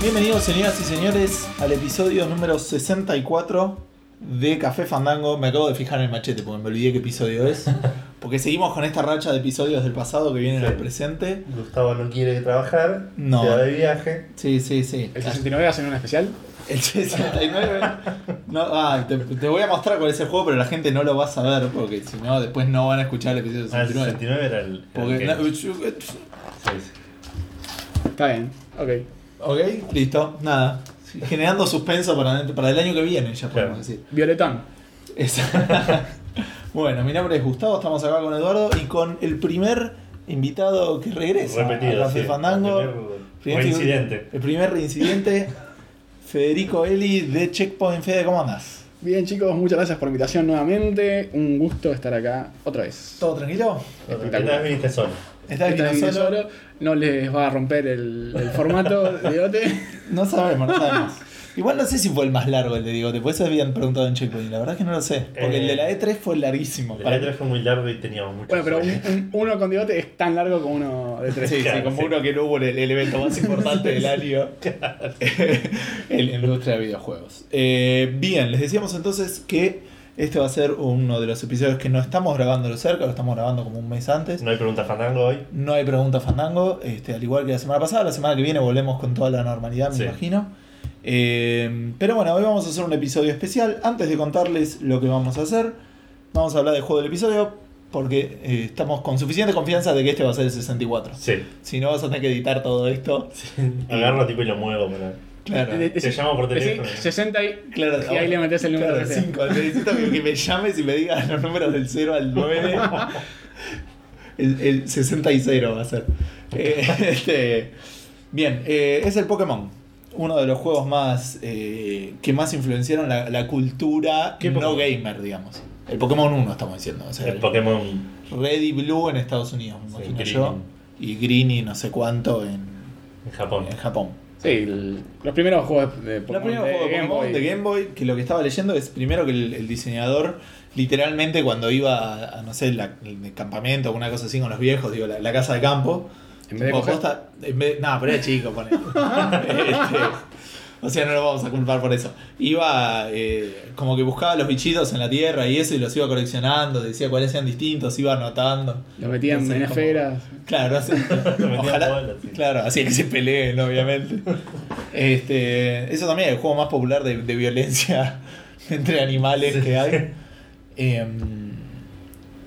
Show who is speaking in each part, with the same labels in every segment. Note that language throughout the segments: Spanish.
Speaker 1: Bienvenidos señoras y señores al episodio número 64 de Café Fandango. Me acabo de fijar en el machete porque me olvidé qué episodio es. Porque seguimos con esta racha de episodios del pasado que vienen
Speaker 2: Sí.
Speaker 1: al presente.
Speaker 2: Gustavo no quiere trabajar,
Speaker 1: No.
Speaker 2: se va de viaje.
Speaker 1: Sí, sí, sí.
Speaker 3: ¿El 69 hacen un especial?
Speaker 1: El 69. No, ah, te, te voy a mostrar cuál es el juego, pero la gente no lo va a saber porque si no, después no van a escuchar el episodio
Speaker 2: Ah, el
Speaker 1: 69.
Speaker 2: 69 era el.
Speaker 1: Porque,
Speaker 2: era el que- Sí, sí.
Speaker 3: Está bien, ok.
Speaker 1: ok, listo, nada. Generando suspenso para, para el año que viene, ya podemos
Speaker 2: Claro.
Speaker 1: decir.
Speaker 3: Violetón.
Speaker 1: Es- bueno, mi nombre es Gustavo, estamos acá con Eduardo y con el primer invitado que regresa
Speaker 2: Repetido.
Speaker 1: a Café
Speaker 2: sí.
Speaker 1: Fandango.
Speaker 2: Primer
Speaker 1: Primer figu-
Speaker 2: Coincidente.
Speaker 1: El primer reincidente, Federico Eli de Checkpoint Fede, ¿cómo andás?
Speaker 3: Bien chicos, muchas gracias por la invitación nuevamente. Un gusto estar acá otra vez.
Speaker 1: ¿Todo tranquilo?
Speaker 3: Espectacular.
Speaker 2: Esta vez viniste solo.
Speaker 1: ¿Estás
Speaker 3: Esta
Speaker 1: bien
Speaker 3: vez vine
Speaker 1: solo?
Speaker 3: solo, no les va a romper el, el formato de OTE.
Speaker 1: No sabemos, no sabemos. Igual no sé si fue el más largo el de Digote, por eso habían preguntado en Checkpoint, la verdad es que no lo sé. Porque
Speaker 2: Eh,
Speaker 1: el de la E3 fue larguísimo.
Speaker 2: El otro fue muy largo y teníamos mucho.
Speaker 3: Bueno, pero un-
Speaker 2: sueño.
Speaker 3: un- uno con Diote es tan largo como uno de tres.
Speaker 1: Sí, sí,
Speaker 2: Claro,
Speaker 1: como
Speaker 2: sí.
Speaker 1: uno que no hubo el, el evento más importante del año en la industria de videojuegos. Eh, bien, les decíamos entonces que este va a ser uno de los episodios que no estamos grabándolo cerca, lo estamos grabando como un mes antes.
Speaker 2: No hay pregunta Fandango hoy.
Speaker 1: No hay pregunta fandango, este, al igual que la semana pasada, la semana que viene volvemos con toda la normalidad, me
Speaker 2: Sí.
Speaker 1: imagino. Eh, pero bueno, hoy vamos a hacer un episodio especial. Antes de contarles lo que vamos a hacer, vamos a hablar del juego del episodio porque eh, estamos con suficiente confianza de que este va a ser el 64.
Speaker 2: Sí.
Speaker 1: Si no vas a tener que editar todo esto.
Speaker 2: Agarro tipo y lo muevo. Para...
Speaker 1: Claro.
Speaker 3: De- de-
Speaker 2: Te llamo por
Speaker 3: Decí
Speaker 2: teléfono.
Speaker 3: 60 y...
Speaker 1: Claro,
Speaker 3: y ahí le metes el número
Speaker 1: Claro,
Speaker 3: que sea.
Speaker 1: 5. Necesito que, que me llames y me digas los números del 0 al 9. El, el 60 y 0 va a ser. Eh, este, bien, eh, es el Pokémon. Uno de los juegos más eh, que más influenciaron la, la cultura
Speaker 2: ¿Qué
Speaker 1: no
Speaker 2: Pokémon?
Speaker 1: gamer, digamos. El Pokémon 1 estamos diciendo. O sea,
Speaker 2: El Pokémon.
Speaker 1: Red y Blue en Estados Unidos, me
Speaker 2: Sí,
Speaker 1: imagino
Speaker 2: Green.
Speaker 1: yo. Y Green y no sé cuánto en,
Speaker 2: En Japón.
Speaker 1: en Japón.
Speaker 3: Sí, el- los primeros juegos de
Speaker 1: Los
Speaker 3: Pokémon
Speaker 1: primeros
Speaker 3: de
Speaker 1: juegos de
Speaker 3: Game
Speaker 1: Pokémon
Speaker 3: Boy.
Speaker 1: de Game Boy, que lo que estaba leyendo es primero que el, el diseñador, literalmente cuando iba a, a, no sé, la- el campamento o una cosa así con los viejos, digo, la, la casa de campo.
Speaker 3: En vez de
Speaker 1: tipo,
Speaker 3: coger-
Speaker 1: posta- en vez- no, pero era chico, pone. Este, o sea, no lo vamos a culpar por eso. Iba, eh, como que buscaba los bichitos en la tierra y eso, y los iba coleccionando, decía cuáles eran distintos, iba anotando.
Speaker 3: Los metían en
Speaker 1: Entonces, como-
Speaker 3: esferas.
Speaker 1: Claro, así,
Speaker 2: metían
Speaker 1: ojalá-
Speaker 2: bolas, sí.
Speaker 1: claro, así es que se peleen, obviamente. Este, eso también es el juego más popular de, de violencia entre animales que hay. Em,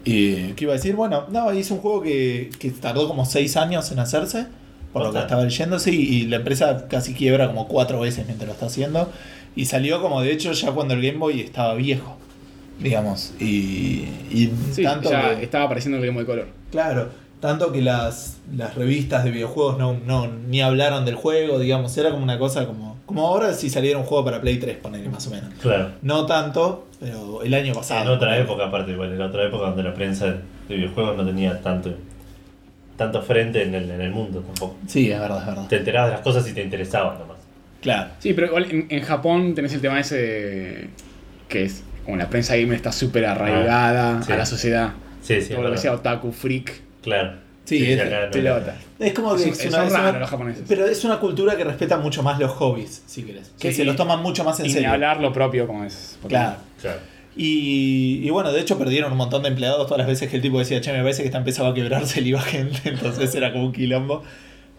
Speaker 1: eh, ¿Qué iba a decir? Bueno, no, hizo un juego que, que tardó como 6 años en hacerse, por lo que
Speaker 2: Bastante.
Speaker 1: estaba leyéndose, y, y la empresa casi quiebra como 4 veces mientras lo está haciendo. Y salió como de hecho ya cuando el Game Boy estaba viejo, digamos. Y, y
Speaker 3: Sí,
Speaker 1: tanto
Speaker 3: ya
Speaker 1: que-
Speaker 3: estaba apareciendo el Game Boy Color.
Speaker 1: Claro, tanto que las, las revistas de videojuegos no, no ni hablaron del juego, digamos, era como una cosa como como ahora si saliera un juego para Play 3, ponele más o menos.
Speaker 2: Claro.
Speaker 1: No tanto, pero el año pasado.
Speaker 2: En otra
Speaker 1: ponele.
Speaker 2: época, aparte, igual, en otra época donde la prensa de videojuegos no tenía tanto, tanto frente en el, en el mundo tampoco.
Speaker 1: Sí, es verdad, es verdad.
Speaker 2: Te enterabas de las cosas y te interesaban nomás.
Speaker 1: Claro.
Speaker 3: Sí, pero igual en, en Japón tenés el tema ese de- que es como la prensa gamer está súper arraigada
Speaker 2: Ah, sí.
Speaker 3: a la sociedad.
Speaker 2: Sí, sí,
Speaker 3: Todo lo
Speaker 2: es
Speaker 3: que
Speaker 2: verdad.
Speaker 3: sea otaku, freak,
Speaker 2: Claro.
Speaker 1: Sí, es-
Speaker 2: acá no-
Speaker 3: pelota.
Speaker 1: Es como que
Speaker 3: Son-
Speaker 1: es
Speaker 3: son
Speaker 1: una, es una-
Speaker 3: raros los japoneses.
Speaker 1: Pero es una cultura que respeta mucho más los hobbies, si querés. Que
Speaker 3: Sí,
Speaker 1: se
Speaker 3: y-
Speaker 1: los toman mucho más en
Speaker 3: Y ni
Speaker 1: serio.
Speaker 3: hablar lo propio como es. Porque
Speaker 1: Claro.
Speaker 2: Claro.
Speaker 1: Y, y bueno, de hecho perdieron un montón de empleados todas las veces que el tipo decía, che, me parece que esta empezaba a quebrarse, le iba gente, entonces era como un quilombo.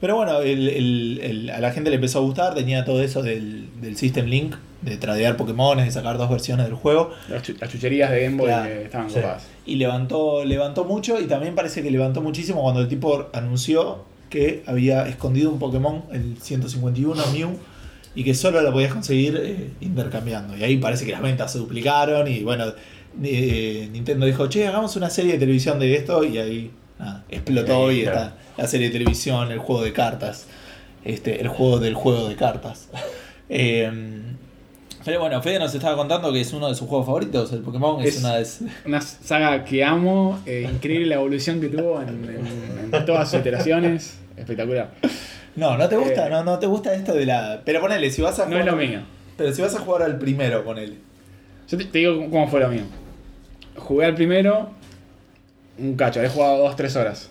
Speaker 1: Pero bueno, el- el- el- a la gente le empezó a gustar, tenía todo eso del, del System Link, de tradear Pokémones, de sacar dos versiones del juego,
Speaker 3: Las, chu- las chucherías de Game Boy
Speaker 1: Claro.
Speaker 3: que estaban
Speaker 2: Sí.
Speaker 3: copadas.
Speaker 1: y levantó, levantó mucho, y también parece que levantó muchísimo cuando el tipo anunció que había escondido un Pokémon, el 151 Mew, y que solo lo podías conseguir eh, intercambiando. Y ahí parece que las ventas se duplicaron y bueno, eh, Nintendo dijo, che, hagamos una serie de televisión de esto y ahí nada, explotó
Speaker 2: Ahí
Speaker 1: y
Speaker 2: está.
Speaker 1: está la serie de televisión, el juego de cartas, este, el juego del juego de cartas. Eh, pero bueno, Fede nos estaba contando que es uno de sus juegos favoritos, el Pokémon es,
Speaker 3: Es-
Speaker 1: una de... s-
Speaker 3: Una saga que amo, eh, increíble la evolución que tuvo en, en- en todas sus iteraciones. Espectacular.
Speaker 1: No, no te gusta,
Speaker 3: Eh.
Speaker 1: no, no te gusta esto de la... Pero ponele, si vas a
Speaker 3: No
Speaker 1: jugar...
Speaker 3: es lo mío.
Speaker 1: Pero si vas a jugar al primero, ponele.
Speaker 3: Yo te, te digo cómo fue lo mío. Jugué al primero un cacho, he jugado 2-3 horas.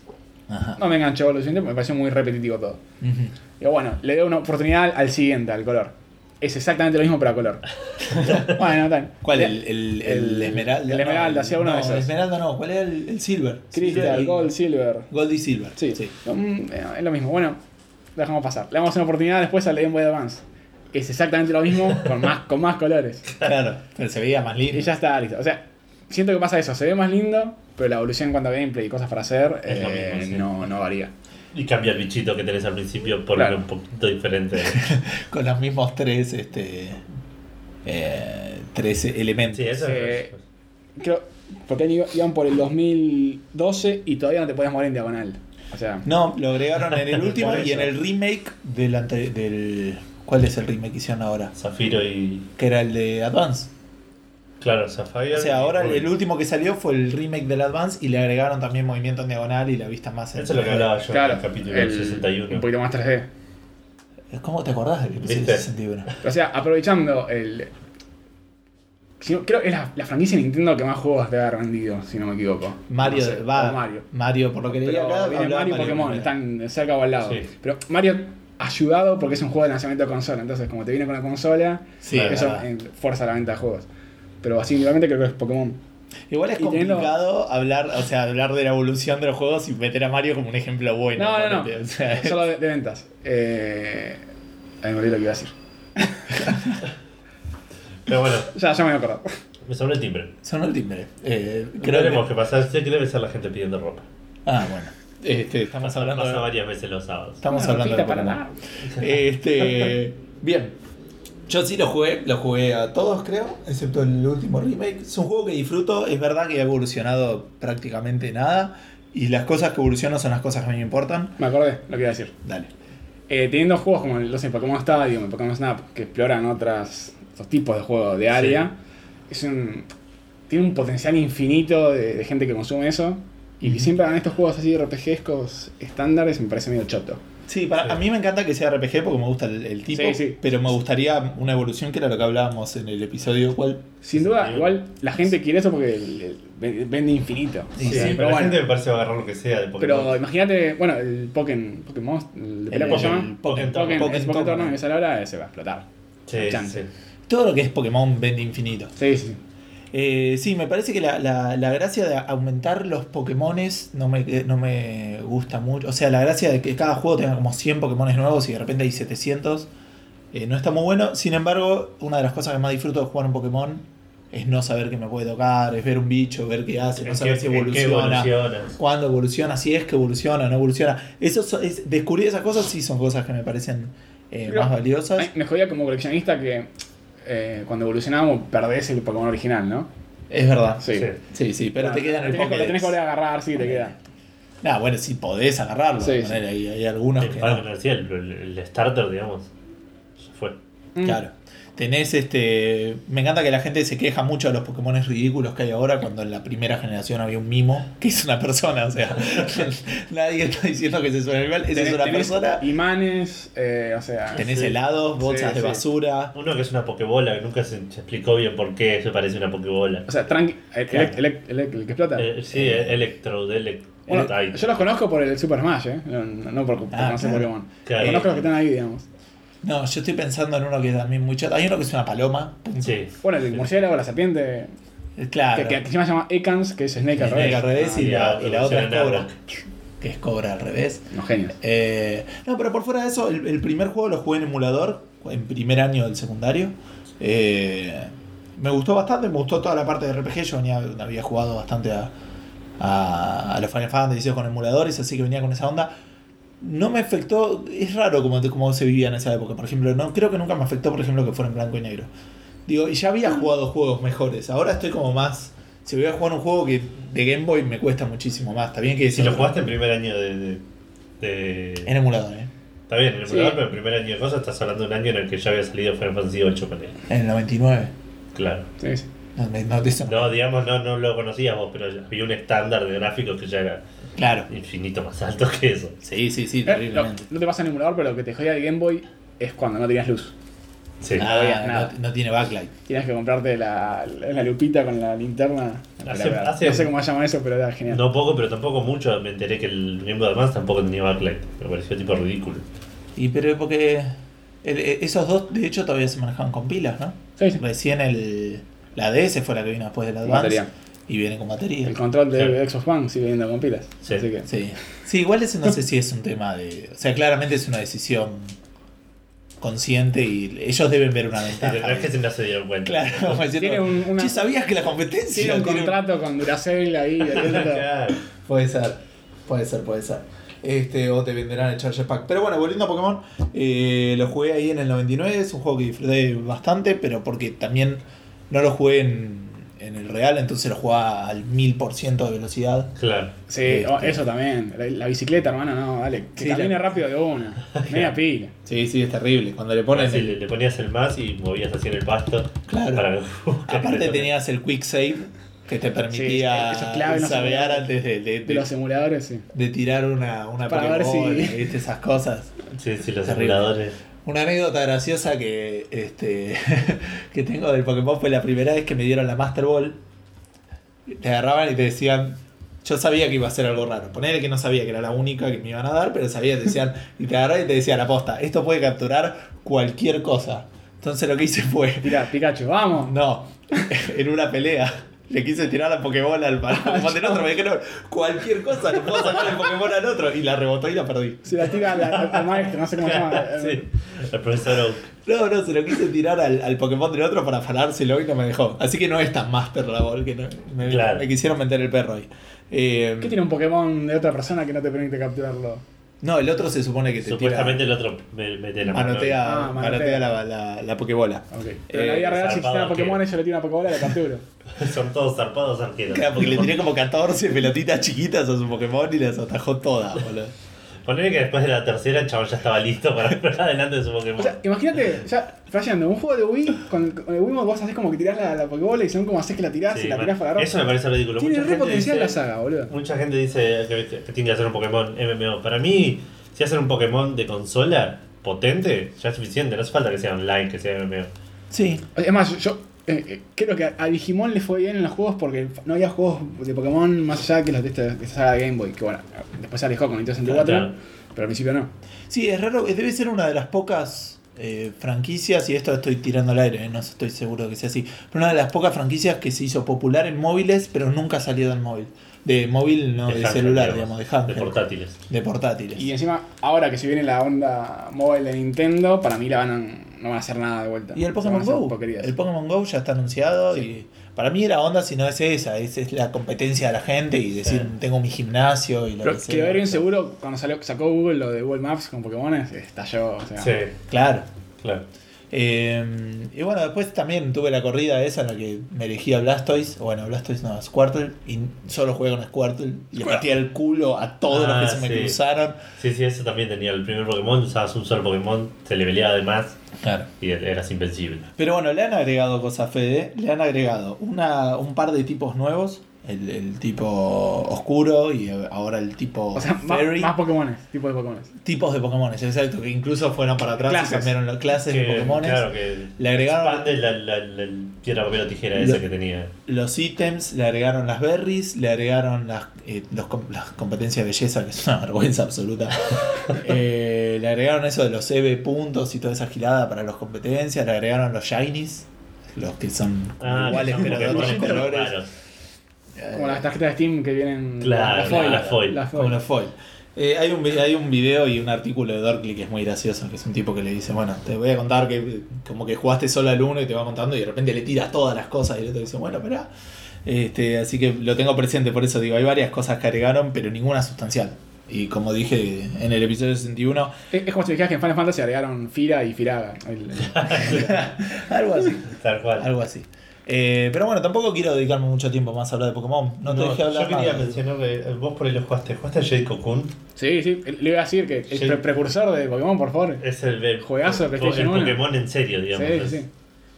Speaker 1: Ajá.
Speaker 3: No me enganchó lo suficiente, porque me pareció muy repetitivo todo.
Speaker 1: Ujú.
Speaker 3: Digo, bueno, le doy una oportunidad al, al siguiente, al color. Es exactamente lo mismo para color. bueno, tal.
Speaker 1: ¿Cuál? El, el, el
Speaker 3: El-
Speaker 1: esmeralda.
Speaker 3: el esmeralda, sí,
Speaker 1: hacía
Speaker 3: uno de esos.
Speaker 1: esmeralda no. ¿Cuál era el, el silver?
Speaker 3: Crystal,
Speaker 1: Sí,
Speaker 3: Gold, Silver.
Speaker 1: Gold y silver.
Speaker 3: Sí, Mm, eh, es lo mismo. Bueno, lo dejamos pasar. Le damos una oportunidad después al de Game Boy Advance. Es exactamente lo mismo, con más, con más colores.
Speaker 1: Claro, pero se veía más lindo.
Speaker 3: Y ya está, listo. O sea, siento que pasa eso. Se ve más lindo, pero la evolución en cuanto a gameplay y cosas para hacer
Speaker 2: Es lo
Speaker 3: eh,
Speaker 2: mismo, sí.
Speaker 3: no, no varía.
Speaker 2: Y cambia el bichito que tenés al principio por uno
Speaker 3: Claro.
Speaker 2: un poquito diferente.
Speaker 1: Con los mismos tres, este. eh, tres elementos.
Speaker 2: Sí, eso
Speaker 3: Eh,
Speaker 2: es.
Speaker 3: Creo, porque ahí iban por el 2012 y todavía no te podías mover en diagonal. O sea,
Speaker 1: No, lo agregaron en el último
Speaker 2: Por eso.
Speaker 1: y en el remake del, ante- del. ¿Cuál es el remake que hicieron ahora?
Speaker 2: Zafiro y.
Speaker 1: Que era el de Advance.
Speaker 2: Claro, Zafiro.
Speaker 1: O sea, ahora
Speaker 2: y-
Speaker 1: el último que salió fue el remake del Advance y le agregaron también movimiento en diagonal y la vista más en
Speaker 2: Eso es lo que hablaba yo
Speaker 3: claro,
Speaker 2: en el capítulo
Speaker 3: el-
Speaker 2: 61.
Speaker 3: un poquito más 3D.
Speaker 1: ¿Cómo te acordás del episodio
Speaker 2: ¿Viste?
Speaker 1: 61?
Speaker 3: O sea, aprovechando el. si no- creo que es la, la franquicia de Nintendo que más juegos debe haber vendido, si no me equivoco.
Speaker 1: Mario,
Speaker 3: No sé,
Speaker 1: va.
Speaker 3: o
Speaker 1: Mario.
Speaker 3: Mario.
Speaker 1: por lo que leí
Speaker 3: Pero
Speaker 1: acá,
Speaker 3: viene
Speaker 1: hablaba
Speaker 3: Mario y Pokémon,
Speaker 1: primero.
Speaker 3: están cerca o al lado.
Speaker 2: Sí.
Speaker 3: Pero Mario ayudado porque es un juego de lanzamiento de consola. Entonces, como te viene con la consola,
Speaker 1: Sí, es
Speaker 3: eso
Speaker 1: verdad.
Speaker 3: eh, fuerza la venta de juegos. Pero así, igualmente creo que es Pokémon.
Speaker 1: Igual es
Speaker 3: y teniendo-
Speaker 1: complicado hablar, o sea, hablar de la evolución de los juegos y meter a Mario como un ejemplo bueno.
Speaker 3: No, no, no.
Speaker 1: ponete, o sea,
Speaker 3: Solo de, de ventas. Eh, ahí me olvidé lo que iba a decir.
Speaker 2: Pero bueno,
Speaker 3: Ya, ya me voy a acordar.
Speaker 2: me sonó el timbre.
Speaker 1: son el timbre. Eh, creo
Speaker 2: Veremos
Speaker 1: que...
Speaker 2: qué pasa. Sí, que debe ser la gente pidiendo ropa.
Speaker 1: Ah, bueno. Este, estamos hablando
Speaker 2: Pasa
Speaker 1: de...
Speaker 2: varias veces los sábados.
Speaker 1: Estamos
Speaker 3: Una
Speaker 1: hablando de
Speaker 3: ropita para
Speaker 1: Pokémon. Este, bien. Yo sí lo jugué, lo jugué a todos creo, excepto el último remake. Es un juego que disfruto, es verdad que ha evolucionado prácticamente nada y las cosas que evolucionan son las cosas que a mí me importan.
Speaker 3: Me acordé lo que iba a decir.
Speaker 1: Dale.
Speaker 3: Eh, teniendo juegos como el, no sé, Pokémon Stadium, el Pokémon Snap, que exploran otras, otros tipos de juegos de área, es un, tiene un potencial infinito de, de gente que consume eso. Y que siempre hagan estos juegos así RPGescos estándares, me parece medio choto.
Speaker 1: Sí, para,
Speaker 2: Sí.
Speaker 1: a mí me encanta que sea RPG porque me gusta el, el tipo,
Speaker 3: Sí, sí.
Speaker 1: pero me gustaría una evolución que era lo que hablábamos en el episodio. ¿Cuál?
Speaker 3: Sin duda, igual la gente quiere eso porque el- el- vende- vende infinito.
Speaker 1: Sí,
Speaker 2: Sí,
Speaker 3: O sea,
Speaker 2: pero,
Speaker 3: pero
Speaker 2: la
Speaker 3: bueno,
Speaker 2: gente me parece va a agarrar lo que sea de Pokémon.
Speaker 3: pero imagínate, bueno, el Pokémon, Pokémon, el de
Speaker 1: El-
Speaker 3: pelea, ¿cómo se llama?
Speaker 1: el Pokémon-
Speaker 3: Pokémon,
Speaker 1: Pokémon
Speaker 3: ese Pokémon
Speaker 1: Tournament.
Speaker 3: Tournament, esa hora se va a explotar.
Speaker 2: Sí, sí,
Speaker 3: chance.
Speaker 2: sí.
Speaker 1: Todo lo que es Pokémon vende infinito.
Speaker 3: Sí, sí.
Speaker 1: Eh, sí, me parece que la, la- la gracia de aumentar los Pokémones no me, eh, no me gusta mucho. O sea, la gracia de que cada juego tenga como 100 Pokémones nuevos y de repente hay 700 eh, no está muy bueno. Sin embargo, una de las cosas que más disfruto de jugar un Pokémon es no saber qué me puede tocar, es ver un bicho, ver qué hace, no
Speaker 2: ¿En
Speaker 1: saber
Speaker 2: qué-
Speaker 1: si
Speaker 2: en qué
Speaker 1: evoluciona.
Speaker 2: evoluciona?
Speaker 1: cuándo evoluciona, si es que evoluciona, no evoluciona. Eso so- es, descubrir esas cosas sí son cosas que me parecen eh,
Speaker 3: Pero-
Speaker 1: más valiosas.
Speaker 3: Ay, me jodía como coleccionista que eh, cuando evolucionábamos perdés el Pokémon original, ¿no?
Speaker 1: Es verdad.
Speaker 3: Sí.
Speaker 2: Sí.
Speaker 1: Sí, sí, pero
Speaker 3: Ah,
Speaker 1: te quedan el
Speaker 3: tenés que- Lo tenés que volver
Speaker 1: Pokédex.
Speaker 3: a agarrar, sí, te queda.
Speaker 1: Nah, Ah, bueno, si podés agarrarlo.
Speaker 3: Sí,
Speaker 1: de
Speaker 3: sí.
Speaker 1: manera, Hay, hay algunos
Speaker 2: El
Speaker 1: que
Speaker 2: Parque
Speaker 1: no.
Speaker 2: Comercial, pero ah, el, el starter, digamos, ya fue.
Speaker 3: Mm.
Speaker 1: Claro. Tenés este. Me encanta que la gente se queja mucho de los Pokémon ridículos que hay ahora, cuando en la primera generación había un mimo que es una persona. O sea, nadie está diciendo que ese es un animal, ese
Speaker 3: Tenés-
Speaker 1: es una
Speaker 3: tenés
Speaker 1: persona.
Speaker 3: Imanes, eh, o sea.
Speaker 1: Tenés
Speaker 2: Sí.
Speaker 1: helados, bolsas
Speaker 3: Sí,
Speaker 1: de
Speaker 3: sí.
Speaker 1: basura.
Speaker 2: Uno que es una pokebola, que nunca se, se explicó bien por qué se parece a una pokebola.
Speaker 3: O sea, tranqui. eh, El,
Speaker 1: Claro.
Speaker 3: el- el- el- el que explota.
Speaker 2: Eh, sí, eh, Electrode, elec-
Speaker 3: Bueno,
Speaker 2: Electite.
Speaker 3: yo los conozco por el Super Smash, ¿eh? No, no- no por
Speaker 1: Ah,
Speaker 3: no sé
Speaker 1: claro.
Speaker 3: Pokémon.
Speaker 2: Claro.
Speaker 3: Conozco los que están ahí, digamos.
Speaker 1: No, yo estoy pensando en uno que también muy chato. Hay uno que es una paloma. punto.
Speaker 2: Sí.
Speaker 3: Bueno, el murciélago, la serpiente.
Speaker 1: Eh, Claro.
Speaker 3: Que, que encima se llama Ekans, que es Snake al
Speaker 1: Snake
Speaker 3: revés.
Speaker 1: al revés
Speaker 3: Ah,
Speaker 1: y, la,
Speaker 2: Ah,
Speaker 1: y la otra es
Speaker 2: evoluciona en
Speaker 1: cobra.
Speaker 2: Arbok.
Speaker 1: Que es cobra al revés.
Speaker 3: Unos Ah, genios.
Speaker 1: Eh, no, pero por fuera de eso, el, el primer juego lo jugué en emulador, en primer año del secundario. Eh, me gustó bastante, me gustó toda la parte de RPG. Yo venía, había jugado bastante a, a, a los Final Fantasy con emuladores, así que venía con esa onda. No me afectó, es raro como, como se vivía en esa época. Por ejemplo, no creo que nunca me afectó, por ejemplo, que fuera en blanco y negro. Digo, y ya había jugado juegos mejores. Ahora estoy como más. Si voy a jugar un juego que de Game Boy me cuesta muchísimo más. Está bien que
Speaker 2: Y si lo
Speaker 1: jugaste
Speaker 2: jugaste en primer año de. de, de-
Speaker 1: en emulador, ¿eh?
Speaker 2: Está bien, en el
Speaker 3: Sí.
Speaker 2: emulador, pero en primer año de cosas estás hablando de un año en el que ya había salido Final Fantasy VIII con él.
Speaker 1: En el 99.
Speaker 2: Claro.
Speaker 3: Sí, sí.
Speaker 1: No, me- no te hizo-
Speaker 2: No, digamos, no, no lo conocías vos, pero ya había un estándar de gráficos que ya era
Speaker 1: Claro.
Speaker 2: infinito más alto que eso.
Speaker 1: Sí, sí, sí,
Speaker 3: Eh, no, no te pasa en el emulador, pero lo que te jodía el Game Boy es cuando no tenías luz.
Speaker 2: Sí.
Speaker 1: Nada,
Speaker 3: había
Speaker 1: no-
Speaker 3: nada.
Speaker 1: No, tiene backlight.
Speaker 3: Tienes que comprarte la, la lupita con la linterna.
Speaker 2: Hace-
Speaker 3: Pero,
Speaker 2: hace-
Speaker 3: no sé cómo se llama eso, pero era genial.
Speaker 2: No poco, pero tampoco mucho. Me enteré que el miembro de Advance tampoco tenía backlight. Me pareció tipo ridículo.
Speaker 1: Y pero es porque el- e- esos dos, de hecho, todavía se manejaban con pilas, ¿no?
Speaker 3: Sí, sí.
Speaker 1: Recién el, la DS fue la que vino después del Advance.
Speaker 3: Batería.
Speaker 1: Y viene con batería.
Speaker 3: El control de
Speaker 2: Sí.
Speaker 3: Xbox One sigue viniendo con pilas.
Speaker 2: Sí.
Speaker 3: Así que,
Speaker 1: Sí. sí, igual eso no sé si es un tema de... O sea, claramente es una decisión consciente y ellos deben ver una
Speaker 2: La verdad es que
Speaker 1: ventaja.
Speaker 2: se me hace dieron cuenta.
Speaker 1: Claro, como diciendo,
Speaker 3: Tiene un- una-
Speaker 1: "Che, ¿sabías que la competencia
Speaker 3: Tiene un
Speaker 1: tiene un-
Speaker 3: contrato con Duracell ahí. atento.
Speaker 2: Claro.
Speaker 1: Puede ser, puede ser, puede ser. Este, o te venderán el Charger Pack. Pero bueno, volviendo a Pokémon, eh, lo jugué ahí en el 99. Es un juego que disfruté bastante, pero porque también no lo jugué en, en el real, entonces lo jugaba al 1000% de velocidad.
Speaker 2: Claro.
Speaker 3: Sí, oh, eso también. La, la bicicleta, hermano, no, dale. Que
Speaker 1: Sí,
Speaker 3: camine
Speaker 1: la-
Speaker 3: rápido de una. Media pila.
Speaker 1: Sí, sí, es terrible. Cuando le pones.
Speaker 2: Así le, le ponías el más y movías así en el pasto.
Speaker 1: Claro.
Speaker 2: Para
Speaker 1: Aparte, tenías el Quick Save que te permitía
Speaker 3: eso es clave, no se
Speaker 1: sabear
Speaker 3: puede-
Speaker 1: antes de, de-
Speaker 3: De los emuladores, sí.
Speaker 1: de tirar una, una
Speaker 3: Para ver
Speaker 1: Pokébola,
Speaker 3: si-
Speaker 1: ¿viste? esas cosas.
Speaker 2: Sí, sí, los
Speaker 1: Terrible.
Speaker 2: emuladores.
Speaker 1: Una anécdota graciosa que, este, que tengo del Pokémon fue la primera vez que me dieron la Master Ball. Te agarraban y te decían. Yo sabía que iba a ser algo raro. Ponerle que no sabía que era la única que me iban a dar, pero sabía, te decían. Y te agarraban y te decían, aposta, esto puede capturar cualquier cosa. Entonces lo que hice fue.
Speaker 3: Tira, Pikachu, vamos.
Speaker 1: No, en una pelea. Le quise tirar la Pokébola al Pokémon del otro. Me dijeron, cualquier cosa, le puedo sacar el Pokémon al otro. Y la rebotó y la perdí.
Speaker 3: Se la tira al- al al maestro, no sé cómo se llama.
Speaker 2: sí. El profesor Oak.
Speaker 1: No, no, se lo quise tirar al, al Pokémon del otro para falárselo y no me dejó. Así que no es tan master la bol que no- me,
Speaker 2: Claro.
Speaker 1: me quisieron meter el perro ahí. Eh,
Speaker 3: ¿Qué tiene un Pokémon de otra persona que no te permite capturarlo?
Speaker 1: no, el otro se supone que te
Speaker 2: Supuestamente el otro me, mete la
Speaker 1: tira.
Speaker 2: mano.
Speaker 1: Manotea,
Speaker 3: Ah,
Speaker 1: manotea la, la, la Pokébola.
Speaker 3: Ok. Pero en la
Speaker 1: Eh,
Speaker 3: vida real, si
Speaker 2: zarpado,
Speaker 3: tiene
Speaker 2: ¿qué?
Speaker 3: Pokémon, yo le tiro una Pokébola y la capturo.
Speaker 2: Son todos zarpados arqueros.
Speaker 1: Claro, porque le tiré como 14 pelotitas chiquitas a su Pokémon y las atajó todas, boludo.
Speaker 2: Ponele que después de la tercera el chabón ya estaba listo para ir adelante de su Pokémon.
Speaker 3: O sea, imagínate, ya flasheando, un juego de Wii, con, con el Wiimote vos haces como que tirás la, la Pokébola y según cómo haces que la tirás
Speaker 2: Sí,
Speaker 3: y la
Speaker 2: man.
Speaker 3: tirás para arriba.
Speaker 2: Eso me parece ridículo.
Speaker 3: Tiene
Speaker 2: Mucha
Speaker 3: re
Speaker 2: gente
Speaker 3: potencial la
Speaker 2: dice-
Speaker 3: saga, boludo.
Speaker 2: Mucha gente dice que, que tiene que hacer un Pokémon MMO. Para mí, si hacen un Pokémon de consola potente, ya es suficiente. No hace falta que sea online, que sea MMO.
Speaker 1: Sí,
Speaker 3: O sea, Es más, yo, yo, eh, eh, creo que a, a Digimon le fue bien en los juegos porque no había juegos de Pokémon más allá que los de esta, de esta saga de Game Boy. Que bueno, después se alejó con Nintendo 64,
Speaker 2: Claro.
Speaker 3: pero al principio no.
Speaker 1: Sí, es raro, eh, debe ser una de las pocas eh, franquicias, y esto estoy tirando al aire, eh, no estoy seguro de que sea así, pero una de las pocas franquicias que se hizo popular en móviles, pero nunca salió del móvil. De móvil, no, de,
Speaker 2: handheld,
Speaker 1: celular, digamos, de handheld.
Speaker 2: De portátiles.
Speaker 1: De portátiles.
Speaker 3: Y encima, ahora que se viene la onda mobile de Nintendo, para mí la van a, no van a hacer nada de vuelta.
Speaker 1: Y el
Speaker 3: Van a
Speaker 1: Pokémon
Speaker 3: hacer
Speaker 1: Go.
Speaker 3: porquerías.
Speaker 1: El Pokémon Go ya está anunciado y para mí era onda si no es esa, es, es la competencia de la gente y decir,
Speaker 2: Sí.
Speaker 1: tengo mi gimnasio y lo
Speaker 3: Pero
Speaker 1: que sea.
Speaker 3: quedó bien seguro cuando salió, sacó Google lo de Google Maps con Pokémones, estalló. O sea,
Speaker 2: Sí,
Speaker 1: Claro.
Speaker 2: claro.
Speaker 1: Eh, y bueno, después también tuve la corrida esa en la que me elegí a Blastoise, o bueno, Blastoise no, a Squirtle, y solo jugué con Squirtle, y le metía el culo a todos
Speaker 2: Ah,
Speaker 1: los que se me
Speaker 2: sí.
Speaker 1: cruzaron.
Speaker 2: Sí, sí, eso también tenía. El primer Pokémon usabas un solo Pokémon, se le peleaba de más
Speaker 1: Claro.
Speaker 2: y e-, eras invencible.
Speaker 1: Pero bueno, le han agregado cosas, Fede, le han agregado una, un par de tipos nuevos, el, el tipo oscuro y ahora el tipo
Speaker 3: o sea, más,
Speaker 1: fairy.
Speaker 3: más Pokémones, tipo de Pokémones.
Speaker 1: tipos de Pokémon, exacto, que incluso fueron para atrás
Speaker 3: Clases.
Speaker 1: y cambiaron las clases
Speaker 2: Que,
Speaker 1: de Pokémon.
Speaker 2: Claro, que
Speaker 1: Le agregaron-
Speaker 2: expande la, la, la, piedra, papel o tijera esa
Speaker 1: Lo-
Speaker 2: que tenía.
Speaker 1: los ítems, le agregaron las berries, le agregaron las, eh, los com- las competencias de belleza, que es una vergüenza absoluta. Eh, le agregaron eso de los EB puntos y toda esa gilada para las competencias, le agregaron los shinies, los que son
Speaker 2: Ah,
Speaker 1: iguales
Speaker 2: que son
Speaker 1: pero de otros
Speaker 2: Pokémones como
Speaker 1: colores,
Speaker 2: raros.
Speaker 1: eh,
Speaker 3: Como las tarjetas de Steam que vienen.
Speaker 2: Claro,
Speaker 1: la
Speaker 2: foil.
Speaker 3: la
Speaker 1: como los foil. Eh, hay, un, vi- hay un video y un artículo de Dorkly que es muy gracioso, que es un tipo que le dice, bueno, te voy a contar que eh, como que jugaste solo al uno y te va contando y de repente le tiras todas las cosas y el otro dice, bueno, espera. Este, así que lo tengo presente, por eso digo, hay varias cosas que agregaron, pero ninguna sustancial. Y como dije en el episodio 61,
Speaker 3: Es, es como si dijeras que en Final Fantasy agregaron Fira y Firaga. El- el-
Speaker 1: algo así.
Speaker 2: Tal cual.
Speaker 1: Algo así. Eh, pero bueno, tampoco quiero dedicarme mucho tiempo más a hablar de Pokémon. No te dejé hablar
Speaker 2: Yo quería
Speaker 1: nada.
Speaker 2: mencionar que eh, vos por ahí lo jugaste. ¿Jugaste a Jade Cocoon?
Speaker 3: sí, sí, le iba a decir que el
Speaker 2: Sí.
Speaker 3: pre- precursor de Pokémon, por favor.
Speaker 1: Eh,
Speaker 2: Es el, el,
Speaker 3: Juegazo de
Speaker 2: el
Speaker 3: PlayStation uno.
Speaker 2: Pokémon en serio, digamos.
Speaker 3: Sí,
Speaker 2: Es-
Speaker 3: sí.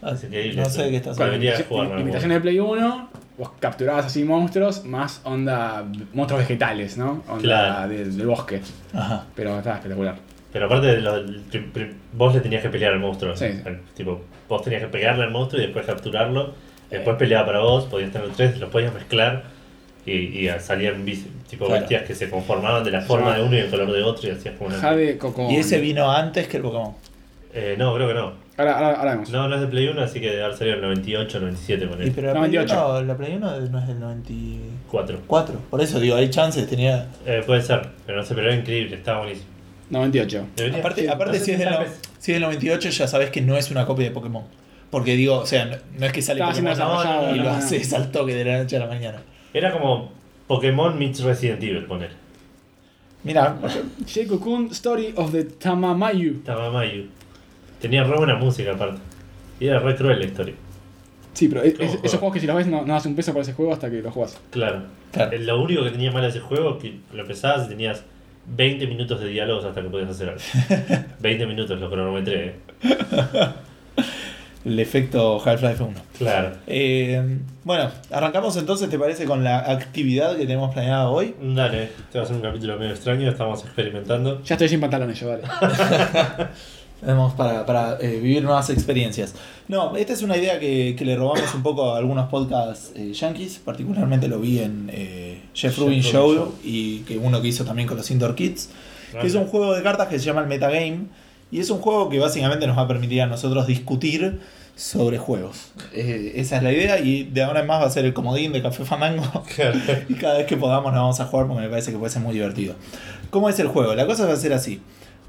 Speaker 1: Ah,
Speaker 2: Es increíble.
Speaker 1: no sé de qué estás
Speaker 2: Con
Speaker 1: hablando.
Speaker 2: Debería jugarlo algún
Speaker 3: Imitaciones de Play 1, vos capturabas así monstruos, más onda monstruos vegetales, ¿no? Onda
Speaker 2: Claro.
Speaker 3: de- del bosque.
Speaker 1: Ajá.
Speaker 3: Pero estaba espectacular.
Speaker 2: Pero aparte, de lo- el pri- pri- vos le tenías que pelear al monstruo.
Speaker 3: Sí, sí.
Speaker 2: Al- Tipo, vos tenías que pegarle al monstruo y después capturarlo. Después peleaba para vos, podías tener tres, los podías mezclar. Y, y salían bis- tipo
Speaker 1: Claro.
Speaker 2: bestias que se conformaban de la forma de uno y el color de otro y hacías como una...
Speaker 3: Jade Coco.
Speaker 1: Y ese vino antes que el Pokémon.
Speaker 2: Eh, no, creo que no.
Speaker 3: Ahora, ahora, ahora vemos.
Speaker 2: No, no es de Play 1, así que debe haber salido en el 98, 97 con
Speaker 1: Y
Speaker 2: el
Speaker 1: pero la Play
Speaker 3: 98.
Speaker 1: 1 la Play 1 no es del 94.
Speaker 2: 4.
Speaker 1: Por eso digo, hay chances, tenía.
Speaker 2: Eh, puede ser, pero no sé, pero era increíble, estaba buenísimo.
Speaker 3: 98.
Speaker 2: Debería-
Speaker 1: Aparte,
Speaker 2: no
Speaker 1: aparte
Speaker 2: sé
Speaker 1: si, es del,
Speaker 2: tal
Speaker 1: no-
Speaker 2: vez-
Speaker 1: si es del 98 ya sabes que no es una copia de Pokémon. Porque digo, o sea, no, no es que sale
Speaker 3: Estaba
Speaker 1: Pokémon
Speaker 3: siendo
Speaker 1: ahora
Speaker 3: desarrollado,
Speaker 1: y lo
Speaker 3: no, no.
Speaker 1: haces al toque de la noche a la mañana.
Speaker 2: Era como Pokémon meets Resident Evil, poner.
Speaker 1: Mira,
Speaker 3: Sheiko Kun, Story of the Tamamayu.
Speaker 2: Estaba Mayu. Tenía re buena música aparte. Y era re cruel la historia.
Speaker 3: Sí, pero es- es-
Speaker 2: Juego,
Speaker 3: esos
Speaker 2: juego.
Speaker 3: juegos que si los ves no, no das un peso por ese juego hasta que lo juegas.
Speaker 2: Claro.
Speaker 1: Claro.
Speaker 2: Eh, Lo único que tenía mal ese juego es que lo empezabas y tenías 20 minutos de diálogos hasta que podías hacer algo. 20 minutos lo cronometré. eh.
Speaker 1: el efecto Half-Life 1.
Speaker 2: Claro.
Speaker 1: Eh, bueno, arrancamos entonces, ¿te parece? Con la actividad que tenemos planeada hoy.
Speaker 2: Dale, este va a ser un capítulo medio extraño, estamos experimentando.
Speaker 3: Ya estoy sin pantalones yo, dale.
Speaker 1: Tenemos para, para, eh, vivir nuevas experiencias. No, esta es una idea que, que le robamos un poco a algunos podcasts eh, yankees. Particularmente lo vi en eh, Jeff Rubin
Speaker 2: Rubin
Speaker 1: Show,
Speaker 2: Show.
Speaker 1: y que uno que hizo también con los Indoor Kids.
Speaker 2: Ah,
Speaker 1: Que es un juego de cartas que se llama el Metagame. Y es un juego que básicamente nos va a permitir a nosotros discutir sobre juegos. Eh, esa es la idea y de ahora en más va a ser el comodín de Café Fandango.
Speaker 2: claro.
Speaker 1: Y cada vez que podamos nos vamos a jugar porque me parece que puede ser muy divertido. ¿Cómo es el juego? La cosa va a ser así.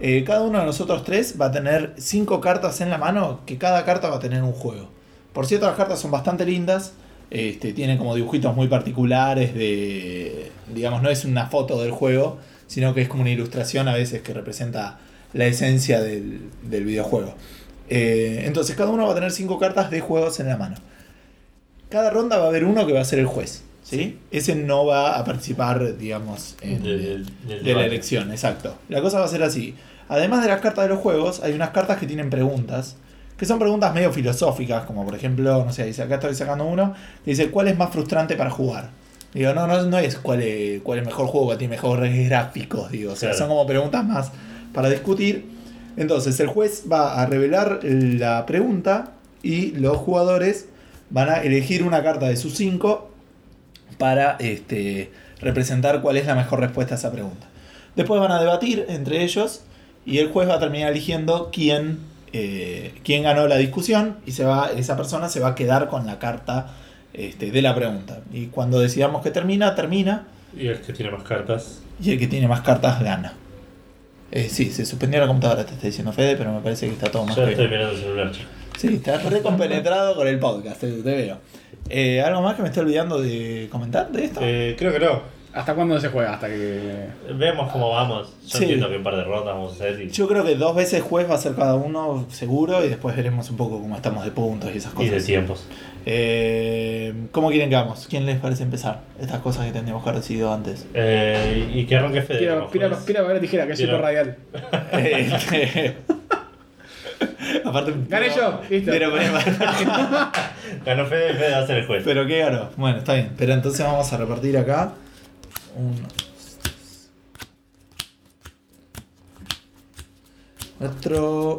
Speaker 1: Eh, cada uno de nosotros tres va a tener cinco cartas en la mano, que cada carta va a tener un juego. Por cierto, las cartas son bastante lindas. Este, tienen como dibujitos muy particulares de... Digamos, no es una foto del juego, sino que es como una ilustración a veces que representa la esencia del, del videojuego. Eh, entonces, cada uno va a tener cinco cartas de juegos en la mano. Cada ronda va a haber uno que va a ser el juez. ¿sí? Ese no va a participar, digamos, en,
Speaker 2: Del- del- del
Speaker 1: de la
Speaker 2: debate.
Speaker 1: elección, exacto. La cosa va a ser así. Además de las cartas de los juegos, hay unas cartas que tienen preguntas, que son preguntas medio filosóficas, como por ejemplo, no sé, dice, acá estoy sacando uno, que dice, ¿cuál es más frustrante para jugar? Digo, no, no, no es cuál es, cuál es mejor juego, cuál tiene mejores gráficos, digo. O sea,
Speaker 2: Claro.
Speaker 1: son como preguntas más para discutir. Entonces, el juez va a revelar la pregunta y los jugadores van a elegir una carta de sus cinco para este, representar cuál es la mejor respuesta a esa pregunta. Después van a debatir entre ellos y el juez va a terminar eligiendo quién, eh, quién ganó la discusión y se va, esa persona se va a quedar con la carta este, de la pregunta. Y cuando decidamos que termina, termina
Speaker 2: Y el que tiene más cartas.
Speaker 1: y el que tiene más cartas gana. Eh, sí, se suspendió la computadora, te está diciendo Fede, pero me parece que está todo más
Speaker 2: Yo
Speaker 1: bien.
Speaker 2: estoy mirando el celular, chico.
Speaker 1: Sí, estás recompenetrado con el podcast, te, te veo. Eh, ¿Algo más que me estoy olvidando de comentar de esto?
Speaker 2: Eh, creo que no.
Speaker 3: ¿Hasta cuándo se juega? Hasta que.
Speaker 2: Vemos cómo vamos. Yo
Speaker 1: Sí.
Speaker 2: entiendo que un par de rondas vamos a hacer y,
Speaker 1: Yo creo que dos veces juez va a ser cada uno, seguro, y después veremos un poco cómo estamos de puntos y esas
Speaker 2: y de
Speaker 1: cosas.
Speaker 2: tiempos.
Speaker 1: Eh, ¿Cómo quieren que hagamos? ¿Quién les parece empezar? Estas cosas que tendríamos que haber decidido antes.
Speaker 2: Eh, y que arranque Fede.
Speaker 3: Pira,
Speaker 2: como
Speaker 3: pira,
Speaker 2: juez.
Speaker 3: pira papel o tijera, que es
Speaker 2: Pira.
Speaker 3: súper radial.
Speaker 1: Este, Aparte,
Speaker 3: Gané yo, listo.
Speaker 1: Pero,
Speaker 2: Ganó Fede, Fede va a ser el juez.
Speaker 1: pero qué ganó. Bueno, está bien. Pero entonces vamos a repartir acá. Uno. Otro.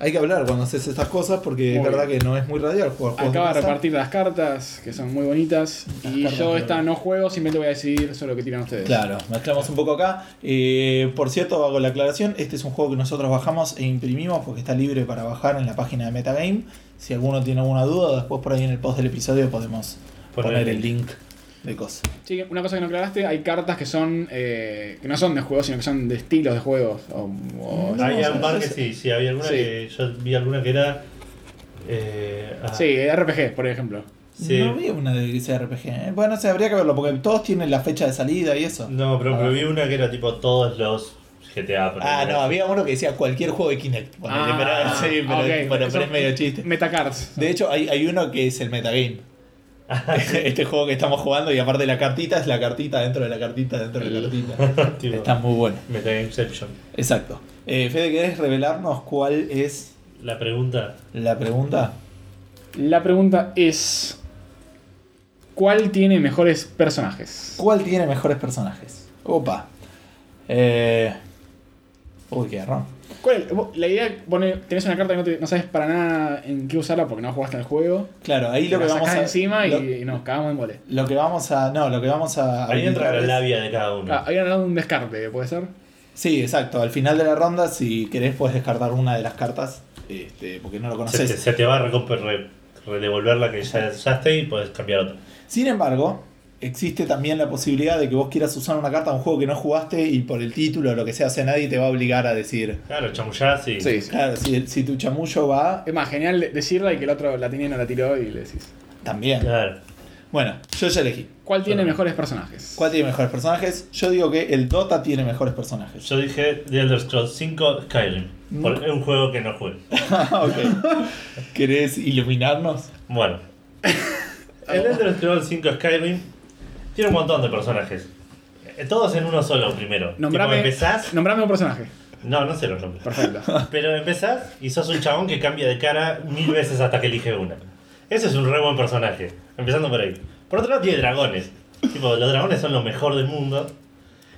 Speaker 1: Hay que hablar cuando haces estas cosas porque es
Speaker 3: Obvio.
Speaker 1: verdad que no es muy radial jugar juegos de
Speaker 3: Acaba de
Speaker 1: mesa.
Speaker 3: repartir las cartas, que son muy bonitas.
Speaker 1: Las
Speaker 3: Y
Speaker 1: cartas
Speaker 3: yo
Speaker 1: muy
Speaker 3: esta
Speaker 1: bonitas.
Speaker 3: no juego, simplemente voy a decidir sobre lo que tiran ustedes.
Speaker 1: Claro, mezclamos un poco acá. Eh, por cierto, hago la aclaración, este es un juego que nosotros bajamos e imprimimos porque está libre para bajar en la página de Metagame. Si alguno tiene alguna duda, después por ahí en el post del episodio podemos
Speaker 2: Poner
Speaker 1: poner,
Speaker 2: el
Speaker 1: el link de cosas.
Speaker 3: Sí, una cosa que no aclaraste, hay cartas que son eh, que no son de juegos, sino que son de estilos de juegos. O, o-
Speaker 1: No,
Speaker 2: Hay
Speaker 1: o sea,
Speaker 2: un par que
Speaker 1: es-
Speaker 2: sí, sí, había alguna
Speaker 3: Sí.
Speaker 2: que. Yo vi alguna que era. Eh, ah,
Speaker 3: Sí, RPG, por ejemplo.
Speaker 2: sí.
Speaker 1: No vi una de que sea RPG. ¿eh? Bueno, no sé, habría que verlo porque todos tienen la fecha de salida y eso.
Speaker 2: No, pero,
Speaker 1: Ah.
Speaker 2: pero vi una que era tipo todos los GTA. por
Speaker 1: Ah,
Speaker 2: ejemplo.
Speaker 1: no, había uno que decía cualquier juego de Kinect. ponele,
Speaker 3: Ah,
Speaker 1: pero, sí, pero,
Speaker 3: ok,
Speaker 1: bueno,
Speaker 3: son
Speaker 1: pero es medio chiste.
Speaker 3: Metacards.
Speaker 1: De hecho, hay, hay uno que es el metagame. este juego que estamos jugando y aparte la cartita es la cartita dentro de la cartita dentro de la cartita.
Speaker 2: Tipo,
Speaker 1: Está muy bueno.
Speaker 2: Metagame Exception.
Speaker 1: Exacto. Eh, Fede, ¿querés revelarnos cuál es
Speaker 2: La pregunta.
Speaker 1: la pregunta?
Speaker 3: La pregunta es: ¿Cuál tiene mejores personajes?
Speaker 1: ¿Cuál tiene mejores personajes? Opa. Eh, Uy, qué error.
Speaker 3: ¿Cuál, vos- la idea, pone, tenés una carta que no, te- no sabes para nada en qué usarla porque no jugaste al juego.
Speaker 1: Claro, ahí
Speaker 3: Y
Speaker 1: lo que vamos a.
Speaker 3: encima
Speaker 1: lo,
Speaker 3: y, y nos cagamos en mole.
Speaker 1: lo que vamos a. No, lo que vamos a.
Speaker 2: Ahí entra
Speaker 1: habilitar
Speaker 2: la
Speaker 1: es-
Speaker 2: labia de cada uno.
Speaker 3: Ah, habían hablado de un descarte, ¿puede ser?
Speaker 1: Sí, exacto. Al final de la ronda, si querés, puedes descartar una de las cartas. Este, porque no lo
Speaker 2: se, te,
Speaker 1: conoces.
Speaker 2: se te va a recomp- re- redevolver la que ya usaste y puedes cambiar otra.
Speaker 1: Sin embargo, existe también la posibilidad de que vos quieras usar una carta de un juego que no jugaste y por el título o lo que sea, o sea, nadie te va a obligar a decir.
Speaker 2: Claro, chamullás y.
Speaker 3: Sí, sí.
Speaker 1: Claro, si, si tu chamullo va,
Speaker 3: Es más, genial de- decirla y que el otro la tenía y no la tiró y le decís.
Speaker 1: también.
Speaker 2: Claro.
Speaker 1: Bueno, yo ya elegí.
Speaker 3: ¿Cuál tiene mejores personajes?
Speaker 1: ¿Cuál tiene mejores personajes? Yo digo que el Dota tiene mejores personajes.
Speaker 2: Yo dije The Elder Scrolls 5 Skyrim. Por- es un juego que no jugué.
Speaker 1: ok. ¿Querés iluminarnos?
Speaker 2: Bueno. El Elder Scrolls 5 Skyrim tiene un montón de personajes. Eh, Todos en uno solo primero.
Speaker 3: Nombrame,
Speaker 2: Tipo, empezás.
Speaker 3: nombrame un personaje.
Speaker 2: No, no sé los nombres.
Speaker 3: Perfecto.
Speaker 2: Pero empezás y sos un chabón que cambia de cara mil veces hasta que elige una. Ese es un re buen personaje. Empezando por ahí. Por otro lado tiene dragones. Tipo, los dragones son lo mejor del mundo.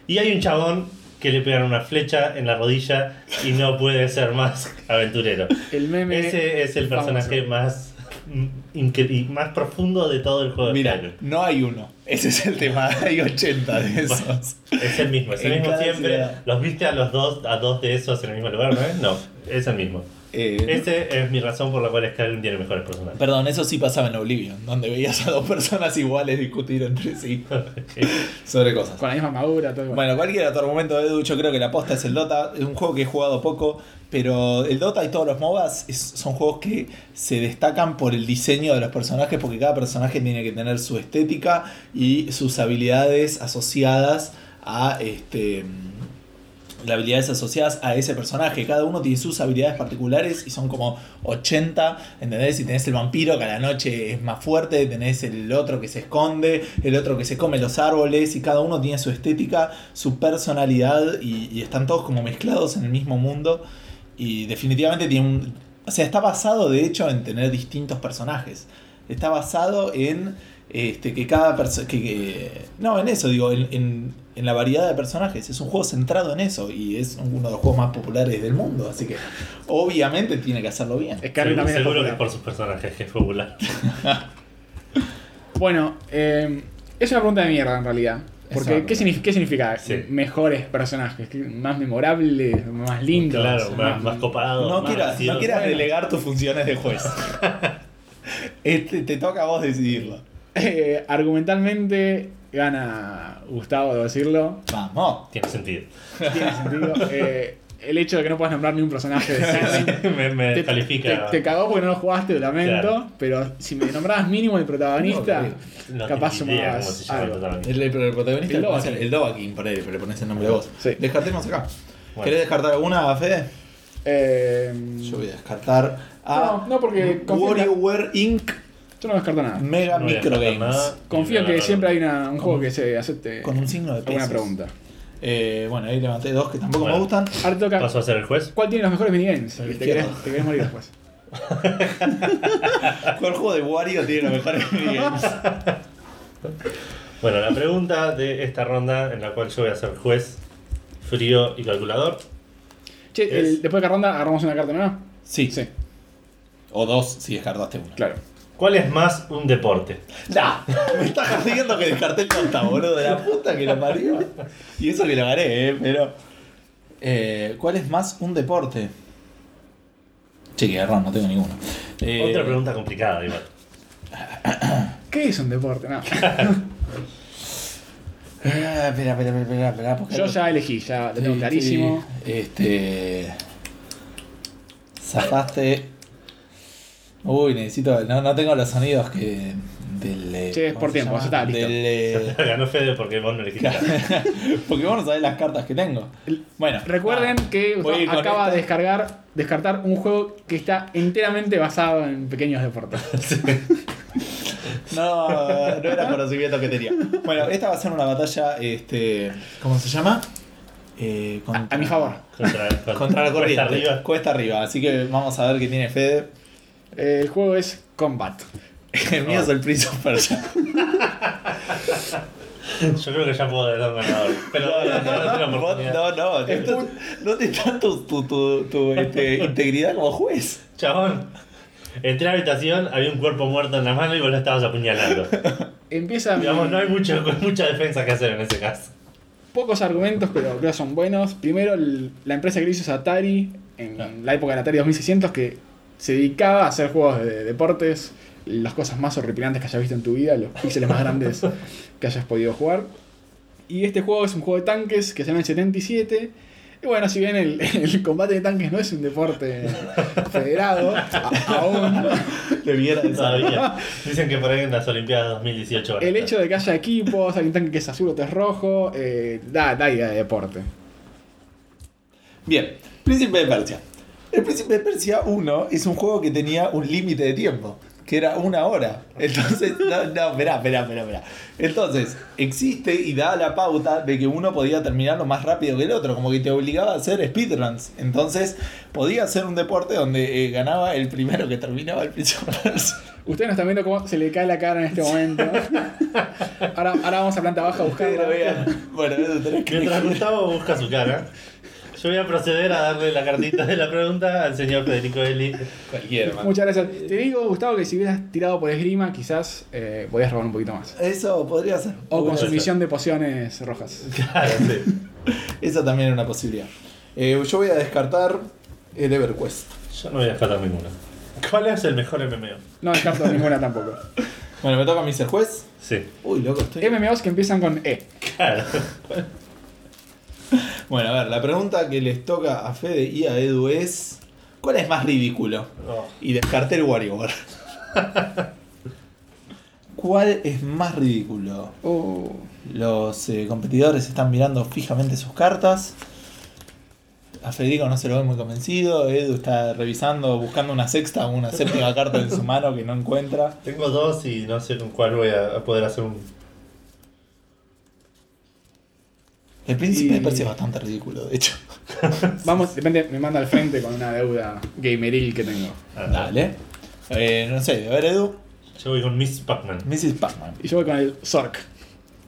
Speaker 2: Y hay un chabón que le pegan una flecha en la rodilla y no puede ser más aventurero.
Speaker 3: El meme.
Speaker 2: Ese es el
Speaker 3: famoso.
Speaker 2: personaje más, mm, incre- y más profundo de todo el juego. de Skyrim.
Speaker 1: Mira, no hay uno. Ese es el tema. Hay 80 de esos.
Speaker 2: Es el mismo, es el
Speaker 1: En
Speaker 2: mismo
Speaker 1: cada
Speaker 2: siempre.
Speaker 1: ciudad.
Speaker 2: Los viste a los dos, a dos de esos en el mismo lugar, ¿no es? No, es el mismo.
Speaker 1: Eh,
Speaker 2: Esa es mi razón por la cual Skyrim tiene mejores personajes.
Speaker 1: Perdón, eso sí pasaba en Oblivion, donde veías a dos personas iguales discutir entre sí sobre cosas.
Speaker 3: Con la misma madura, todo igual.
Speaker 1: Bueno, cualquier otro argumento de Edu, yo creo que la aposta es el Dota, es un juego que he jugado poco, pero el Dota y todos los MOBAs es- son juegos que se destacan por el diseño de los personajes, porque cada personaje tiene que tener su estética y sus habilidades asociadas a este las habilidades asociadas a ese personaje. Cada uno tiene sus habilidades particulares y son como 80, ¿entendés? Si tenés el vampiro que a la noche es más fuerte, tenés el otro que se esconde, el otro que se come los árboles y cada uno tiene su estética, su personalidad y, y están todos como mezclados en el mismo mundo y definitivamente tiene un... O sea, está basado de hecho en tener distintos personajes. Está basado en este, que cada persona. Que, que- no, en eso, digo, en, en- en la variedad de personajes. Es un juego centrado en eso y es uno de los juegos más populares del mundo. Así que, obviamente, tiene que hacerlo bien.
Speaker 3: Skyrim
Speaker 2: Seguro,
Speaker 3: también es
Speaker 2: seguro que
Speaker 3: popular.
Speaker 2: por sus personajes que es popular.
Speaker 3: Bueno, eh, es una pregunta de mierda en realidad.
Speaker 1: Es una
Speaker 3: Porque,
Speaker 1: pregunta.
Speaker 3: ¿qué, signifi- qué significa
Speaker 2: Sí.
Speaker 3: mejores personajes? ¿Qué- ¿Más memorables? ¿Más lindos?
Speaker 2: Claro, más, más copado.
Speaker 1: No
Speaker 2: más
Speaker 1: quieras, no
Speaker 2: gracioso.
Speaker 1: quieras
Speaker 3: Bueno.
Speaker 1: delegar tus funciones de juez. Este, te toca a vos decidirlo.
Speaker 3: Eh, argumentalmente, gana Gustavo, de decirlo.
Speaker 1: Vamos.
Speaker 2: Tiene sentido.
Speaker 3: Tiene sentido. Eh, el hecho de que no puedas nombrar ni un personaje de Skyrim
Speaker 2: me me
Speaker 3: te,
Speaker 2: califica.
Speaker 3: te- te cagó porque no lo jugaste, lo lamento.
Speaker 2: Claro.
Speaker 3: Pero si me nombrabas mínimo el protagonista,
Speaker 1: No,
Speaker 2: no
Speaker 3: capaz
Speaker 2: tengo idea cómo se
Speaker 3: sumabas
Speaker 2: llama el
Speaker 3: algo.
Speaker 2: protagonista.
Speaker 1: El, el- el protagonista
Speaker 3: El
Speaker 1: le pones
Speaker 3: Dovahkiin.
Speaker 1: el, el Dovahkiin, por ahí, pero le pones el nombre de vos.
Speaker 3: Sí.
Speaker 1: Descartemos acá.
Speaker 2: Bueno.
Speaker 1: ¿Querés descartar alguna, Fede?
Speaker 3: Eh,
Speaker 1: Yo voy a Ah, descartar a
Speaker 3: No, no, porque confío en la-
Speaker 1: WarioWare Inc.
Speaker 3: yo no descarto nada.
Speaker 1: Mega
Speaker 2: No voy a
Speaker 1: Micro
Speaker 2: descartar
Speaker 1: Games.
Speaker 2: nada.
Speaker 3: Confío en
Speaker 2: Ni voy
Speaker 3: que
Speaker 2: a
Speaker 3: siempre hay
Speaker 2: hablar.
Speaker 3: una- un juego que se acepte
Speaker 1: Con un signo de pesos.
Speaker 3: alguna pregunta.
Speaker 1: Eh, bueno, ahí levanté dos que tampoco
Speaker 2: Bueno.
Speaker 1: me gustan.
Speaker 3: Ahora te toca.
Speaker 2: ¿Paso a ser el juez?
Speaker 3: ¿Cuál tiene los mejores minigames?
Speaker 1: El
Speaker 3: Te
Speaker 1: izquierdo.
Speaker 3: querés, te querés morir después.
Speaker 1: ¿Cuál juego de Wario tiene los mejores games?
Speaker 2: Bueno, la pregunta de esta ronda en la cual yo voy a ser juez, frío y calculador.
Speaker 3: Che,
Speaker 2: Es-
Speaker 3: el- después de cada ronda agarramos una carta nueva.
Speaker 1: Sí.
Speaker 3: Sí,
Speaker 1: O dos si descartaste uno.
Speaker 3: claro.
Speaker 2: ¿Cuál es más un deporte?
Speaker 1: Nah, me estás jodiendo que descarté el tonta, boludo. De la puta que lo parió. Y eso que lo gané, eh, pero. Eh, ¿Cuál es más un deporte? Che, que error, no tengo ninguno. Eh,
Speaker 2: Otra pregunta complicada, igual.
Speaker 3: ¿Qué es un deporte? No.
Speaker 1: ah, Espera, espera, espera, espera, espera. porque-
Speaker 3: Yo ya elegí, ya lo tengo
Speaker 1: Sí,
Speaker 3: clarísimo.
Speaker 1: sí. Este. Zafaste. Uy, necesito. No, no tengo los sonidos que. Del. eh,
Speaker 3: Che, es
Speaker 1: ¿cómo
Speaker 3: por
Speaker 1: se
Speaker 3: tiempo,
Speaker 1: llama?
Speaker 3: ya está, listo.
Speaker 1: Del, eh,
Speaker 2: Ganó Fede porque vos no le dijiste.
Speaker 1: Porque vos no sabés las cartas que tengo. Bueno.
Speaker 3: Recuerden
Speaker 1: nada.
Speaker 3: que
Speaker 1: Ah, Voy a ir
Speaker 3: Gustavo
Speaker 1: con
Speaker 3: acaba
Speaker 1: esta.
Speaker 3: de descargar, descartar un juego que está enteramente basado en pequeños deportes.
Speaker 1: No, no era conocimiento que tenía. Bueno, esta va a ser una batalla. Este. ¿Cómo se llama? Eh,
Speaker 3: A,
Speaker 1: contra-
Speaker 3: a mi favor.
Speaker 2: Contra, contra-
Speaker 1: Contra la
Speaker 2: cuesta
Speaker 1: corriente.
Speaker 2: arriba.
Speaker 1: Cuesta arriba. Así que vamos a ver qué tiene Fede.
Speaker 3: Eh, el juego es Combat.
Speaker 1: El mío es el Prince of Persia.
Speaker 2: Yo creo que ya puedo dar un ganador. Pero dale, dale la
Speaker 1: Vos-
Speaker 2: oportunidad.
Speaker 1: No, no, esto- no te está tu, tu, tu- tu, este, integridad como juez.
Speaker 2: Chabón, entré a la habitación, había un cuerpo muerto en la mano y vos lo estabas apuñalando.
Speaker 3: Empieza
Speaker 2: Digamos, no hay mucho, mucha defensa que hacer en ese caso.
Speaker 3: pocos argumentos, pero creo que son buenos. Primero, el- la empresa que lo hizo es Atari, en
Speaker 2: Ah.
Speaker 3: la época del Atari 2600, que se dedicaba a hacer juegos de deportes, las cosas más horripilantes que hayas visto en tu vida, los píxeles más grandes que hayas podido jugar. Y este juego es un juego de tanques que se llama el 77. Y bueno, si bien el, el combate de tanques no es un deporte federado, a- aún
Speaker 1: Debiera de saber.
Speaker 2: Todavía. Dicen que por ahí en las Olimpiadas 2018. van a
Speaker 3: El
Speaker 2: estar.
Speaker 3: hecho de que haya equipos, hay un tanque que es azul, otro es rojo, eh, da, da idea de deporte.
Speaker 1: Bien, Príncipe de Persia. El Príncipe de Persia 1 es un juego que tenía un límite de tiempo, que era una hora. Entonces, no, no, esperá, esperá, esperá, esperá. Entonces, existe y da la pauta de que uno podía terminarlo más rápido que el otro, como que te obligaba a hacer speedruns. Entonces, podía hacer un deporte donde eh, ganaba el primero que terminaba el Príncipe de Persia.
Speaker 3: Ustedes no están viendo cómo se le cae la cara en este momento. Ahora, ahora vamos a planta baja a
Speaker 1: Pero
Speaker 3: buscarla.
Speaker 1: vean, bueno, eso tenés que
Speaker 2: Mientras
Speaker 1: elegir.
Speaker 2: Gustavo busca su cara, yo voy a proceder a darle la cartita de la pregunta al señor Federico Eli.
Speaker 4: Cualquiera, man.
Speaker 3: Muchas gracias. Te digo, Gustavo, que si hubieras tirado por esgrima, quizás eh, podías robar un poquito más.
Speaker 1: Eso podría ser.
Speaker 3: O
Speaker 2: Puede
Speaker 3: consumición de pociones rojas.
Speaker 2: Claro, sí.
Speaker 1: Esa también era una posibilidad. Eh, yo voy a descartar el EverQuest.
Speaker 2: Yo no voy a descartar ninguna. ¿Cuál es el mejor MMO?
Speaker 3: No descarto ninguna tampoco.
Speaker 1: Bueno, me toca a mí ser juez.
Speaker 2: Sí.
Speaker 1: Uy, loco, estoy.
Speaker 3: MMOs que empiezan con E.
Speaker 2: Claro.
Speaker 1: Bueno, a ver, la pregunta que les toca a Fede y a Edu es: ¿Cuál es más ridículo?
Speaker 2: Oh.
Speaker 1: Y descarté el WarioWare. ¿Cuál es más ridículo?
Speaker 3: Oh.
Speaker 1: Los eh, competidores están mirando fijamente sus cartas. A Federico no se lo ve muy convencido. Edu está revisando, buscando una sexta o una séptima carta en su mano que no encuentra.
Speaker 2: Tengo dos y no sé con cuál voy a a poder hacer un.
Speaker 1: El príncipe
Speaker 3: Y-
Speaker 1: de Persia es bastante ridículo, de hecho.
Speaker 3: Vamos, depende, me manda al frente con una deuda gameril que tengo.
Speaker 2: Ah,
Speaker 1: Dale. Eh, no sé, a ver, Edu.
Speaker 2: Yo voy con Miss Pac-Man.
Speaker 1: Mrs. Pac-Man.
Speaker 3: Y yo voy con el Zork.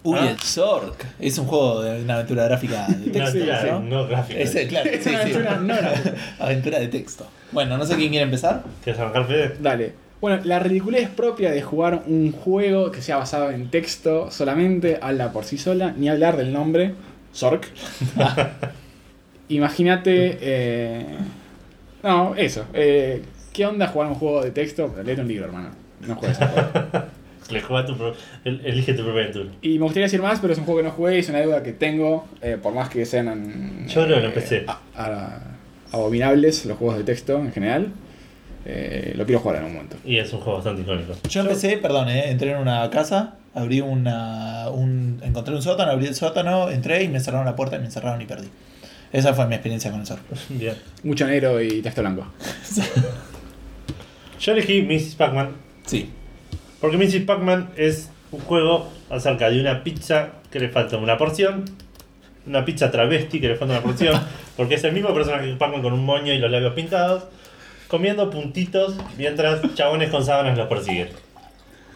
Speaker 1: Uy,
Speaker 2: Ah.
Speaker 1: el Zork. Es un juego de una aventura gráfica de
Speaker 2: No,
Speaker 1: texto,
Speaker 2: claro,
Speaker 1: ¿no?
Speaker 2: no gráfico.
Speaker 1: Ese, claro,
Speaker 3: Es
Speaker 1: sí,
Speaker 3: una
Speaker 1: sí.
Speaker 3: aventura no gráfica.
Speaker 1: Aventura de texto. Bueno, no sé quién quiere empezar.
Speaker 2: ¿Quieres arrancar, Fede?
Speaker 3: Dale. Bueno, la ridiculez propia de jugar un juego que sea basado en texto solamente habla por sí sola, ni hablar del nombre, Zork. Imagínate. eh, No, eso. eh, ¿Qué onda jugar un juego de texto? Leer un libro, hermano. No juegues. a juego.
Speaker 2: Le juega tu pro- el- Elige tu propia aventura.
Speaker 3: y me gustaría decir más, pero es un juego que no jugué y es una deuda que tengo, eh, por más que sean. mm,
Speaker 2: Yo creo que lo
Speaker 3: eh,
Speaker 2: empecé.
Speaker 3: a- a- abominables los juegos de texto en general. eh, lo quiero jugar en un momento.
Speaker 2: Y es un juego bastante icónico.
Speaker 1: Yo empecé, perdón, eh, entré en una casa, abrí una. Un, encontré un sótano, abrí el sótano, entré y me cerraron la puerta y me encerraron y perdí. Esa fue mi experiencia con el Zork.
Speaker 2: Bien.
Speaker 3: Mucho negro y texto blanco.
Speaker 2: Yo elegí Miss Pac-Man
Speaker 1: Sí.
Speaker 2: Porque Mrs. Pac-Man es un juego acerca de una pizza que le falta una porción, una pizza travesti que le falta una porción, porque es el mismo personaje que Pac-Man con un moño y los labios pintados, comiendo puntitos mientras chabones con sábanas los persiguen.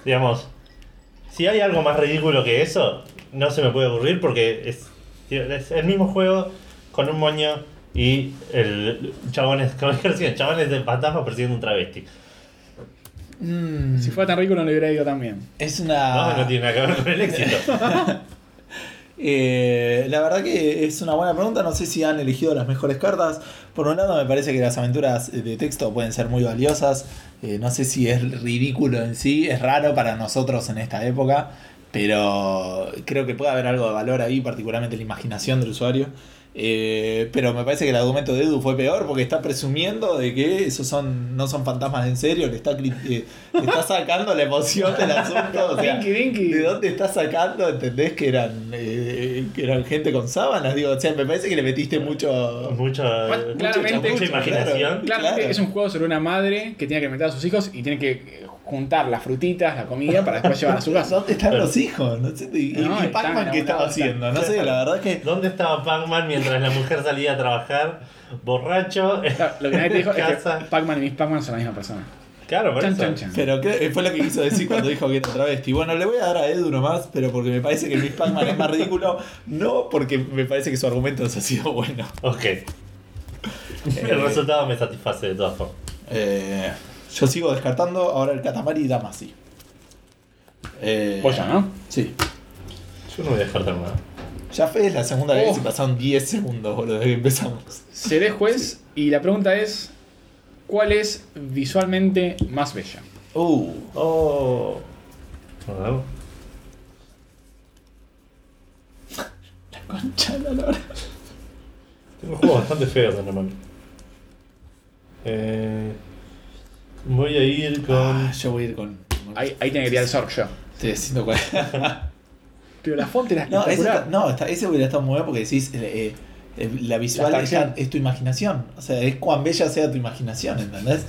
Speaker 2: Digamos, si hay algo más ridículo que eso, no se me puede ocurrir porque es, es el mismo juego con un moño y el chabones, chabones del fantasma persiguiendo un travesti.
Speaker 1: Mm,
Speaker 3: Si fuera tan rico no lo hubiera ido también.
Speaker 1: es
Speaker 2: No,
Speaker 1: una.
Speaker 2: no tiene nada que ver con el éxito.
Speaker 1: Eh, la verdad que es una buena pregunta, no sé si han elegido las mejores cartas. Por un lado me parece que las aventuras de texto pueden ser muy valiosas. Eh, no sé si es ridículo en sí, es raro para nosotros en esta época, pero creo que puede haber algo de valor ahí, particularmente la imaginación del usuario. Eh, pero me parece que el argumento de Edu fue peor porque está presumiendo de que esos son no son fantasmas en serio, le está, cri- eh, le está sacando la emoción del asunto. o sea,
Speaker 3: Dinky, dinky.
Speaker 1: ¿De dónde estás sacando? ¿Entendés que eran, eh, que eran gente con sábanas? Digo, o sea, me parece que le metiste mucho.
Speaker 2: Mucho,
Speaker 3: Bueno,
Speaker 2: mucha-
Speaker 3: claramente-
Speaker 2: mucha imaginación.
Speaker 3: Claramente
Speaker 1: Claro.
Speaker 3: es un juego sobre una madre que tiene que alimentar a sus hijos y tiene que eh, juntar las frutitas, la comida para después llevar a su casa.
Speaker 1: ¿Dónde están
Speaker 2: Claro.
Speaker 1: los hijos? No sé, ¿Y,
Speaker 3: No,
Speaker 1: y
Speaker 3: están
Speaker 1: Pac-Man qué estaba
Speaker 3: elaborados,
Speaker 1: haciendo? No sé, la verdad que.
Speaker 2: ¿Dónde estaba Pac-Man mientras la mujer salía a trabajar? Borracho.
Speaker 3: Claro, Lo que nadie te dijo es que
Speaker 2: Casa.
Speaker 3: Pac-Man y Miss Pac-Man son la misma persona.
Speaker 2: Claro, por
Speaker 3: Chan,
Speaker 2: eso.
Speaker 3: chan, chan.
Speaker 1: Pero que- fue lo que quiso decir cuando dijo que era travesti. Bueno, le voy a dar a Edu nomás, pero porque me parece que Miss Pac-Man es más ridículo. No porque me parece que su argumento nos ha sido bueno.
Speaker 2: Ok. El resultado me satisface de todas formas.
Speaker 1: Eh, yo sigo descartando ahora el Katamari Damacy. Eh,
Speaker 3: Polla, ¿no?
Speaker 1: Sí.
Speaker 2: Yo no voy a dejar terminar.
Speaker 1: Ya fue la segunda vez y
Speaker 3: Oh.
Speaker 1: pasaron 10 segundos, boludo, desde que empezamos.
Speaker 3: Seré juez y la pregunta es: ¿cuál es visualmente más bella?
Speaker 1: Uh.
Speaker 2: Oh. ¿Nos vemos?
Speaker 1: Concha de la lora.
Speaker 2: Tengo juegos bastante feos en la mano. Eh, voy a ir con.
Speaker 1: Ah, yo voy a ir con.
Speaker 3: Ahí, ahí tiene que tirar el Zork yo.
Speaker 1: Estoy diciendo cuál.
Speaker 3: Pero la fonte era
Speaker 1: No, ese,
Speaker 3: espectacular.
Speaker 1: está- no está- ese hubiera estado muy bueno porque decís, eh, eh, la visual
Speaker 3: La
Speaker 1: es,
Speaker 3: atracción.
Speaker 1: es tu imaginación. O sea, es cuán bella sea tu imaginación, ¿entendés?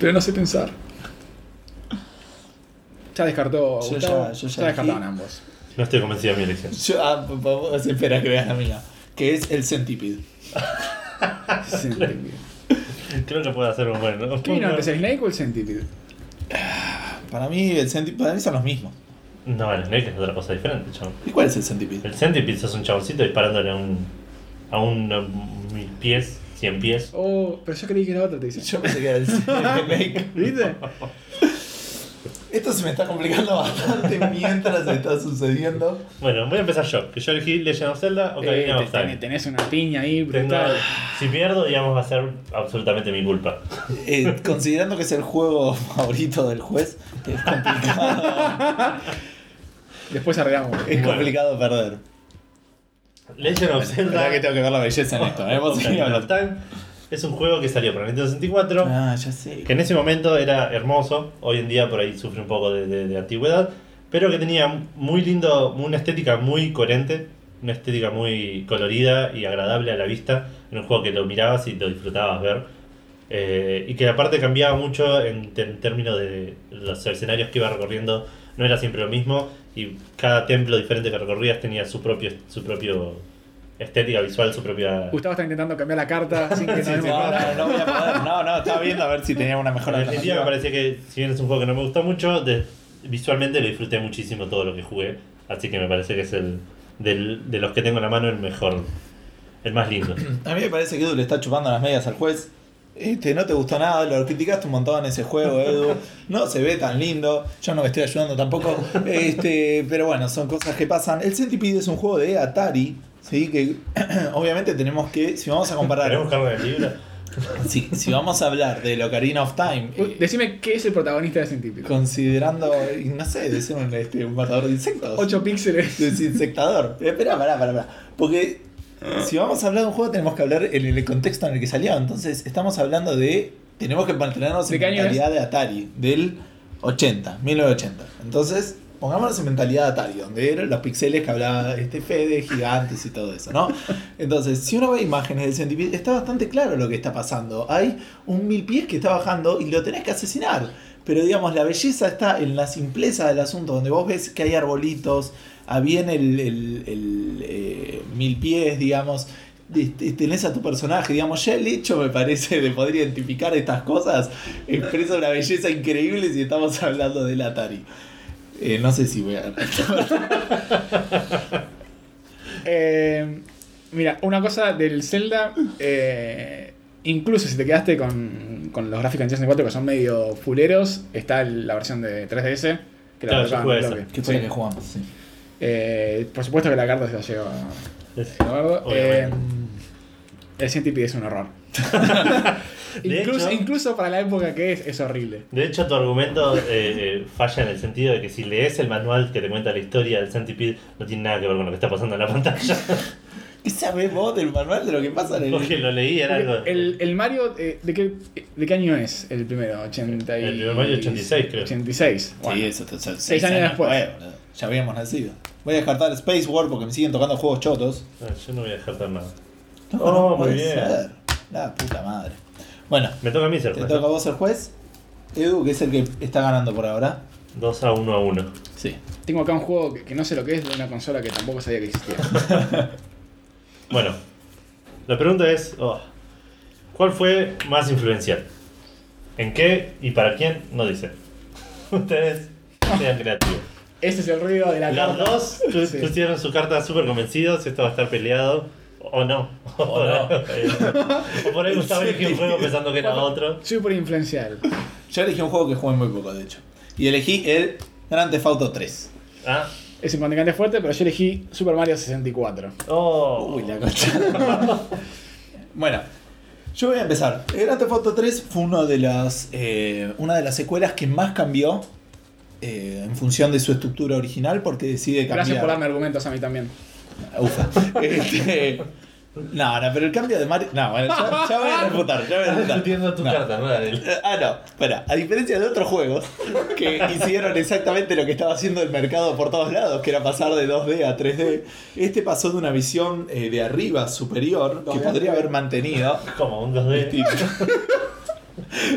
Speaker 3: Pero no sé pensar. Ya descartó.
Speaker 1: Yo
Speaker 3: Gustavo.
Speaker 1: ya- yo ya
Speaker 3: ya descartaron
Speaker 1: elegí.
Speaker 3: ambos.
Speaker 2: No estoy convencido de mi elección.
Speaker 1: Yo, ah, p- p- espera que veas la mía. Que es el centipede.
Speaker 3: Centipede.
Speaker 2: Creo que puede hacer un buen. ¿no?
Speaker 3: ¿Qué vino antes, el Snake o el Centipede?
Speaker 1: Para mí, el centipede, para mí son los mismos.
Speaker 2: No, el Snake es otra cosa diferente, chabón.
Speaker 1: ¿Y cuál es el centipede?
Speaker 2: El Centipede es un chaboncito disparándole a un. a un. a mil pies, cien pies.
Speaker 3: Oh, pero yo creí que era otra, te dice.
Speaker 1: Yo pensé que era el centipede.
Speaker 3: ¿Viste?
Speaker 1: Esto se me está complicando bastante mientras está sucediendo.
Speaker 2: Bueno, voy a empezar yo, que yo elegí Legend of Zelda o
Speaker 3: Eh,
Speaker 2: Ocarina
Speaker 3: te-
Speaker 2: of Time.
Speaker 3: tenés- tenés una piña ahí
Speaker 2: Tengo-
Speaker 3: brutal.
Speaker 2: si pierdo, digamos, va a ser absolutamente mi culpa.
Speaker 1: Eh, considerando que es el juego favorito del juez, es complicado,
Speaker 3: Después arreglamos.
Speaker 1: es complicado perder.
Speaker 2: Legend of Zelda
Speaker 1: Verdad que tengo que ver la belleza en esto. ¿eh? Vos seguí
Speaker 2: Ocarina of
Speaker 1: hablando.
Speaker 2: Time es un juego que salió para Nintendo 64.
Speaker 1: Ah, ya sé.
Speaker 2: que en ese momento era hermoso, hoy en día por ahí sufre un poco de, de- de antigüedad, pero que tenía muy lindo, una estética muy coherente, una estética muy colorida y agradable a la vista, en un juego que lo mirabas y lo disfrutabas ver, eh, y que aparte cambiaba mucho en, te- en términos de los escenarios que iba recorriendo, no era siempre lo mismo, y cada templo diferente que recorrías tenía su propio, su propio estética visual, su propia...
Speaker 3: Gustavo está intentando cambiar la carta sin que nos
Speaker 1: Sí,
Speaker 3: demos
Speaker 1: sí, no,
Speaker 3: cuenta.
Speaker 1: no, no voy a poder. No, no, estaba viendo a ver si tenía una mejor
Speaker 2: En definitiva, me
Speaker 1: alternativa.
Speaker 2: parecía que, si bien es un juego que no me gustó mucho, de- visualmente lo disfruté muchísimo todo lo que jugué. Así que me parece que es el del- de los que tengo en la mano el mejor, el más lindo.
Speaker 1: A mí me parece que Edu le está chupando las medias al juez. Este, no te gustó nada, lo criticaste un montón en ese juego, Edu. No se ve tan lindo. Yo no me estoy ayudando tampoco. Este, pero bueno, son cosas que pasan. El Centipede es un juego de Atari. Sí, que obviamente tenemos que, si vamos a comparar,
Speaker 2: ¿Queremos cargo del libro?
Speaker 1: si, si vamos a hablar de Ocarina of Time, eh,
Speaker 3: Uh, Decime qué es el protagonista de Centipede.
Speaker 1: considerando, y no sé, de ser un, este, un matador de insectos.
Speaker 3: 8 píxeles.
Speaker 1: Desinsectador. Espera, Eh, pará, pará, pará. Porque si vamos a hablar de un juego, tenemos que hablar en el contexto en el que salió. Entonces, estamos hablando de. Tenemos que mantenernos
Speaker 3: ¿De
Speaker 1: en
Speaker 3: qué año
Speaker 1: mentalidad de Atari, del 80, 1980. Entonces, pongámonos en mentalidad de Atari, donde eran los pixeles que hablaba este Fede, gigantes y todo eso, ¿no? Entonces, si uno ve imágenes del centipede, está bastante claro lo que está pasando. Hay un mil pies que está bajando y lo tenés que asesinar. Pero digamos, la belleza está en la simpleza del asunto, donde vos ves que hay arbolitos, ah, viene el, el, el, eh, mil pies, digamos. este, Tenés a tu personaje, digamos, ya el hecho me parece de poder identificar estas cosas expresa una belleza increíble si estamos hablando del Atari. Eh, no sé si voy a ganar.
Speaker 3: Eh, mira, una cosa del Zelda. eh, incluso si te quedaste con, con los gráficos en 64 que son medio fuleros, está el- la versión de 3DS. Que
Speaker 2: Claro, yo
Speaker 3: la tocaban
Speaker 2: jugué
Speaker 3: en
Speaker 2: esa,
Speaker 3: bloque.
Speaker 1: Que fue
Speaker 3: Sí.
Speaker 1: la que jugamos, sí.
Speaker 3: Eh, por supuesto que la carta se la lleva.
Speaker 2: Es-
Speaker 3: Eduardo. Eh,
Speaker 2: Obviamente.
Speaker 1: Mm,
Speaker 3: el Centipede es un horror.
Speaker 2: De
Speaker 3: incluso,
Speaker 2: hecho-
Speaker 3: incluso para la época que es, es horrible.
Speaker 2: De hecho, tu argumento eh, eh, falla en el sentido de que si lees el manual que te cuenta la historia del Centipede, no tiene nada que ver con lo que está pasando en la pantalla.
Speaker 1: ¿Qué sabés vos del manual de lo que pasa en el.?
Speaker 2: Porque lo leí, era algo.
Speaker 3: El, el Mario, eh, ¿de, qué, ¿de qué año es el primero? 80 y-
Speaker 2: El primer Mario 86, creo.
Speaker 3: 86. Bueno.
Speaker 1: Sí, eso, eso,
Speaker 3: Seis años después.
Speaker 1: boludo. ya habíamos nacido. Voy a descartar Space War porque me siguen tocando juegos chotos.
Speaker 2: Ah, Yo no voy a dejar nada.
Speaker 1: No,
Speaker 2: Oh,
Speaker 1: no
Speaker 2: muy
Speaker 1: puede
Speaker 2: bien.
Speaker 1: ser. La puta madre. Bueno,
Speaker 2: Me toca a mí ser
Speaker 1: te
Speaker 2: juez.
Speaker 1: toca a vos el juez. Edu, que es el que está ganando por ahora.
Speaker 2: 2 a 1 a 1.
Speaker 1: Sí.
Speaker 3: Tengo acá un juego que, que no sé lo que es de una consola que tampoco sabía que existía.
Speaker 2: Bueno, la pregunta es, oh, ¿cuál fue más influencial? ¿En qué y para quién? No dice. Ustedes sean creativos.
Speaker 3: Ese es el ruido de la
Speaker 2: Los
Speaker 3: carta.
Speaker 2: dos pu-
Speaker 3: Sí.
Speaker 2: pusieron su carta súper convencidos. Esto va a estar peleado. O no. O,
Speaker 4: no.
Speaker 2: por ahí Gustavo eligió un juego pensando que era otro.
Speaker 3: Súper influencial.
Speaker 1: Yo elegí un juego que jugué muy poco, de hecho. Y elegí el Grand Theft Auto 3.
Speaker 2: Ah.
Speaker 3: Es importante fuerte, pero yo elegí Super Mario 64.
Speaker 2: Oh.
Speaker 1: Uy, la concha. bueno, yo voy a empezar. El Grand Theft Auto 3 fue uno de las, eh, una de las secuelas que más cambió eh, en función de su estructura original porque decide cambiar.
Speaker 3: Gracias por darme argumentos a mí también.
Speaker 1: Ufa. Este, no, no, pero el cambio de Mario. No, bueno, ya, ya voy a refutar, ya voy a
Speaker 2: Estás
Speaker 1: refutar.
Speaker 2: discutiendo tu
Speaker 1: No.
Speaker 2: carta, ¿no? Daniel?
Speaker 1: Eh, Ah, no, espera, a diferencia de otros juegos que hicieron exactamente lo que estaba haciendo el mercado por todos lados, que era pasar de 2D a 3D, este pasó de una visión eh, de arriba superior que
Speaker 3: 2D.
Speaker 1: podría haber mantenido.
Speaker 2: Como un 2D.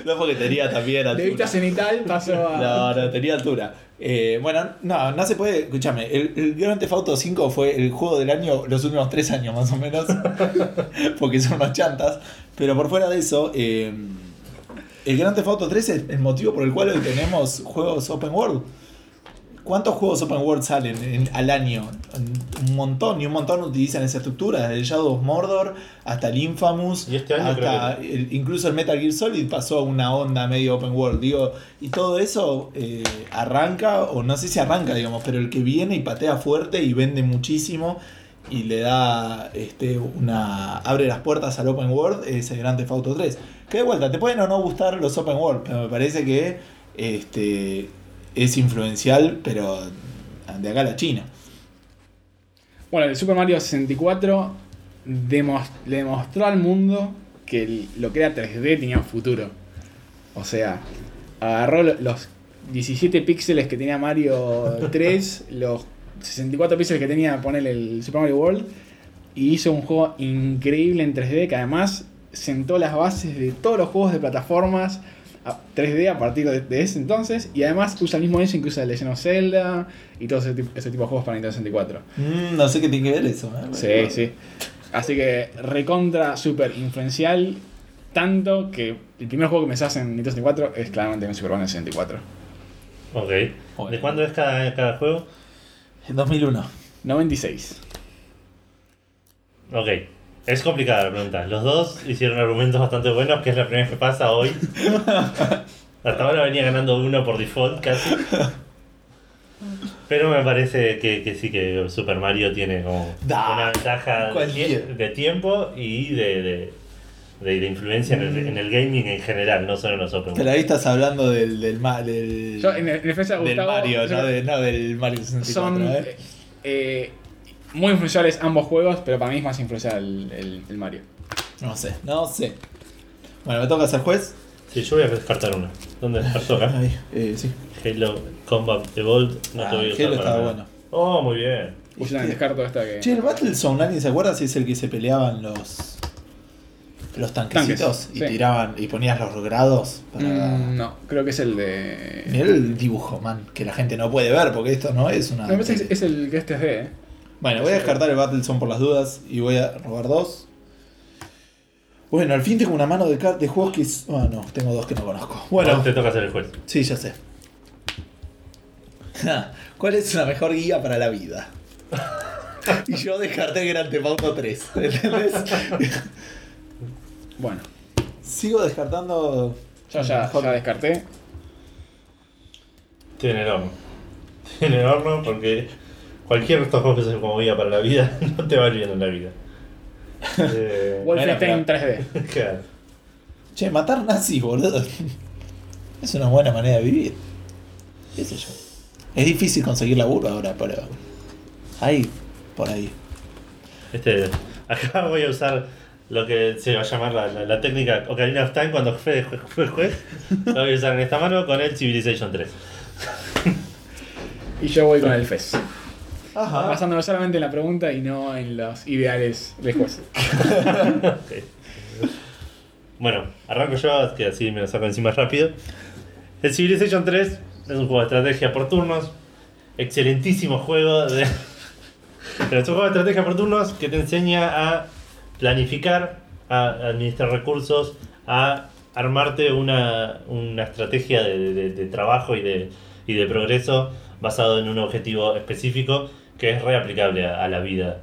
Speaker 1: No porque tenía también
Speaker 3: De vista
Speaker 1: altura.
Speaker 3: cenital pasó a.
Speaker 1: No, no, tenía altura. Eh, bueno, no, no se puede. Escúchame, el, el Grand Theft Auto 5 fue el juego del año, los últimos tres años más o menos, porque son unos chantas. Pero por fuera de eso, eh, el Grand Theft Auto 3 es el motivo por el cual hoy tenemos juegos open world. ¿Cuántos juegos open world salen en- al año? Un montón, y un montón utilizan esa estructura, desde el Shadow of Mordor hasta el Infamous,
Speaker 2: Y este año
Speaker 1: hasta el- incluso el Metal Gear Solid pasó a una onda medio open world, digo, y todo eso eh, arranca, o no sé si arranca, digamos, pero el que viene y patea fuerte y vende muchísimo y le da este, una. abre las puertas al open world es el Grand Theft Auto 3. Que de vuelta, te pueden o no gustar los open world, pero me parece que este, es influencial, pero de acá a la China.
Speaker 3: Bueno, el Super Mario 64 demos- le demostró al mundo que el- lo que era 3D tenía un futuro. O sea, agarró lo- los 17 píxeles que tenía Mario 3, los 64 píxeles que tenía poner el Super Mario World, y hizo un juego increíble en 3D que además sentó las bases de todos los juegos de plataformas a- 3D a partir de, de ese entonces, y además usa el mismo engine que usa el Legend of Zelda y todo ese, tip- ese tipo de juegos para Nintendo 64.
Speaker 1: Mm, no sé qué tiene que ver eso. ¿eh?
Speaker 3: Sí, sí. Así que recontra super influencial. Tanto que el primer juego que me hace en Nintendo 64 es claramente un Super Mario 64.
Speaker 2: Ok.
Speaker 1: Bueno.
Speaker 2: ¿De cuándo es cada, cada juego?
Speaker 1: En 2001.
Speaker 3: 96.
Speaker 2: Ok. Es complicada la pregunta. Los dos hicieron argumentos bastante buenos, que es la primera vez que pasa hoy. Hasta ahora venía ganando uno por default casi. Pero me parece que, que sí que Super Mario tiene como
Speaker 1: Da,
Speaker 2: una ventaja de,
Speaker 1: cualquier.
Speaker 2: tie- de tiempo y de, de, de- de influencia en
Speaker 1: Mm.
Speaker 2: el, en el gaming en general, no solo en los Open
Speaker 1: Pero
Speaker 2: World.
Speaker 1: ahí estás hablando del, del, ma- del,
Speaker 3: Yo, en, en defensa de
Speaker 1: del
Speaker 3: Gustavo,
Speaker 1: Mario,
Speaker 3: yo-
Speaker 1: no, de- no del Mario 64.
Speaker 3: son
Speaker 1: ¿eh?
Speaker 3: eh, muy influenciales ambos juegos, pero para mí es más influencial el, el- el Mario.
Speaker 1: No sé, no sé. Bueno, me toca ser juez.
Speaker 2: Sí, yo voy a descartar uno. ¿Dónde descartó acá?
Speaker 1: Ahí, eh, sí.
Speaker 2: Halo Combat Evolved. No
Speaker 1: Ah,
Speaker 2: te voy a usar
Speaker 1: Halo
Speaker 2: para
Speaker 1: estaba
Speaker 2: nada.
Speaker 1: bueno.
Speaker 2: Oh, muy bien.
Speaker 3: Y yo también
Speaker 1: Hostia.
Speaker 3: descarto esta que.
Speaker 1: Che, el Battlezone, ¿alguien se acuerda si es el que se peleaban los. los tanquecitos?
Speaker 3: Tanques,
Speaker 1: y
Speaker 3: sí.
Speaker 1: tiraban y ponías los grados para.
Speaker 3: Mm, no, creo que es el de.
Speaker 1: Mirá el dibujo, man, que la gente no puede ver porque esto no es una.
Speaker 3: No, me parece que es- es el que este es de. eh.
Speaker 1: Bueno, voy a descartar el Battlezone por las dudas y voy a robar dos. Bueno, al fin tengo una mano de, car- de juegos que. es- Ah, no, tengo dos que no conozco. Bueno,
Speaker 2: Bueno, te toca ser el juez.
Speaker 1: sí, ya sé. Ja, ¿Cuál es la mejor guía para la vida? Y yo descarté el Gran Auto 3, ¿entendés?
Speaker 3: Bueno,
Speaker 1: Sigo descartando.
Speaker 3: yo ya,
Speaker 1: Mejor-
Speaker 3: ya descarté.
Speaker 2: Tiene el horno. Tiene el horno porque cualquier de estos juegos que se como guía para la vida no te va bien en la vida. Eh,
Speaker 3: Wolfenstein
Speaker 1: pero-
Speaker 3: 3D.
Speaker 2: claro.
Speaker 1: Che, matar nazis, boludo. Es una buena manera de vivir. ¿Qué sé yo? Es difícil conseguir laburo ahora, pero. Ahí, por ahí.
Speaker 2: Este, acá voy a usar lo que se va a llamar la, la- la técnica Ocarina of Time cuando fue, fue juez. Lo voy a usar en esta mano con el Civilization 3.
Speaker 3: Y yo voy con el FES.
Speaker 2: Ah.
Speaker 1: Ajá.
Speaker 3: Basándome solamente en la pregunta y no en los ideales del juez.
Speaker 2: Ok. Bueno, arranco yo, que así me lo saco encima rápido. El Civilization 3 es un juego de estrategia por turnos. Excelentísimo juego de... Pero es un juego de estrategia por turnos que te enseña a planificar, a administrar recursos, a armarte una, una estrategia de, de- de trabajo y de, y de progreso basado en un objetivo específico que es reaplicable a, a la vida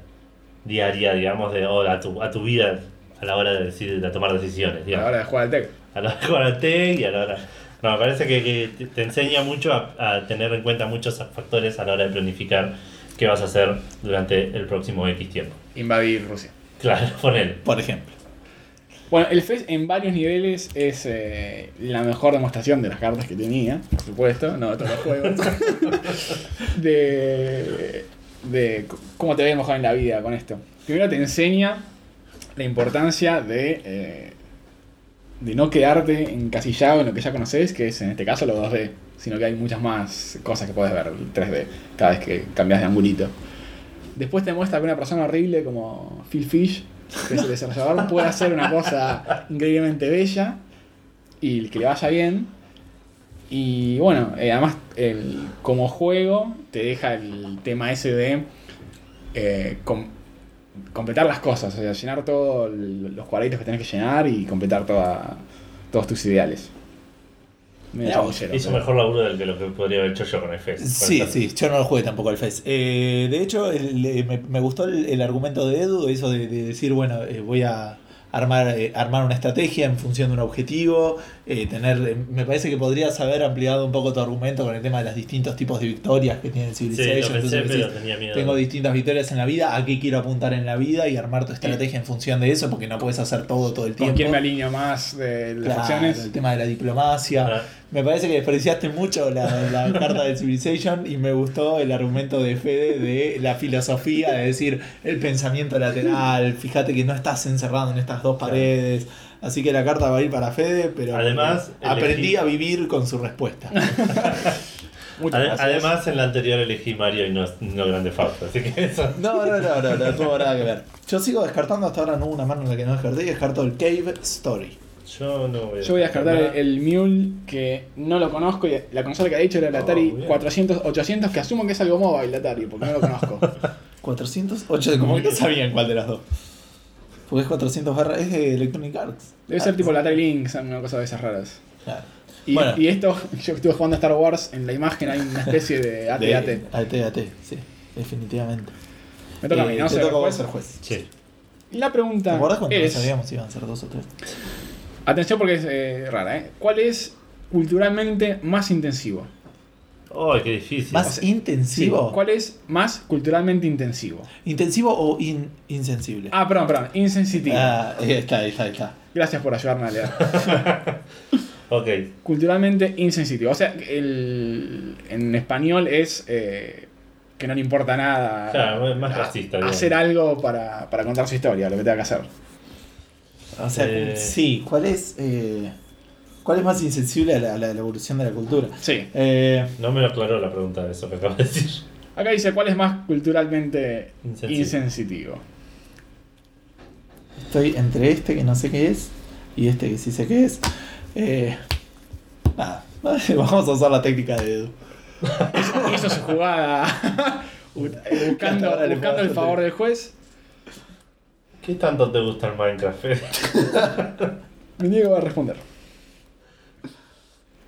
Speaker 2: diaria, digamos, de, o a, tu, a tu vida a la hora de, decir, de tomar decisiones.
Speaker 3: a
Speaker 2: digamos
Speaker 3: la hora de jugar al tech.
Speaker 2: a la karate y a la hora. No, me parece que, que te- te enseña mucho a, a tener en cuenta muchos factores a la hora de planificar qué vas a hacer durante el próximo X tiempo.
Speaker 3: Invadir Rusia.
Speaker 2: Claro, ponele.
Speaker 1: Por ejemplo.
Speaker 3: Bueno, el Fez en varios niveles es eh, la mejor demostración de las cartas que tenía, por supuesto, no de todos los juegos. de, de c- cómo te voy a mejorar en la vida con esto. Primero te enseña la importancia de, eh, de no quedarte encasillado en lo que ya conoces, que es en este caso lo 2D, sino que hay muchas más cosas que puedes ver, el 3D, cada vez que cambias de angulito. Después te muestra que una persona horrible como Phil Fish, que es el desarrollador, puede hacer una cosa increíblemente bella y que le vaya bien. Y bueno, eh, además el- como juego te deja el tema ese de eh, com- completar las cosas, o sea, llenar todos los cuadraditos que tenés que llenar y completar toda- todos tus ideales. Medio
Speaker 1: Mirá vos,
Speaker 3: chamullero,
Speaker 2: Hizo
Speaker 3: pero-
Speaker 2: mejor laburo del que lo que podría haber hecho yo con el FES.
Speaker 1: Sí, sí, yo no lo jugué tampoco al Face. Eh, de hecho, el- eh, me, me gustó el, el argumento de Edu, eso de, de decir, bueno, eh, voy a armar, eh, armar una estrategia en función de un objetivo, eh, tener, eh, me parece que podrías haber ampliado un poco tu argumento con el tema de los distintos tipos de victorias que tiene el Civilization.
Speaker 2: Sí, lo pensé,
Speaker 1: entonces
Speaker 2: pero
Speaker 1: decís,
Speaker 2: tenía miedo.
Speaker 1: tengo distintas victorias en la vida, a qué quiero apuntar en la vida y armar tu estrategia en función de eso, porque no puedes hacer todo todo el
Speaker 3: ¿Con
Speaker 1: tiempo.
Speaker 3: quién me alineo más de las
Speaker 1: Claro,
Speaker 3: acciones?
Speaker 1: el tema de la diplomacia.
Speaker 2: Ah,
Speaker 1: Me parece que desperdiciaste mucho la, la carta de Civilization y me gustó el argumento de Fede de la filosofía, de decir el pensamiento lateral, fíjate que no estás encerrado en estas dos paredes. Así que la carta va a ir para Fede, pero
Speaker 2: Además,
Speaker 1: aprendí
Speaker 2: elegí-
Speaker 1: a vivir con su respuesta.
Speaker 3: Muchas
Speaker 2: ade-
Speaker 3: gracias.
Speaker 2: Además, en la anterior elegí Mario y no, no Grande Fausto, así que eso.
Speaker 1: No, no, no, no, no tuvo nada que ver. Yo sigo descartando, hasta ahora no hubo una mano en la que no descarté y descarto el Cave Story.
Speaker 2: Yo no voy a.
Speaker 3: Yo voy a descartar
Speaker 2: nada.
Speaker 3: el, el Mule, que no lo conozco, y la consola que ha dicho era el
Speaker 2: Oh,
Speaker 3: Atari
Speaker 2: bien.
Speaker 3: 400, 800, que asumo que es algo mobile Atari, porque no lo conozco.
Speaker 1: 408, como que no sabían cuál de las dos. Porque es 400 barra, es de Electronic Arts. Ah,
Speaker 3: Debe ser tipo el Atari Lynx, una cosa de esas raras.
Speaker 1: Claro.
Speaker 3: Y,
Speaker 1: Bueno.
Speaker 3: y esto, yo estuve jugando a Star Wars, en la imagen hay una especie de AT-AT.
Speaker 1: De- AT, AT, sí, definitivamente.
Speaker 3: Me toca a
Speaker 1: Eh,
Speaker 3: mí, ¿no?
Speaker 1: te
Speaker 3: Ser
Speaker 1: toca a vos
Speaker 3: juez.
Speaker 1: ser juez.
Speaker 2: Sí.
Speaker 3: Y La pregunta
Speaker 1: ¿Te acordás cuando no
Speaker 3: es...
Speaker 1: sabíamos si iban a ser dos o tres?
Speaker 3: Atención porque es eh, rara, ¿eh? ¿Cuál es culturalmente más intensivo?
Speaker 2: ¡Oh, qué difícil!
Speaker 1: ¿Más intensivo?
Speaker 3: ¿Cuál es más culturalmente intensivo?
Speaker 1: ¿Intensivo o in- insensible?
Speaker 3: Ah, perdón, perdón, insensitivo.
Speaker 1: Ah, ahí está, ahí está, ahí está.
Speaker 3: Gracias por ayudarme a leer.
Speaker 2: Ok.
Speaker 3: culturalmente insensitivo. O sea, el, en español es eh, que no le importa nada.
Speaker 2: Claro, es más racista, digamos.
Speaker 3: Hacer algo para, para contar su historia, lo que tenga que hacer.
Speaker 1: O sea,
Speaker 2: Eh.
Speaker 1: sí, ¿cuál es, eh, ¿cuál es más insensible a la, a la evolución de la cultura?
Speaker 3: Sí.
Speaker 1: Eh,
Speaker 2: No me lo aclaró la pregunta de eso que acabas de decir.
Speaker 3: Acá dice, ¿cuál es más culturalmente
Speaker 2: Insensitivo.
Speaker 3: insensitivo?
Speaker 1: estoy entre este que no sé qué es y este que sí sé qué es. Eh, nada, vamos a usar la técnica de Edu.
Speaker 3: Hizo su jugada bu- eh, buscando,
Speaker 1: Ahora le
Speaker 3: buscando el
Speaker 1: puedo
Speaker 3: favor
Speaker 1: hacer.
Speaker 3: del juez.
Speaker 2: ¿Qué tanto te gusta el Minecraft? Fede?
Speaker 3: Diego va a responder.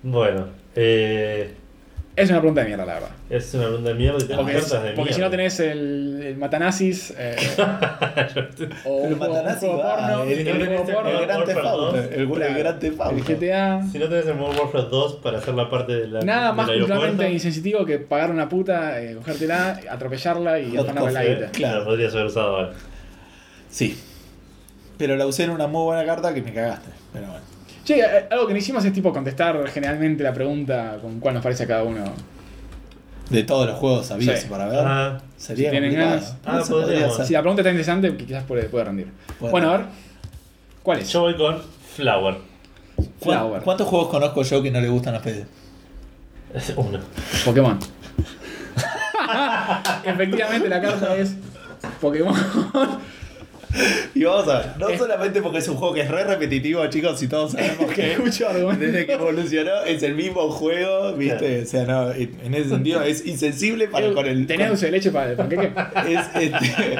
Speaker 2: bueno, eh.
Speaker 3: Es una pregunta de mierda, la verdad.
Speaker 2: Es una ronda de mierda y te
Speaker 3: Porque,
Speaker 2: cartas de
Speaker 3: porque si no tenés el, el Matanazis eh, o
Speaker 1: Pero
Speaker 3: un juego- un
Speaker 1: Matanazzi
Speaker 3: juego
Speaker 1: va,
Speaker 3: porno,
Speaker 1: el-
Speaker 3: un
Speaker 2: el-
Speaker 3: juego
Speaker 2: el-
Speaker 3: porno,
Speaker 1: El gran
Speaker 2: Warfare
Speaker 1: Tefauto.
Speaker 2: 2.
Speaker 1: El, el
Speaker 3: Claro.
Speaker 1: gran Tefauto.
Speaker 3: el GTA.
Speaker 2: Si no tenés el Modern Warfare 2 para hacer la parte de la.
Speaker 3: Nada
Speaker 2: del
Speaker 3: más
Speaker 2: aeropuerto,
Speaker 3: culturalmente insensitivo que pagar una puta, eh, cogértela, atropellarla y
Speaker 1: Hot
Speaker 3: afanarle la
Speaker 1: coffee,
Speaker 3: guita.
Speaker 1: eh. Claro.
Speaker 2: Claro, podrías haber usado ahora.
Speaker 1: Sí. Pero la usé en una muy buena carta que me cagaste. Pero bueno.
Speaker 3: Che, eh, algo que no hicimos es tipo contestar generalmente la pregunta con cuál nos parece a cada uno.
Speaker 1: De todos los juegos habidos
Speaker 3: Sí.
Speaker 1: y para ver.
Speaker 2: Ah,
Speaker 1: sería
Speaker 3: si tienen
Speaker 1: complicado.
Speaker 3: ganas.
Speaker 1: Pero
Speaker 2: Ah,
Speaker 1: se podría
Speaker 2: podríamos.
Speaker 1: hacer.
Speaker 3: Si la pregunta está interesante, que quizás puede, puede rendir.
Speaker 1: Bueno.
Speaker 3: Bueno. a ver. ¿Cuál es?
Speaker 2: yo voy con Flower.
Speaker 1: ¿Cuán-
Speaker 3: Flower.
Speaker 1: ¿Cuántos juegos conozco yo que no le gustan a Fede?
Speaker 2: Uno.
Speaker 3: Pokémon. Efectivamente la carta es Pokémon.
Speaker 1: Y vamos a ver, no
Speaker 3: Es-
Speaker 1: solamente porque es un juego que es re repetitivo, chicos, y todos sabemos que
Speaker 3: Escucho argumentos.
Speaker 1: desde que evolucionó es el mismo juego, ¿viste? O sea, no, en en ese sentido es insensible para con el.
Speaker 3: ¿Tenés
Speaker 1: con-
Speaker 3: dulce de leche para el panqueque?
Speaker 1: es, este,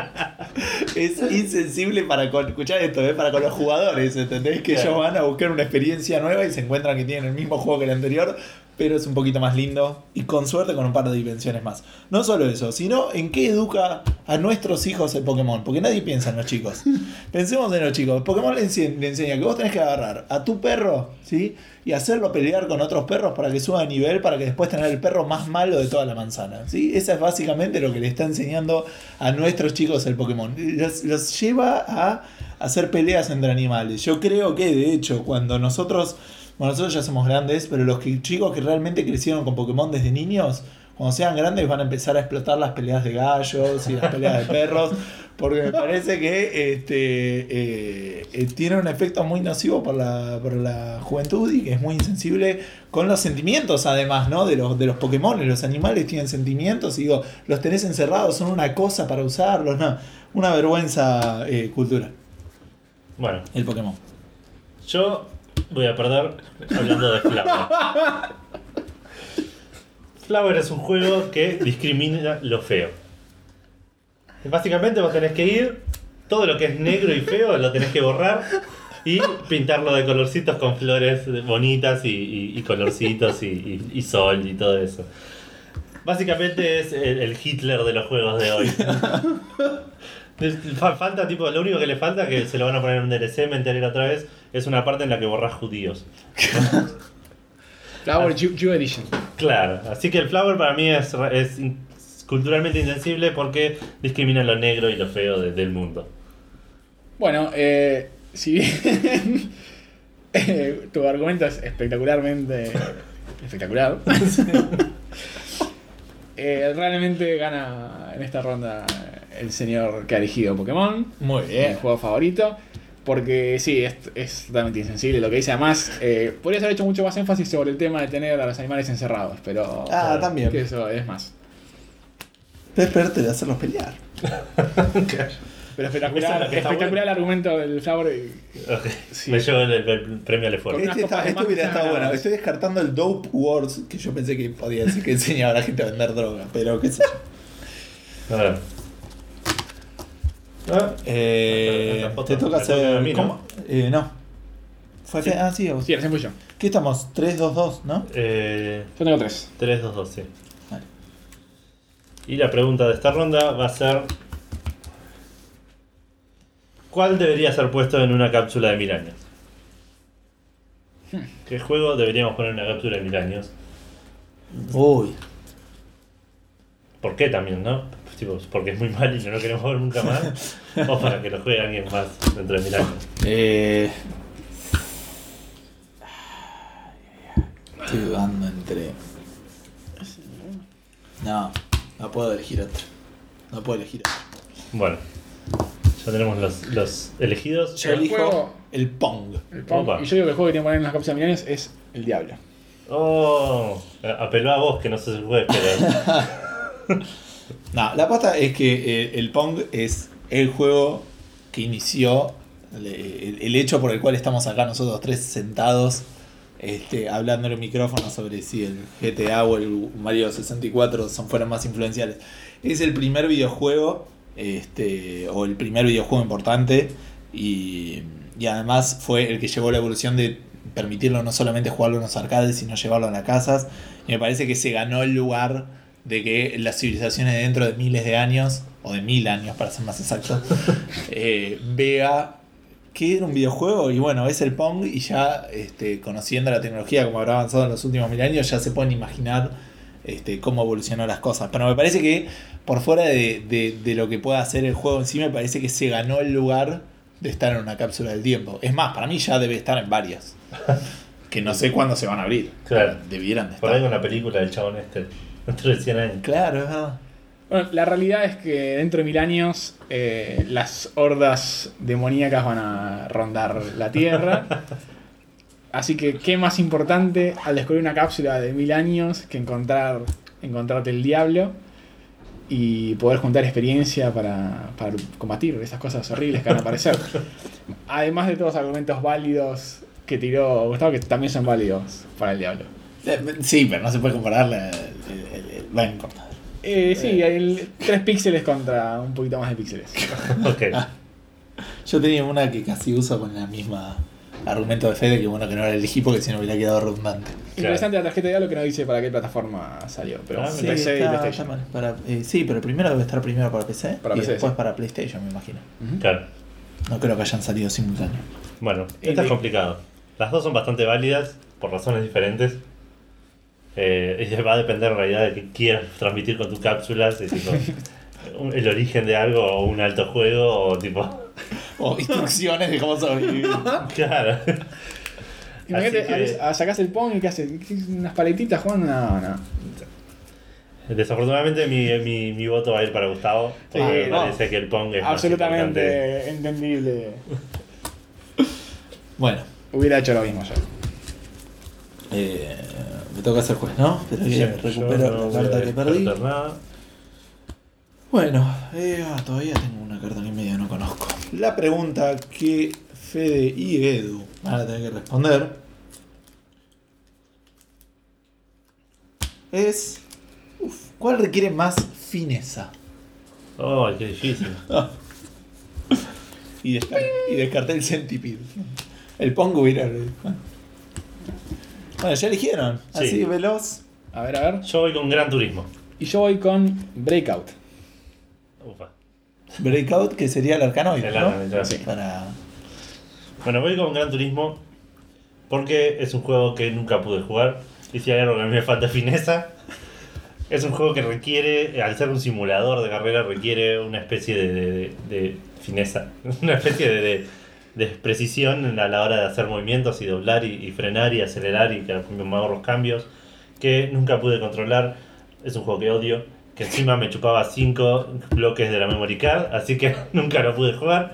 Speaker 1: es insensible para con, escuchá esto, ¿eh? para con los jugadores, ¿entendés? Que ellos
Speaker 2: Claro.
Speaker 1: van a buscar una experiencia nueva y se encuentran que tienen el mismo juego que el anterior, pero es un poquito más lindo y con suerte con un par de dimensiones más. No solo eso, sino en qué educa a nuestros hijos el Pokémon, porque nadie piensa en los chicos. Pensemos en los chicos, Pokémon le, ense- le enseña que vos tenés que agarrar a tu perro, ¿sí? Y hacerlo pelear con otros perros para que suba de nivel, para que después tener el perro más malo de toda la manzana, ¿sí? Esa es básicamente lo que le está enseñando a nuestros chicos el Pokémon. Los, los lleva a hacer peleas entre animales. Yo creo que, de hecho, cuando nosotros, bueno, nosotros ya somos grandes, pero los que- chicos que realmente crecieron con Pokémon desde niños, cuando sean grandes van a empezar a explotar las peleas de gallos y las peleas de perros, porque me parece que este, eh, eh, tiene un efecto muy nocivo para la, para la juventud y que es muy insensible con los sentimientos además, ¿no? De los, de los Pokémon, los animales tienen sentimientos y digo, los tenés encerrados, son una cosa para usarlos, no, una vergüenza eh, cultural,
Speaker 2: Bueno,
Speaker 1: el Pokémon.
Speaker 2: yo voy a perder hablando de Flower. Flower es un juego que discrimina lo feo. Básicamente vos tenés que ir, todo lo que es negro y feo lo tenés que borrar y pintarlo de colorcitos con flores bonitas y, y- y colorcitos y, y- y sol y todo eso. Básicamente es el, el Hitler de los juegos de hoy. Fa- Falta, tipo, lo único que le falta, que se lo van a poner en un DLC, me enteré la otra vez, es una parte en la que borras judíos.
Speaker 3: Flower Jew, Jew Edition.
Speaker 2: Claro, así que el flower para mí es, ra- es in- culturalmente insensible porque discrimina lo negro y lo feo de- del mundo.
Speaker 3: Bueno, eh, si bien eh, tu argumento es espectacularmente espectacular, eh, realmente gana en esta ronda el señor que ha elegido Pokémon,
Speaker 1: Muy
Speaker 3: mi juego favorito, porque sí, es, es totalmente insensible lo que dice. Además, eh, podrías haber hecho mucho más énfasis sobre el tema de tener a los animales encerrados, pero
Speaker 1: Ah, también.
Speaker 3: que eso es más.
Speaker 1: Pero esperarte de hacerlos pelear.
Speaker 3: Pero
Speaker 2: Eso es
Speaker 3: espectacular,
Speaker 2: lo que está
Speaker 3: espectacular el argumento del Flower. y-
Speaker 2: Ok,
Speaker 3: Sí.
Speaker 2: Me llevo el, el premio al esfuerzo.
Speaker 3: Unas
Speaker 1: Este, está,
Speaker 3: copas de
Speaker 1: este
Speaker 3: más
Speaker 1: hubiera
Speaker 3: que
Speaker 1: estado
Speaker 3: nada.
Speaker 1: bueno. Estoy descartando el Dope Wars, que yo pensé que podía decir que enseñaba a la gente a vender droga, pero qué sé yo.
Speaker 2: A ver. Ah,
Speaker 1: Eh,
Speaker 2: Foto,
Speaker 1: te toca
Speaker 2: me toca a mí,
Speaker 1: hacer.
Speaker 2: ¿no?
Speaker 1: ¿cómo? Eh, no. Fue fe- Ah, sí, a vos.
Speaker 3: Sí, recién fui yo. Yo
Speaker 1: ¿Qué estamos? 3-2-2, ¿no?
Speaker 2: eh,
Speaker 3: tengo tres.
Speaker 2: 3, 2, 2, sí.
Speaker 1: Vale.
Speaker 2: Y la pregunta de esta ronda va a ser... ¿Cuál debería ser puesto en una cápsula de mil años? ¿Qué juego deberíamos poner en una cápsula de mil años?
Speaker 1: Uy.
Speaker 2: ¿Por qué también, no? Tipo, porque es muy mal y no lo queremos ver nunca más. o para que lo juegue alguien más dentro de mil años.
Speaker 1: Eh. Estoy dudando entre. No, no puedo elegir otro. No puedo elegir otro.
Speaker 2: Bueno, ya tenemos los, los elegidos.
Speaker 1: Yo
Speaker 3: El
Speaker 1: elijo
Speaker 3: juego-
Speaker 1: el Pong.
Speaker 3: El Pong.
Speaker 2: Opa.
Speaker 3: Y yo digo que el juego que tiene que poner en las cápsulas millones es el Diablo.
Speaker 2: Oh, apeló a vos que no sos el juez, pero.
Speaker 1: No, la aposta es que eh, el Pong es el juego que inició el, el- el hecho por el cual estamos acá nosotros tres sentados este, hablando en el micrófono sobre si el GTA o el Mario 64 son, fueron más influenciales. Es el primer videojuego, este, o el primer videojuego importante, y, y además fue el que llevó la evolución de permitirlo no solamente jugarlo en los arcades, sino llevarlo a las casas. Y me parece que se ganó el lugar de que las civilizaciones dentro de miles de años, o de mil años para ser más exacto, eh, vea que era un videojuego y bueno, es el Pong y ya este, conociendo la tecnología como habrá avanzado en los últimos mil años, ya se pueden imaginar este, cómo evolucionó las cosas. Pero me parece que por fuera de, de- de lo que pueda hacer el juego en sí, me parece que se ganó el lugar de estar en una cápsula del tiempo. Es más, para mí ya debe estar en varias. Que no sé cuándo se van a abrir.
Speaker 2: Claro.
Speaker 1: Debieran de
Speaker 2: Por ahí
Speaker 1: estar.
Speaker 2: con la película del chabón este. Dentro de 100 años.
Speaker 1: Claro, es verdad.
Speaker 3: Bueno, la realidad es que dentro de mil años eh, las hordas demoníacas van a rondar la Tierra. Así que, ¿qué más importante al descubrir una cápsula de mil años que encontrar, encontrarte el diablo y poder juntar experiencia para, para combatir esas cosas horribles que van a aparecer? Además de todos los argumentos válidos que tiró Gustavo, que también son válidos para el diablo.
Speaker 1: Eh, Sí, pero no se puede comparar la- el, el- el- bueno, no importa.
Speaker 3: Eh, sí, el 3 píxeles contra un poquito más de píxeles.
Speaker 2: ok.
Speaker 1: Yo tenía una que casi uso con la misma argumento de Fede, que bueno que no la elegí porque si no hubiera quedado redundante.
Speaker 3: Interesante la tarjeta de diálogo que no dice para qué plataforma salió, pero
Speaker 2: Ah,
Speaker 3: en
Speaker 2: me
Speaker 1: Sí,
Speaker 3: PC y
Speaker 1: está-
Speaker 3: PlayStation.
Speaker 1: está mal. Para- eh, sí, pero primero debe estar primero para PC
Speaker 3: Para
Speaker 1: y
Speaker 3: PC,
Speaker 1: después
Speaker 3: sí.
Speaker 1: para PlayStation, me imagino.
Speaker 2: Claro.
Speaker 1: No creo que hayan salido simultáneos.
Speaker 2: Bueno,
Speaker 3: Y
Speaker 2: esto
Speaker 3: de-
Speaker 2: es complicado. Las dos son bastante válidas por razones diferentes. Eh, y va a depender en realidad de qué quieras transmitir con tus cápsulas. de tipo, un- el origen de algo o un alto juego o tipo...
Speaker 1: O instrucciones de cómo sobrevivir.
Speaker 2: Claro.
Speaker 3: Imagínate,
Speaker 2: Así que-
Speaker 3: a veces- a- sacás el Pong y ¿qué haces? ¿Qué- ¿Unas paletitas jugando? No, no.
Speaker 2: Desafortunadamente mi, mi, mi voto va a ir para Gustavo. Porque
Speaker 3: Sí,
Speaker 2: me
Speaker 3: no.
Speaker 2: parece que el Pong es más importante.
Speaker 3: Absolutamente entendible.
Speaker 1: Bueno,
Speaker 3: Hubiera hecho lo mismo yo.
Speaker 1: eh, me toca ser juez, ¿no? Pero
Speaker 2: Sí,
Speaker 1: bien,
Speaker 2: yo
Speaker 1: recupero
Speaker 2: no
Speaker 1: la carta
Speaker 2: voy a
Speaker 1: que perdí.
Speaker 2: descartar nada.
Speaker 1: Bueno, eh, ah, todavía tengo una carta que medio no conozco. La pregunta que Fede y Edu van a tener que responder es: uf, ¿Cuál requiere más fineza?
Speaker 2: Oh, qué difícil.
Speaker 1: Y, desca- y descarté el Centipede. El Pongo hubiera. Bueno, ya eligieron.
Speaker 2: Sí.
Speaker 1: Así veloz.
Speaker 3: A ver, a ver.
Speaker 2: Yo voy con Gran Turismo.
Speaker 3: Y yo voy con Breakout.
Speaker 2: Ufa.
Speaker 1: Breakout, que sería el arcanoide,
Speaker 2: El
Speaker 1: ¿no?
Speaker 2: Arcanoide, claro.
Speaker 1: Sí. Para.
Speaker 2: Bueno, voy con Gran Turismo porque es un juego que nunca pude jugar. Y si hay algo que a mí me falta fineza, es un juego que requiere, al ser un simulador de carrera, requiere una especie de, de- de- de fineza, una especie de, de- de precisión en la- a la hora de hacer movimientos y doblar y, y frenar y acelerar y que me hago los cambios que nunca pude controlar. Es un juego que odio, que encima me chupaba 5 bloques de la memory card, así que nunca lo pude jugar.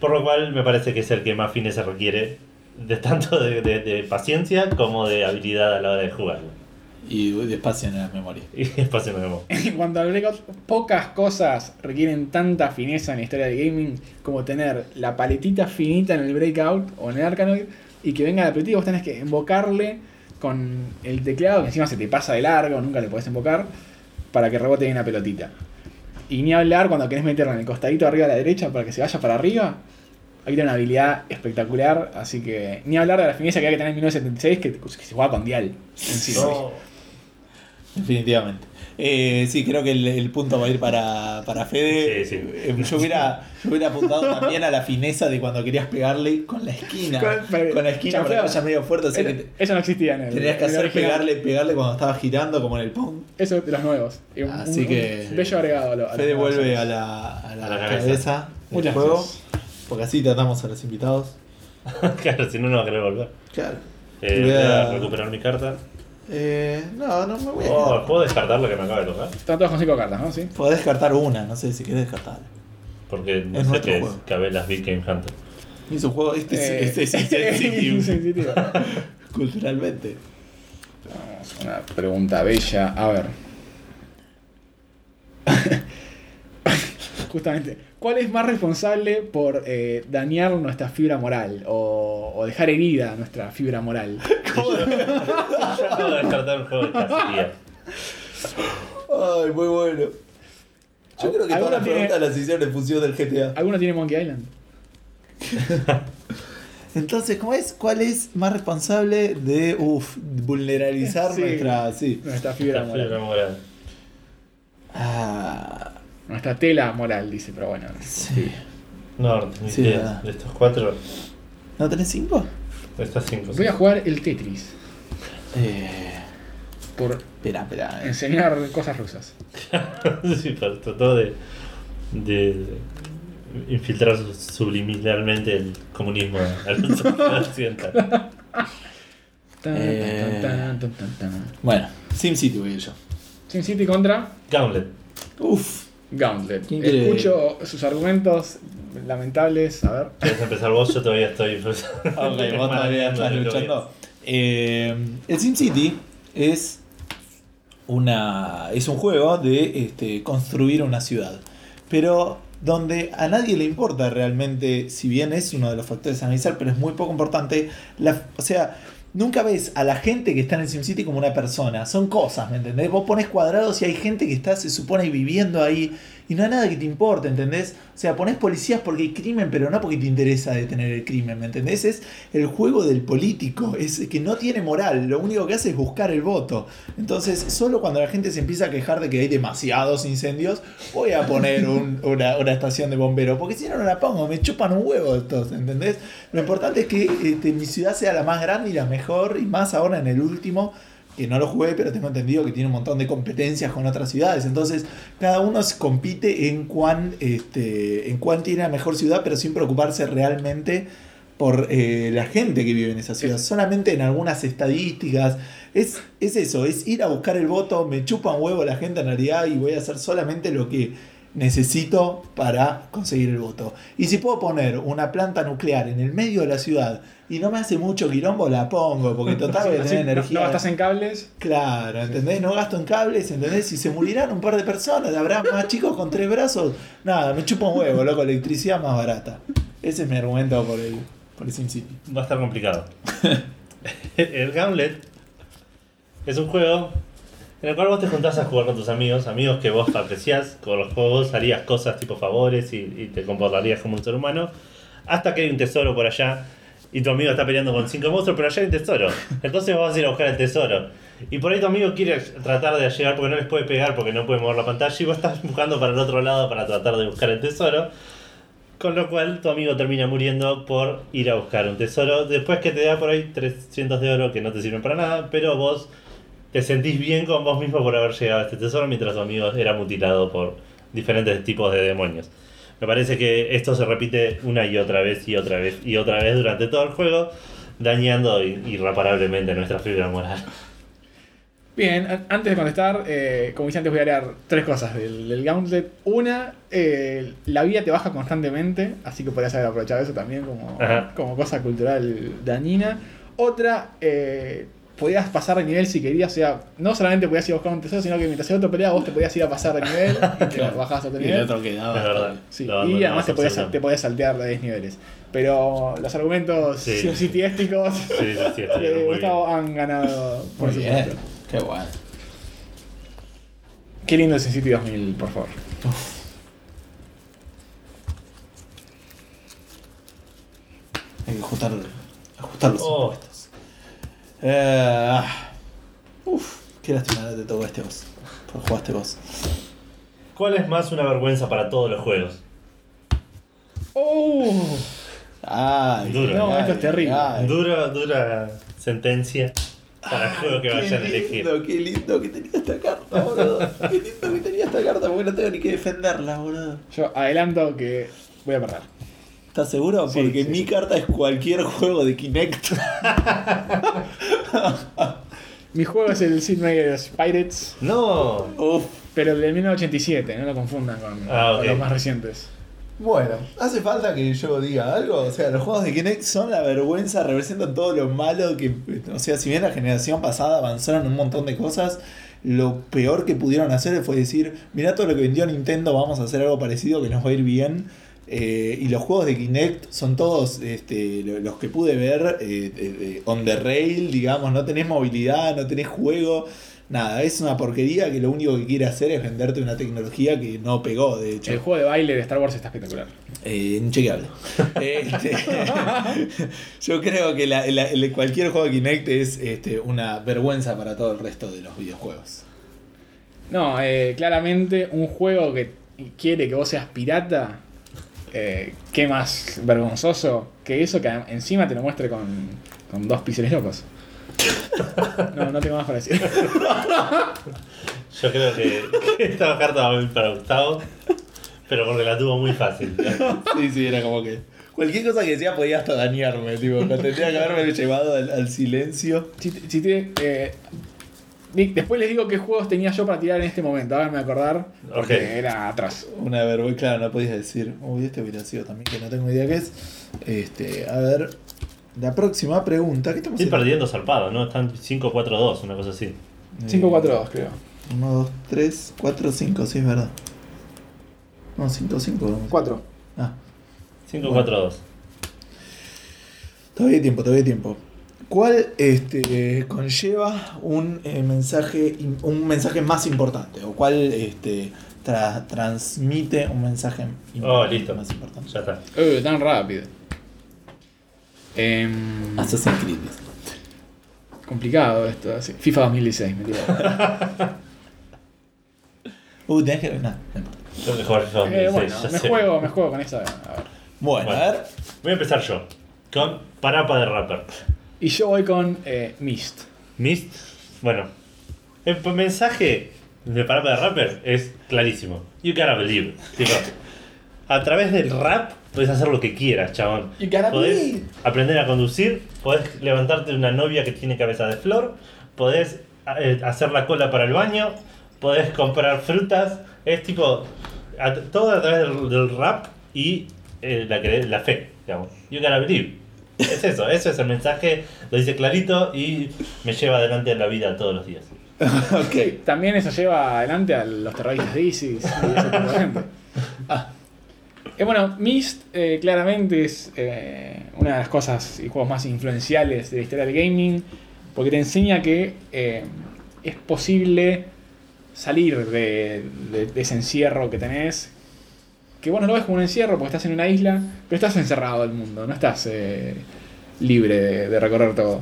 Speaker 2: Por lo cual me parece que es el que más fines se requiere, de tanto de, de- de paciencia como de habilidad a la hora de jugarlo.
Speaker 1: Y despacio en la memoria.
Speaker 2: Y espacio nuevo.
Speaker 3: En cuanto al Breakout, pocas cosas requieren tanta fineza en la historia del gaming como tener la paletita finita en el Breakout o en el Arcanoid y que venga la paletita y vos tenés que invocarle con el teclado, que encima se te pasa de largo, nunca le podés invocar, para que rebote bien la pelotita. Y ni hablar cuando querés meterla en el costadito arriba a la derecha para que se vaya para arriba. Ahí tiene una habilidad espectacular, así que ni hablar de la fineza que había que tener en 1976, que, que se jugaba con Dial. encima.
Speaker 2: No,
Speaker 1: Definitivamente. Eh, sí, creo que el, el punto va a ir para, para Fede.
Speaker 2: Sí, sí.
Speaker 1: Eh, Yo, hubiera, yo hubiera apuntado también a la fineza de cuando querías pegarle con la esquina.
Speaker 3: Con- pero-
Speaker 1: Con la esquina, para que
Speaker 3: chafeo.
Speaker 1: vaya medio fuerte. Así
Speaker 3: Eso,
Speaker 1: que
Speaker 3: eso no existía en el.
Speaker 1: tenías que
Speaker 3: en el
Speaker 1: hacer
Speaker 3: original.
Speaker 1: pegarle, pegarle cuando estaba girando, como en el pong.
Speaker 3: Eso de los nuevos. Y un-
Speaker 1: Así
Speaker 3: un-
Speaker 1: que-
Speaker 3: un bello agregado a lo- a los
Speaker 1: Fede
Speaker 3: nuevos.
Speaker 1: vuelve a la, a la
Speaker 2: A la
Speaker 1: cabeza,
Speaker 2: cabeza.
Speaker 1: del
Speaker 3: Muchas
Speaker 1: juego.
Speaker 3: gracias.
Speaker 1: Porque así tratamos a los invitados.
Speaker 2: claro, si no, no va a querer volver.
Speaker 1: Claro.
Speaker 2: Eh,
Speaker 1: Voy
Speaker 2: voy
Speaker 1: a-
Speaker 2: a recuperar mi carta.
Speaker 1: Eh, no, no me voy a
Speaker 2: Oh,
Speaker 1: quedar.
Speaker 2: ¿Puedo descartar lo que me acaba de tocar?
Speaker 3: Están todos con cinco cartas, ¿no? Sí.
Speaker 1: Podés descartar una, no sé si querés descartarla.
Speaker 3: Eh,
Speaker 2: Porque no
Speaker 1: Es
Speaker 2: sé
Speaker 1: nuestro
Speaker 2: qué es
Speaker 1: juego.
Speaker 2: Cabela's Big Game Hunter.
Speaker 1: Y su juego, este,
Speaker 3: Eh,
Speaker 1: es- este es insensitivo
Speaker 3: insensitivo.
Speaker 1: culturalmente.
Speaker 3: Vamos, Una pregunta bella. A ver. Justamente. ¿Cuál es más responsable por eh, dañar nuestra fibra moral? O, o dejar herida nuestra fibra moral.
Speaker 2: Yo puedo descartar un juego de cacería.
Speaker 1: Ay, muy bueno. Yo creo que todas
Speaker 3: ¿Alguno
Speaker 1: las
Speaker 3: tiene-
Speaker 1: preguntas las hicieron en función del GTA.
Speaker 3: ¿Alguno tiene Monkey Island?
Speaker 1: Entonces, ¿cómo es? ¿Cuál es más responsable de uf, vulnerabilizar
Speaker 3: Sí.
Speaker 1: nuestra. Sí.
Speaker 3: Nuestra
Speaker 2: La
Speaker 3: fibra
Speaker 2: fibra
Speaker 3: moral.
Speaker 2: moral.
Speaker 1: Ah,
Speaker 3: Nuestra tela moral, dice, pero bueno.
Speaker 1: sí.
Speaker 2: No, ni
Speaker 1: Sí,
Speaker 2: idea.
Speaker 1: verdad.
Speaker 2: de estos cuatro,
Speaker 1: ¿No tenés cinco?
Speaker 2: de estas cinco.
Speaker 3: Pues Voy a jugar el Tetris.
Speaker 1: Eh.
Speaker 3: Por
Speaker 1: Espera, espera.
Speaker 3: enseñar cosas rusas.
Speaker 2: sí, pero trató de, de infiltrar su- subliminalmente el comunismo a los occidental.
Speaker 3: Tan,
Speaker 1: Eh.
Speaker 3: tan, tan, tan, tan, tan.
Speaker 1: Bueno, SimCity voy yo.
Speaker 3: Sin City contra
Speaker 2: Gauntlet.
Speaker 1: Uf.
Speaker 3: Gauntlet.
Speaker 1: ¿Quién quiere?
Speaker 3: Escucho sus argumentos lamentables. A ver.
Speaker 2: ¿Quieres empezar vos? Yo todavía estoy. pues,
Speaker 1: Ok, vos todavía estás luchando. Eh, el SimCity es una. es un juego de este, construir una ciudad. Pero donde a nadie le importa realmente, si bien es uno de los factores a analizar, pero es muy poco importante. la- o sea, Nunca ves a la gente que está en el SimCity como una persona. Son cosas, ¿me entendés? Vos pones cuadrados y hay gente que está, se supone, viviendo ahí. Y no hay nada que te importe, ¿entendés? O sea, pones policías porque hay crimen, pero no porque te interesa detener el crimen, ¿me entendés? Es el juego del político. Es que no tiene moral. Lo único que hace es buscar el voto. Entonces, solo cuando la gente se empieza a quejar de que hay demasiados incendios, voy a poner un- una, una estación de bomberos. Porque si no, no la pongo. Me chupan un huevo estos, ¿entendés? Lo importante es que este, mi ciudad sea la más grande y la mejor, y más ahora en el último, que no lo jugué, pero tengo entendido que tiene un montón de competencias con otras ciudades. Entonces, cada uno se compite en cuán, este, en cuán tiene la mejor ciudad, pero sin preocuparse realmente por eh, la gente que vive en esa ciudad. Solamente en algunas estadísticas. Es, es eso, es ir a buscar el voto, me chupa un huevo la gente en realidad y voy a hacer solamente lo que necesito para conseguir el voto. Y si puedo poner una planta nuclear en el medio de la ciudad y no me hace mucho quilombo, la pongo, porque total voy a
Speaker 3: Así,
Speaker 1: tener
Speaker 3: no,
Speaker 1: eh, energía.
Speaker 3: no gastas en cables.
Speaker 1: Claro, ¿entendés? No gasto en cables, ¿entendés? Si se morirán un par de personas, habrá más chicos con tres brazos. Nada, me chupa un huevo, loco, electricidad más barata. Ese es mi argumento por el, por el SimCity.
Speaker 2: Va a estar complicado. el Gauntlet es un juego en el cual vos te juntás a jugar con tus amigos, amigos que vos apreciás con los juegos, harías cosas tipo favores y, y te comportarías como un ser humano, hasta que hay un tesoro por allá y tu amigo está peleando con cinco monstruos, pero allá hay un tesoro. Entonces vos vas a ir a buscar el tesoro. Y por ahí tu amigo quiere tratar de llegar porque no les puede pegar porque no puede mover la pantalla y vos estás buscando para el otro lado para tratar de buscar el tesoro. Con lo cual tu amigo termina muriendo por ir a buscar un tesoro. Después que te da por ahí 300 de oro que no te sirven para nada, pero vos te sentís bien con vos mismo por haber llegado a este tesoro mientras tu amigo era mutilado por diferentes tipos de demonios. Me parece que esto se repite una y otra vez y otra vez y otra vez durante todo el juego, dañando i- irreparablemente nuestra fibra moral.
Speaker 3: Bien, an- antes de contestar, eh, como dije antes, voy a leer tres cosas del, del Gauntlet. Una, eh, la vida te baja constantemente, así que podrías haber aprovechado eso también como,
Speaker 2: Ajá.
Speaker 3: como cosa cultural dañina. Otra, eh, podías pasar de nivel si querías, o sea, no solamente podías ir a buscar un tesoro, sino que mientras el otro peleaba vos te podías ir a pasar de nivel y te bajabas a otro
Speaker 4: Y el
Speaker 3: nivel.
Speaker 4: otro quedaba.
Speaker 2: Es verdad.
Speaker 3: Sí,
Speaker 2: Lo
Speaker 3: y
Speaker 2: abandonamos
Speaker 3: además te podías,
Speaker 2: absolutamente.
Speaker 3: te podías saltear de 10 niveles. Pero los argumentos
Speaker 2: Sí.
Speaker 3: simcitiésticos
Speaker 2: Sí, sí, sí, está bien,
Speaker 3: de
Speaker 2: muy bien.
Speaker 3: Gustavo han ganado, por
Speaker 4: Muy bien.
Speaker 3: supuesto.
Speaker 4: Qué bueno.
Speaker 3: Qué lindo ese sitio 2000, por favor.
Speaker 4: Hay que ajustar, ajustar los
Speaker 2: Oh.
Speaker 4: impuestos. Eh, ah. uf, qué lástima no te tocó este vos. Por jugaste vos.
Speaker 2: ¿Cuál es más una vergüenza para todos los juegos?
Speaker 3: ¡Oh!
Speaker 4: Ay,
Speaker 2: Duro. No,
Speaker 4: ay,
Speaker 3: esto es terrible.
Speaker 4: ay.
Speaker 2: Dura, dura sentencia para
Speaker 3: Ah,
Speaker 2: el juego que vayan a
Speaker 4: Qué
Speaker 2: elegir.
Speaker 4: lindo, qué lindo que tenía esta carta, boludo. Qué lindo que tenía esta carta, porque no tengo ni que defenderla, boludo.
Speaker 3: Yo adelanto que voy a perder.
Speaker 4: ¿Estás seguro?
Speaker 3: Sí,
Speaker 4: Porque
Speaker 3: sí,
Speaker 4: mi
Speaker 3: sí.
Speaker 4: carta es cualquier juego de Kinect.
Speaker 3: Mi juego es el Sid Meier's Pirates,
Speaker 2: No,
Speaker 4: Uf.
Speaker 3: pero el de 1987, no lo confundan con,
Speaker 2: Ah,
Speaker 3: con
Speaker 2: ok.
Speaker 3: los más recientes.
Speaker 1: Bueno,
Speaker 4: ¿Hace falta que yo diga algo?
Speaker 1: o sea, los juegos de Kinect son la vergüenza, representan todo lo malo que. O sea, si bien la generación pasada avanzaron un montón de cosas, lo peor que pudieron hacer fue decir: Mirá todo lo que vendió Nintendo, vamos a hacer algo parecido que nos va a ir bien. Eh, y los juegos de Kinect son todos este, lo- los que pude ver eh, eh, eh, on the rail, digamos. No tenés movilidad, no tenés juego. Nada, es una porquería que lo único que quiere hacer es venderte una tecnología que no pegó, de hecho.
Speaker 3: El juego de baile de Star Wars está espectacular.
Speaker 1: Eh, inchequeable. Este, yo creo que la- la- el- cualquier juego de Kinect es este, una vergüenza para todo el resto de los videojuegos.
Speaker 3: No, eh, claramente un juego que quiere que vos seas pirata, eh, qué más vergonzoso que eso que adem- encima te lo muestre con, con dos píxeles locos. No, no tengo más para decir.
Speaker 2: yo creo que esta carta va a ir para Gustavo, pero porque la tuvo muy fácil.
Speaker 1: Sí, sí, era como que. Cualquier cosa que decía podía hasta dañarme, tipo, lo tendría que haberme llevado al, al silencio.
Speaker 3: Si te- si te- eh, Nick, después les digo qué juegos tenía yo para tirar en este momento, háganme acordar, porque
Speaker 2: Ok.
Speaker 3: era atrás.
Speaker 1: Una vergüenza, claro, no podías decir, uy, este hubiera sido también, que no tengo idea qué es. Este, a ver, la próxima pregunta, ¿qué estamos
Speaker 2: Estoy perdiendo zarpado, ¿no? Están 5-4-2, una cosa así.
Speaker 1: Eh,
Speaker 3: 5-4-2, creo.
Speaker 1: 1, 2, 3, 4, 5, sí, es verdad. No, 5, 5.
Speaker 3: 4.
Speaker 1: Ah.
Speaker 2: 5-4-2.
Speaker 1: Todavía hay tiempo, todavía hay tiempo. ¿Cuál este, conlleva un, eh, mensaje, im- un mensaje más importante? ¿O cuál este, tra- transmite un mensaje im-
Speaker 2: Oh, listo.
Speaker 1: más importante?
Speaker 2: Ya está.
Speaker 3: Eh, tan rápido. Em,
Speaker 1: Assassin's Creed. dice.
Speaker 3: complicado esto. así. FIFA 2016, me equivoco.
Speaker 1: Uh, tenés que. nah, no importa.
Speaker 2: Tengo que jugar FIFA
Speaker 3: Eh,
Speaker 2: 2016,
Speaker 3: bueno,
Speaker 2: ya
Speaker 3: me
Speaker 2: sé.
Speaker 3: juego, me juego con esa. a ver.
Speaker 1: Bueno,
Speaker 2: Bueno.
Speaker 1: a ver.
Speaker 2: Voy a empezar yo. Con Parapa de Rapper.
Speaker 3: Y yo voy con eh, Mist.
Speaker 2: Mist. Bueno. El p- mensaje de Parapa de Rapper es clarísimo. You gotta believe. Tipo, a través del rap puedes hacer lo que quieras, chabón.
Speaker 1: You gotta
Speaker 2: podés
Speaker 1: believe.
Speaker 2: aprender a conducir, podés levantarte de una novia que tiene cabeza de flor, podés eh, hacer la cola para el baño, podés comprar frutas. Es tipo, a- todo a través del, del rap y eh, la, cre- la fe, digamos. You gotta believe. Es eso, eso es el mensaje, lo dice clarito y me lleva adelante en la vida todos los días.
Speaker 1: Ok.
Speaker 3: También eso lleva adelante a los terroristas de ISIS y ese tipo de gente. Eh, bueno, Myst eh, claramente es eh, una de las cosas y juegos más influenciales de la historia del gaming, porque te enseña que eh, es posible salir de, de- de ese encierro que tenés. Que vos no lo ves como un encierro porque estás en una isla, pero estás encerrado del mundo, no estás eh, libre de, de recorrer todo.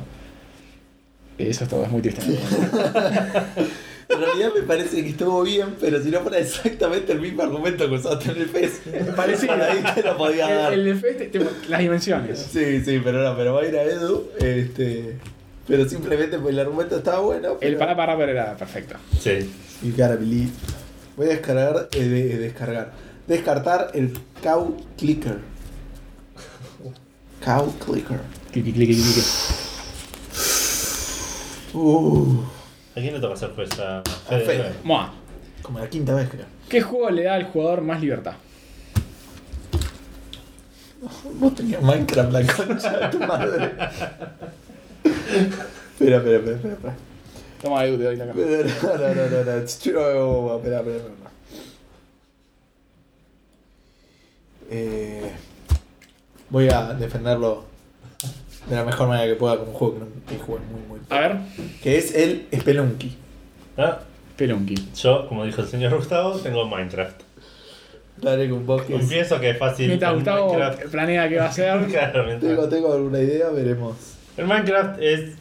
Speaker 3: Eso es todo, es muy triste.
Speaker 1: En realidad me parece que estuvo bien, pero si no fuera exactamente el mismo argumento que usaste en el PES,
Speaker 3: Parecido.
Speaker 1: para ahí te lo podía dar.
Speaker 3: El, el FS, tipo, las dimensiones.
Speaker 1: Sí, sí, pero no, pero va a ir a Edu. Este, pero simplemente pues, el argumento estaba bueno. Pero...
Speaker 3: El para para para era perfecto.
Speaker 2: Sí.
Speaker 1: You gotta believe. Voy a descargar, eh, de- descargar. Descartar el cow clicker. Cow clicker.
Speaker 3: Cliqui, cliqui, cliqui.
Speaker 1: Uh,
Speaker 2: ¿A quién le toca hacer pues a
Speaker 1: A Fede.
Speaker 3: Mua.
Speaker 1: como la quinta vez creo.
Speaker 3: ¿Qué juego le da al jugador más libertad?
Speaker 1: Vos tenías Minecraft la concha de tu madre. espera, espera, espera, espera. espera.
Speaker 3: Toma Edu, te doy la cámara.
Speaker 1: No, no, no, no, no. Espera, espera, espera. Eh, voy a defenderlo de la mejor manera que pueda con un juego que, no, que jugué muy, muy
Speaker 3: A ver.
Speaker 1: Que es el Spelunky.
Speaker 2: Ah,
Speaker 3: Pelunky.
Speaker 2: Yo, como dijo el señor Gustavo, tengo Minecraft.
Speaker 1: Dale con vos que es-
Speaker 2: Confieso que es fácil.
Speaker 3: Mientras
Speaker 2: el
Speaker 3: Gustavo
Speaker 2: Minecraft.
Speaker 3: planea qué va a
Speaker 1: Eh,
Speaker 3: hacer.
Speaker 2: Claro, mientras-
Speaker 1: Tengo, tengo alguna idea, veremos.
Speaker 2: El Minecraft es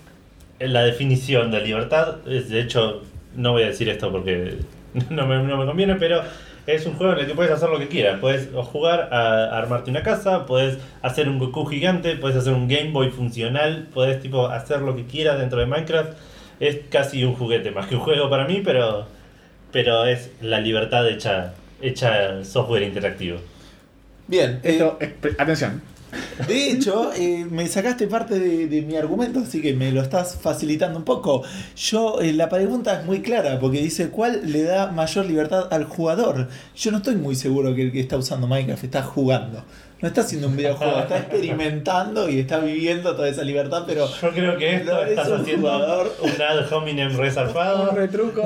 Speaker 2: la definición de libertad. Es, de hecho, no voy a decir esto porque no me, no me conviene, pero es un juego en el que puedes hacer lo que quieras. Puedes o jugar a armarte una casa, puedes hacer un Goku gigante, puedes hacer un Game Boy funcional, puedes tipo hacer lo que quieras dentro de Minecraft. Es casi un juguete más que un juego para mí, pero, pero es la libertad hecha, hecha software interactivo.
Speaker 1: Bien, eh,
Speaker 3: Esto, es- pre- atención.
Speaker 1: de hecho, eh, me sacaste parte de, de mi argumento, así que me lo estás facilitando un poco. Yo, eh, la pregunta es muy clara, porque dice, ¿cuál le da mayor libertad al jugador? Yo no estoy muy seguro que el que está usando Minecraft está jugando. No está haciendo un videojuego, está experimentando y está viviendo toda esa libertad, pero
Speaker 2: Yo creo que esto
Speaker 1: No, es
Speaker 2: estás
Speaker 1: un
Speaker 2: haciendo
Speaker 1: jugador.
Speaker 2: un ad hominem
Speaker 3: Un
Speaker 2: resalfado.
Speaker 3: retruco.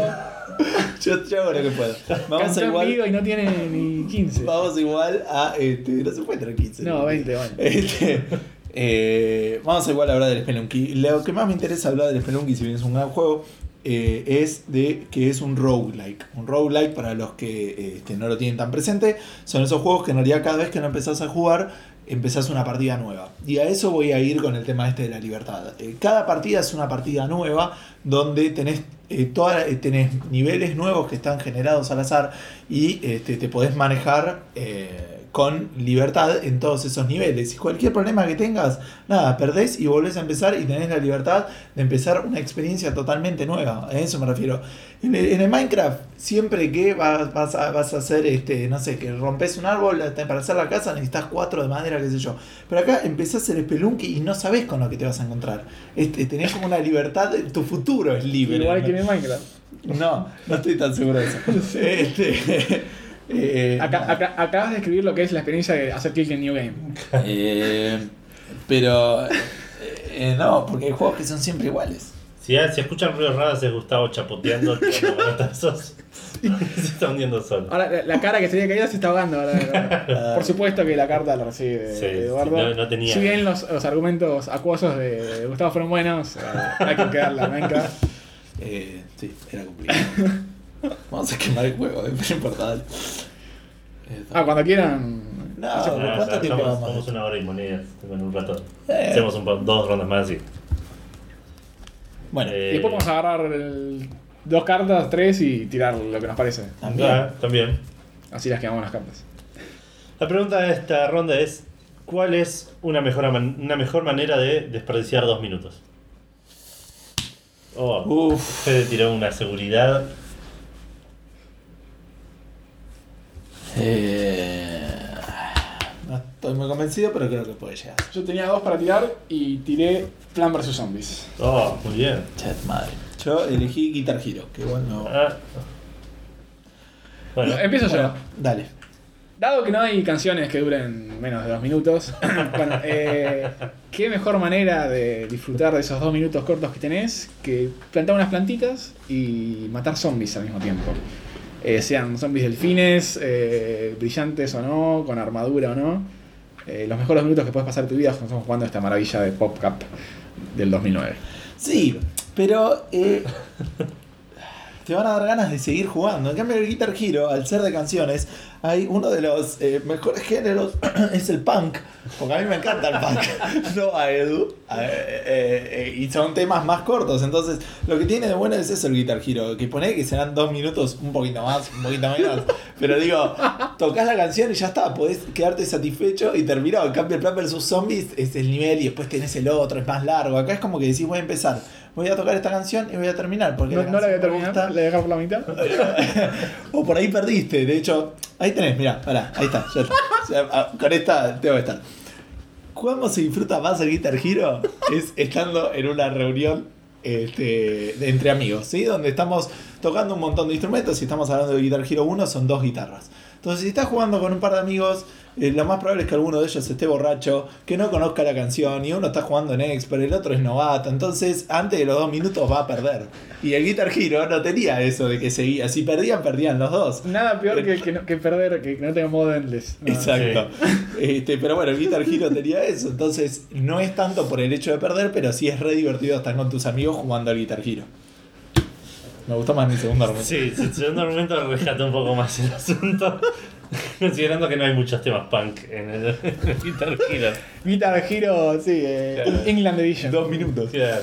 Speaker 1: yo, yo hago lo que puedo. Vamos
Speaker 3: Cantó en
Speaker 1: igual,
Speaker 3: vivo y no tiene ni 15.
Speaker 1: vamos igual a... Este, no se puede tener 15.
Speaker 3: No, 20, bueno.
Speaker 1: Este, eh, vamos a igual a hablar del Spelunky. Lo que más me interesa hablar del Spelunky, si bien es un gran juego, eh, es de que es un roguelike. Un roguelike, para los que eh, este, no lo tienen tan presente, son esos juegos que en realidad cada vez que no empezás a jugar, empezás una partida nueva. Y a eso voy a ir con el tema este de la libertad. Eh, cada partida es una partida nueva donde tenés, eh, toda- eh, tenés niveles nuevos que están generados al azar y este, te podés manejar eh, con libertad en todos esos niveles. Y cualquier problema que tengas, nada, perdés y volvés a empezar y tenés la libertad de empezar una experiencia totalmente nueva. A eso me refiero. En el, en el Minecraft, siempre que vas, vas a, vas a hacer, este, no sé, que rompes un árbol hasta para hacer la casa, necesitas cuatro de madera, qué sé yo. Pero acá empezás el spelunky y no sabés con lo que te vas a encontrar. Este, tenés como una libertad, tu futuro es libre.
Speaker 3: Igual
Speaker 1: ¿no?
Speaker 3: que en el Minecraft.
Speaker 1: No, no estoy tan seguro de eso. Este, eh,
Speaker 3: Acá, acá- acabas de escribir lo que es la experiencia de hacer clic en New Game.
Speaker 1: eh, pero eh, no, porque hay juegos que son siempre iguales.
Speaker 2: Si, si escuchan ruidos raros es Gustavo chapoteando tirando manotazos. se está hundiendo solo.
Speaker 3: Ahora, la- la cara que se había caído se está ahogando. ahora, ahora. Por supuesto que la carta la recibe
Speaker 2: Sí,
Speaker 3: Eduardo.
Speaker 2: sí, no- no tenía-
Speaker 3: Si bien los, los argumentos acuosos de Gustavo fueron buenos, eh, hay que quedar la menca.
Speaker 1: Eh, sí, era complicado.
Speaker 4: Vamos a quemar el juego, eh, pero no importa, dale. Eh,
Speaker 3: Ah, cuando quieran.
Speaker 1: No,
Speaker 2: Ah,
Speaker 1: ¿por
Speaker 2: ya
Speaker 1: ¿cuánto tiempo
Speaker 2: estamos,
Speaker 1: vamos?
Speaker 2: estamos una hora y monedas en un rato.
Speaker 1: Eh.
Speaker 2: Hacemos un, po- dos rondas más y.
Speaker 1: Bueno,
Speaker 2: Eh,
Speaker 3: Y después vamos a agarrar el- dos cartas, tres y tirar lo que nos parece.
Speaker 1: también.
Speaker 2: ah, también.
Speaker 3: Así las quedamos las cartas.
Speaker 2: La pregunta de esta ronda es: ¿Cuál es una mejor, man- una mejor manera de desperdiciar dos minutos? Oh,
Speaker 1: Uf,
Speaker 2: Fede tiró una seguridad.
Speaker 4: eh,
Speaker 1: no estoy muy convencido, pero creo que puede llegar.
Speaker 3: Yo tenía dos para tirar y tiré Plan vs Zombies.
Speaker 2: Oh, muy bien.
Speaker 4: chat madre.
Speaker 1: Yo elegí Guitar Hero, que bueno.
Speaker 2: Ah. Bueno,
Speaker 3: Empiezo yo.
Speaker 1: Dale.
Speaker 3: Dado que no hay canciones que duren menos de dos minutos, bueno, eh, qué mejor manera de disfrutar de esos dos minutos cortos que tenés que plantar unas plantitas y matar zombies al mismo tiempo. Eh, sean zombies delfines, eh, brillantes o no, con armadura o no. Eh, los mejores minutos que puedes pasar de tu vida son jugando esta maravilla de Pop Cup del 2009.
Speaker 1: Sí, pero eh, te van a dar ganas de seguir jugando. En cambio, el Guitar Hero, al ser de canciones, hay uno de los eh, mejores géneros, es el punk. Porque a mí me encanta el punk, no a Edu. a- eh, eh, eh, y son temas más cortos. Entonces, lo que tiene de bueno es eso el Guitar Hero. Que pone que serán dos minutos, un poquito más, un poquito menos. Pero digo, tocas la canción y ya está. Podés quedarte satisfecho y terminado. En cambio, el Plan vs. Zombies es el nivel y después tenés el otro, es más largo. Acá es como que decís, voy a empezar. Voy a tocar esta canción y voy a terminar. Porque
Speaker 3: No, no la voy a
Speaker 1: canción me
Speaker 3: terminar,
Speaker 1: gusta.
Speaker 3: la voy a dejar por la mitad.
Speaker 1: O por ahí perdiste, de hecho, ahí tenés, mirá, pará, ahí está, ya está. Ya, ah, con esta tengo que estar. ¿Cuándo se disfruta más el Guitar Hero? Es estando en una reunión este, de- entre amigos, ¿sí? Donde estamos tocando un montón de instrumentos. Si estamos hablando de Guitar Hero 1, son dos guitarras. Entonces, si estás jugando con un par de amigos, eh, lo más probable es que alguno de ellos esté borracho, que no conozca la canción, y uno está jugando en expert, el otro es novato. Entonces, antes de los dos minutos va a perder. Y el Guitar Hero no tenía eso de que seguía. Si perdían, perdían los dos.
Speaker 3: Nada peor que, que no- que perder, que no tenga modo endless. No,
Speaker 1: Exacto. Este, pero bueno, el Guitar Hero tenía eso. Entonces, no es tanto por el hecho de perder, pero sí es re divertido estar con tus amigos jugando al Guitar Hero. Me gustó más mi segundo argumento.
Speaker 2: sí, sí, segundo argumento rescata un poco más el asunto. Considerando que no hay muchos temas punk en el, en el Guitar Hero.
Speaker 3: Guitar Hero, sí, eh,
Speaker 2: Claro.
Speaker 3: England Edition.
Speaker 1: Dos minutos.
Speaker 2: Claro.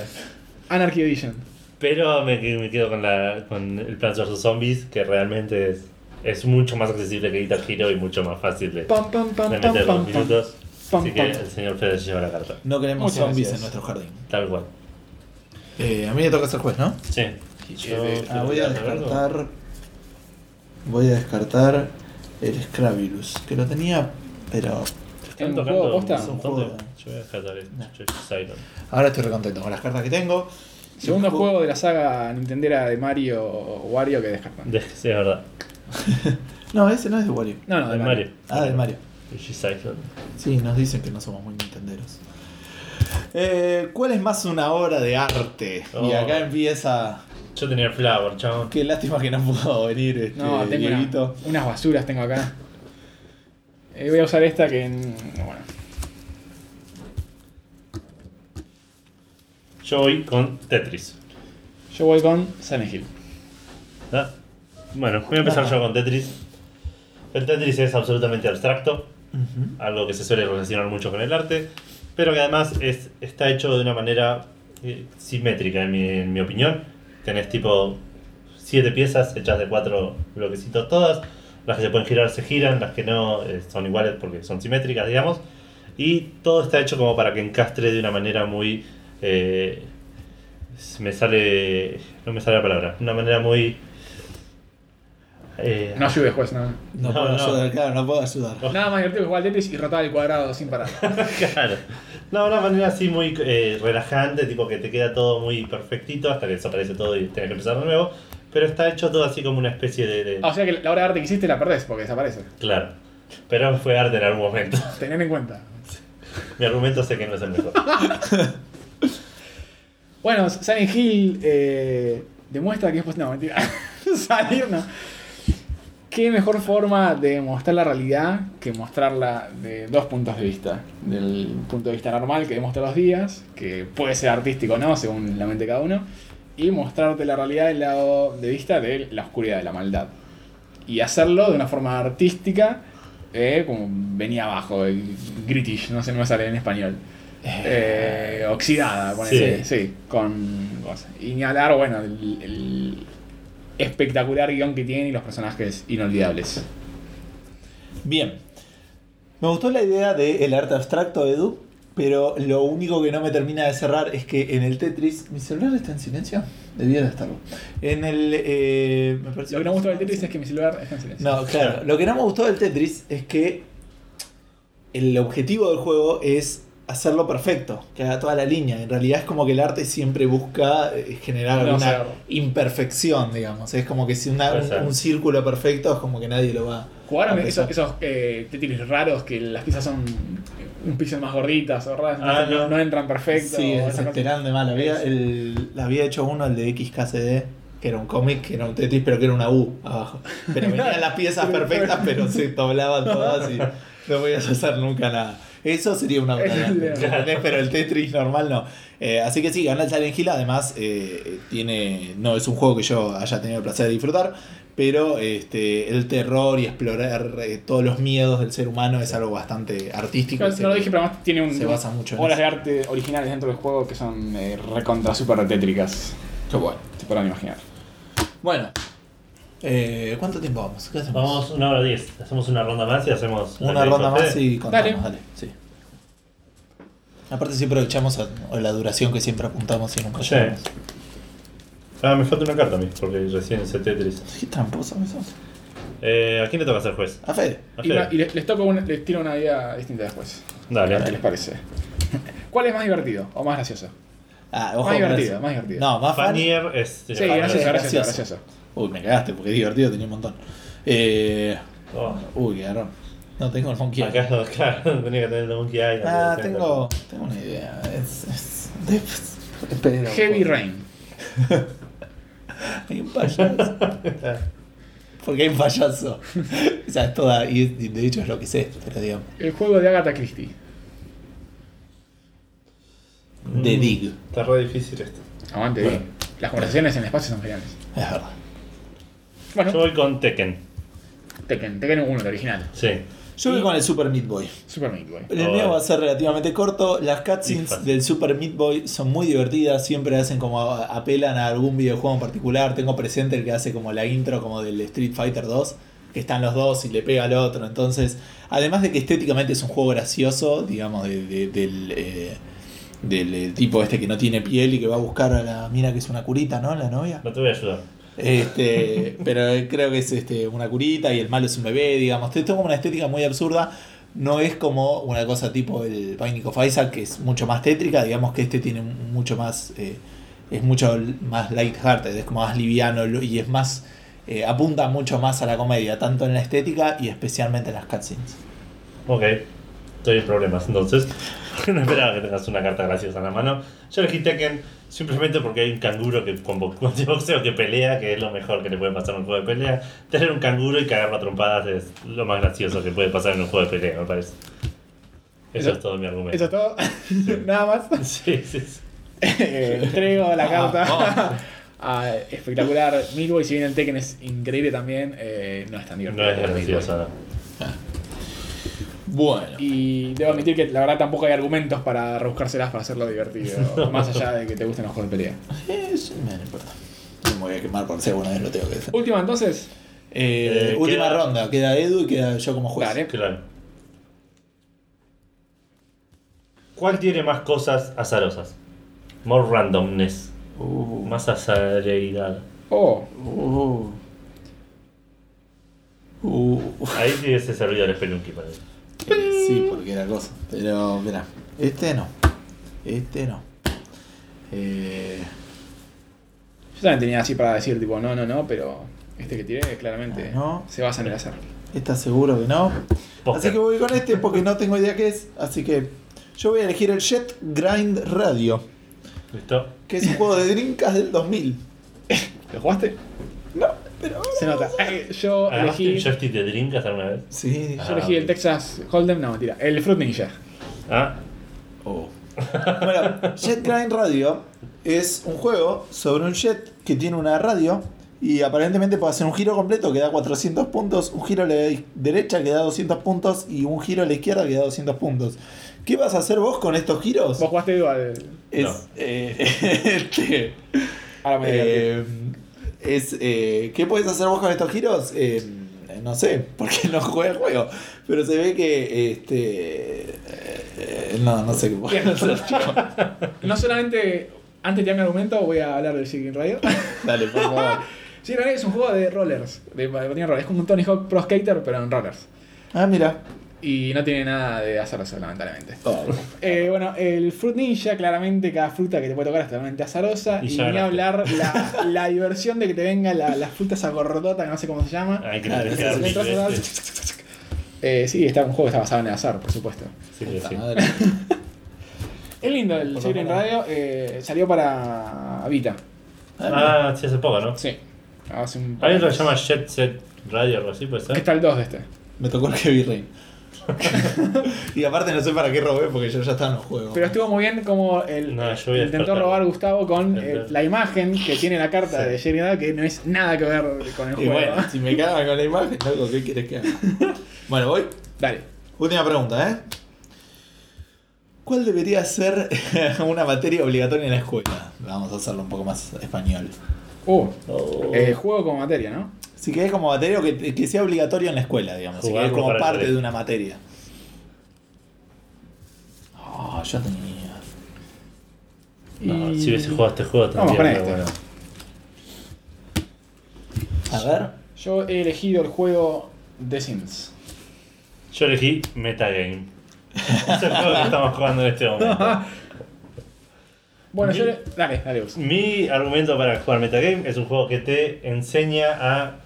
Speaker 3: Anarchy Edition.
Speaker 2: Pero me, me quedo con, la, con el Plants vs Zombies, que realmente es, es mucho más accesible que Guitar Hero y mucho más fácil de, de
Speaker 3: Pam, pam, pam, pam,
Speaker 2: meter
Speaker 3: pam,
Speaker 2: los
Speaker 3: pam.
Speaker 2: minutos.
Speaker 3: pam,
Speaker 2: Así
Speaker 3: pam.
Speaker 2: que el señor Fede se lleva la carta.
Speaker 1: No queremos
Speaker 3: Muchas
Speaker 1: zombies
Speaker 3: gracias.
Speaker 1: en nuestro jardín.
Speaker 2: Tal cual.
Speaker 1: Eh, a mí me toca ser juez, ¿no?
Speaker 2: Sí. Yo
Speaker 1: Eh, ah,
Speaker 2: quiero
Speaker 1: voy a
Speaker 2: saber algo.
Speaker 1: descartar. Voy a descartar el Scrabilus, que lo tenía, pero.
Speaker 2: Están
Speaker 3: ¿En
Speaker 2: tocando
Speaker 3: juego
Speaker 2: un
Speaker 3: posta?
Speaker 2: montón
Speaker 1: Un juego.
Speaker 2: de... Yo voy a descartar esto. Silent.
Speaker 1: Ahora estoy recontento con las cartas que tengo.
Speaker 3: Segundo juego de la saga Nintendera de Mario o Wario que descartan.
Speaker 2: De- Sí, es verdad.
Speaker 1: No, ese no es de Wario.
Speaker 3: No, no,
Speaker 2: De Mario.
Speaker 1: Ah, del Mario.
Speaker 2: Luigi Silent.
Speaker 1: Sí, nos dicen que no somos muy nintenderos. Eh, ¿Cuál es más una obra de arte? Y
Speaker 2: Oh.
Speaker 1: acá empieza.
Speaker 2: Yo tenía el Flower, chabón.
Speaker 1: Qué lástima que no pudo venir este
Speaker 3: No, tengo una-
Speaker 1: Dieguito.
Speaker 3: unas basuras tengo acá. Eh, voy a usar esta que... en- Bueno,
Speaker 2: Yo voy con Tetris.
Speaker 3: yo voy con Silent Hill.
Speaker 2: ¿Ah? Bueno, voy a empezar yo con Tetris. El Tetris es absolutamente abstracto, algo que se suele relacionar mucho con el arte, pero que además es, está hecho de una manera eh, simétrica, en mi, en mi opinión. Tenés tipo siete piezas hechas de cuatro bloquecitos todas. Las que se pueden girar se giran, las que no eh, son iguales porque son simétricas, digamos. Y todo está hecho como para que encastre de una manera muy... eh, me sale... No me sale la palabra. Una manera muy... eh,
Speaker 3: No ayudes, juez, nada.
Speaker 1: No,
Speaker 2: No,
Speaker 1: puedo
Speaker 2: no.
Speaker 1: ayudar, claro, no puedo ayudar.
Speaker 3: Nada más divertido que jugar al Tetris y rotar el cuadrado sin parar.
Speaker 2: Claro. No, una manera así muy eh, relajante, tipo que te queda todo muy perfectito hasta que desaparece todo y tienes que empezar de nuevo. Pero está hecho todo así como una especie de. de-
Speaker 3: Ah, o sea que la obra de arte que hiciste la perdés porque desaparece.
Speaker 2: Claro. Pero fue arte en algún momento.
Speaker 3: Tened en cuenta.
Speaker 2: Mi argumento sé que no es el mejor.
Speaker 3: Bueno, Silent Hill eh, demuestra que es posible. No, mentira. Salir no. ¿Qué mejor forma de mostrar la realidad que mostrarla de dos puntos de vista? Del punto de vista normal que vemos todos los días, que puede ser artístico o no, según la mente de cada uno, y mostrarte la realidad del lado de vista de la oscuridad, de la maldad. Y hacerlo de una forma artística, eh, como venía abajo, el British, no sé, no me sale en español. Eh, oxidada, con ese- sí, con cosas. Y ni hablar, bueno, el- el espectacular guión que tiene y los personajes inolvidables.
Speaker 1: Bien. Me gustó la idea del arte abstracto, Edu, pero lo único que no me termina de cerrar es que en el Tetris. ¿Mi celular está en silencio? Debiera estarlo. En el. eh, me parece
Speaker 3: Lo que no me gustó del Tetris es que mi celular está en silencio.
Speaker 1: No, claro. Lo que no me gustó del Tetris es que el objetivo del juego es hacerlo perfecto, que haga toda la línea. En realidad es como que el arte siempre busca eh, generar
Speaker 3: No,
Speaker 1: alguna
Speaker 3: o sea,
Speaker 1: imperfección, digamos. Es como que si una-
Speaker 2: Puede
Speaker 1: un,
Speaker 2: ser.
Speaker 1: un círculo perfecto es como que nadie lo va.
Speaker 3: ¿Jugaron
Speaker 1: a
Speaker 3: esos,
Speaker 1: pesar.
Speaker 3: esos eh, Tetris raros que las piezas son un pixel más gorditas o raras?
Speaker 2: Ah,
Speaker 3: no,
Speaker 2: no.
Speaker 3: no entran perfecto.
Speaker 1: Sí,
Speaker 3: o
Speaker 1: es
Speaker 3: esas cosas.
Speaker 1: desesperante mal. Había, el, había hecho uno, el de XKCD, que era un cómic, que era un Tetris, pero que era una U abajo. Pero venían las piezas perfectas, pero se doblaban todas y no podías hacer nunca nada. Eso sería una obra de arte, ¿entendés? pero el Tetris normal no. Eh, así que sí, gana el Silent Hill, además eh, tiene, no es un juego que yo haya tenido el placer de disfrutar, pero este, el terror y explorar eh, todos los miedos del ser humano es algo bastante artístico.
Speaker 3: No,
Speaker 1: y se-
Speaker 3: no lo dije, pero además tiene un,
Speaker 1: se basa mucho en
Speaker 3: obras
Speaker 1: eso.
Speaker 3: de arte originales dentro del juego que son eh, recontra super tétricas.
Speaker 1: Qué bueno.
Speaker 3: Se podrán imaginar.
Speaker 1: Bueno, eh, ¿cuánto tiempo vamos? ¿Qué hacemos?
Speaker 2: Vamos una hora diez. Hacemos una ronda más y hacemos. la
Speaker 1: una
Speaker 2: que
Speaker 1: ronda
Speaker 2: dijo
Speaker 1: más
Speaker 2: Fede.
Speaker 1: y contamos, dale.
Speaker 3: Dale.
Speaker 1: sí. Aparte siempre echamos a, a la duración que siempre apuntamos y nunca
Speaker 2: Sí.
Speaker 1: llegamos.
Speaker 2: Ah, me falta una carta a mí, porque recién hice Tetris.
Speaker 1: Qué tramposo que sos.
Speaker 2: Eh, ¿A quién le toca ser juez?
Speaker 1: A Fede.
Speaker 2: ¿A
Speaker 3: Y,
Speaker 2: Fede?
Speaker 3: una- y les, les toco una- les tiro una idea distinta después. ¿Qué les
Speaker 2: Dale.
Speaker 3: parece? ¿Cuál es más divertido o más gracioso?
Speaker 1: Ah, ojo
Speaker 3: Más
Speaker 1: con
Speaker 3: divertido,
Speaker 1: eso.
Speaker 3: más divertido.
Speaker 1: No, más funny.
Speaker 2: Fanier es.
Speaker 3: Sí,
Speaker 2: Fanier.
Speaker 3: gracioso, gracioso,
Speaker 1: gracioso.
Speaker 3: gracioso.
Speaker 1: Uy, me cagaste porque divertido tenía un montón. Eh,
Speaker 2: Oh,
Speaker 1: uy, quedaron. No tengo el monkey. Eye.
Speaker 2: acá, acá tenía que tener el Monkey Eye.
Speaker 1: Ah,
Speaker 2: la
Speaker 1: tengo, tengo una idea. Es, es, es- espera,
Speaker 3: Heavy
Speaker 1: por-
Speaker 3: Rain.
Speaker 1: Hay un payaso. Porque hay un payaso. o sea, es toda. Y, y de hecho es lo que sé, pero digo.
Speaker 3: El juego de Agatha Christie.
Speaker 2: Mm.
Speaker 1: De Dig.
Speaker 2: Está re difícil esto.
Speaker 3: Aguante
Speaker 2: Bueno.
Speaker 3: bien. Las conversaciones en el espacio son geniales.
Speaker 1: Es verdad.
Speaker 3: Bueno,
Speaker 2: Yo voy con Tekken.
Speaker 3: Tekken, Tekken 1, el original.
Speaker 2: Sí.
Speaker 1: Yo voy con el Super Meat Boy.
Speaker 3: Super Meat Boy.
Speaker 1: El mío va a ser relativamente corto. Las cutscenes
Speaker 2: Híjole.
Speaker 1: del Super Meat Boy son muy divertidas. Siempre hacen como apelan a algún videojuego en particular. Tengo presente el que hace como la intro como del Street Fighter 2. Que están los dos y le pega al otro. Entonces, además de que estéticamente es un juego gracioso, digamos, de- de- del, eh, del eh, tipo este que no tiene piel y que va a buscar a la mina que es una curita, ¿no? La novia.
Speaker 2: No te voy a ayudar.
Speaker 1: Este, pero creo que es este, una curita y el malo es un bebé, digamos. Esto es como una estética muy absurda. No es como una cosa tipo el Binding of Isaac, que es mucho más tétrica. Digamos que este tiene mucho más. eh, es mucho más lighthearted, es como más liviano lo- y es más. eh, apunta mucho más a la comedia, tanto en la estética y especialmente en las cutscenes.
Speaker 2: Ok. Estoy en problemas entonces. No esperaba que tengas una carta graciosa en la mano. Yo elegí Tekken simplemente porque hay un canguro que con bo- con boxeo que pelea, que es lo mejor que le puede pasar a un juego de pelea. Tener un canguro y cagarlo a trompadas es lo más gracioso que puede pasar en un juego de pelea, me parece. Eso,
Speaker 3: Eso-
Speaker 2: es todo mi argumento.
Speaker 3: Eso es todo. Nada más.
Speaker 2: Sí, sí, sí.
Speaker 3: Eh, Entrego la carta. a espectacular Meat Boy. Si bien el Tekken es increíble también, eh, no es tan divertido.
Speaker 2: No es
Speaker 3: como Meat Boy.
Speaker 2: gracioso, no.
Speaker 1: Bueno.
Speaker 3: Y debo admitir que la verdad tampoco hay argumentos para rebuscárselas para hacerlo divertido. Más allá de que te gusten los juegos de pelea.
Speaker 1: Eh, sí, me- no importa. No me voy a quemar por si alguna vez lo tengo que hacer.
Speaker 3: Última entonces.
Speaker 1: Eh,
Speaker 2: Eh,
Speaker 1: última
Speaker 2: queda-
Speaker 1: ronda, queda Edu y queda yo como juez.
Speaker 3: Dale.
Speaker 2: Claro. ¿Cuál tiene más cosas azarosas? More randomness.
Speaker 1: Uh.
Speaker 2: Más azareidad.
Speaker 3: Oh,
Speaker 1: Uh. Uh.
Speaker 2: Ahí tiene ese servidor el Spelunky para mí.
Speaker 1: Sí, porque era cosa. Pero, mira, este no. Este no. Eh,
Speaker 3: yo también tenía así para decir, tipo, no, no, no, pero este que tiré claramente
Speaker 1: Ah, No.
Speaker 3: se basa en el azar.
Speaker 1: esta seguro que no.
Speaker 2: Póker.
Speaker 1: Así que voy con este porque no tengo idea qué es. Así que yo voy a elegir el Jet Grind Radio,
Speaker 2: ¿Listo?
Speaker 1: que es un juego de drinkas del 2000.
Speaker 3: ¿Lo jugaste?
Speaker 1: No, Pero
Speaker 3: Se nota. Eh, yo
Speaker 2: ¿Agarraste
Speaker 3: elegí.
Speaker 2: el joystick de Dreamcast alguna vez?
Speaker 1: Sí.
Speaker 2: Ah.
Speaker 3: Yo elegí el Texas Hold'em, no, mentira. El Fruit Ninja.
Speaker 2: Ah,
Speaker 1: Oh. Bueno, Jet Grind Radio es un juego sobre un jet que tiene una radio y aparentemente puede hacer un giro completo que da 400 puntos, un giro a la derecha que da 200 puntos y un giro a la izquierda que da 200 puntos. ¿Qué vas a hacer vos con estos giros?
Speaker 3: Vos jugaste Edu, al.
Speaker 1: Es,
Speaker 2: No.
Speaker 1: eh, este,
Speaker 3: Ahora me voy a divertir.
Speaker 1: eh, es, eh, ¿Qué puedes hacer vos con estos giros? Eh, no sé, porque no jugué el juego. Pero se ve que. Este, eh, no, no sé qué puedo
Speaker 3: Bien.
Speaker 1: hacer.
Speaker 3: No solamente. Antes de tirar mi argumento, voy a hablar del Chicken Radio.
Speaker 1: Dale, por favor.
Speaker 3: Chicken Radio es un juego de rollers. De, patín roller. Es como un Tony Hawk Pro Skater, pero en rollers.
Speaker 1: Ah, mira.
Speaker 3: Y no tiene nada de azaroso, lamentablemente. Eh, bueno, el Fruit Ninja, claramente cada fruta que te puede tocar es totalmente azarosa.
Speaker 2: Y
Speaker 3: Y,
Speaker 2: ya
Speaker 3: ni
Speaker 2: ganaste.
Speaker 3: hablar la, la diversión de que te venga la, la fruta esa gordota que no sé cómo se llama.
Speaker 2: hay que
Speaker 1: Claro,
Speaker 2: tener que
Speaker 1: ese es el
Speaker 2: dar clic
Speaker 3: Entras a
Speaker 2: de
Speaker 3: dar-
Speaker 2: este.
Speaker 3: Eh, sí, está un juego que está basado en el azar, por supuesto.
Speaker 2: Sí, sí, sí.
Speaker 1: Madre.
Speaker 3: Es lindo el
Speaker 1: Por lo
Speaker 3: Siren
Speaker 1: menos.
Speaker 3: Radio, eh, salió para Vita.
Speaker 2: Ah, sí, hace poco, ¿no?
Speaker 3: Sí. Hace un
Speaker 2: Hay otro que se llama Jet Set Radio o algo así, puede
Speaker 3: Que
Speaker 2: ser.
Speaker 3: está el 2 de este.
Speaker 1: Me tocó el Heavy Rain. y aparte no sé para qué robé porque yo ya estaba en los juegos.
Speaker 3: Pero estuvo muy bien como el, eh,
Speaker 2: No, yo voy a
Speaker 3: intentó
Speaker 2: despertar.
Speaker 3: robar Gustavo con eh,
Speaker 2: Despertar.
Speaker 3: la imagen que tiene la carta
Speaker 2: Sí.
Speaker 3: de Siren Radio, que no es nada que ver con el
Speaker 1: Y
Speaker 3: juego.
Speaker 1: bueno, si me cagan con la imagen, loco, ¿qué quieres que haga? Bueno, voy.
Speaker 3: Dale.
Speaker 1: Última pregunta, ¿eh? ¿Cuál debería ser una materia obligatoria en la escuela? Vamos a hacerlo un poco más español.
Speaker 3: Uh,
Speaker 2: Oh.
Speaker 3: eh, juego con materia, ¿no?
Speaker 1: Si querés como materia o que, que sea obligatorio en la escuela, digamos. Si
Speaker 2: Jugarlo
Speaker 1: querés como
Speaker 2: para el
Speaker 1: parte
Speaker 2: colegio.
Speaker 1: de una materia. Ah, yo tenía.
Speaker 2: No,
Speaker 3: Y-
Speaker 2: si hubiese jugado este juego
Speaker 3: Vamos
Speaker 2: también.
Speaker 3: con
Speaker 2: pero
Speaker 3: este.
Speaker 2: bueno.
Speaker 1: A ver.
Speaker 3: Yo he elegido el juego The Sims.
Speaker 2: Yo elegí Metagame. Es el juego que estamos jugando en este momento.
Speaker 3: Bueno,
Speaker 2: Mi-
Speaker 3: yo le... Dale, dale vos.
Speaker 2: Mi argumento para jugar Metagame es un juego que te enseña a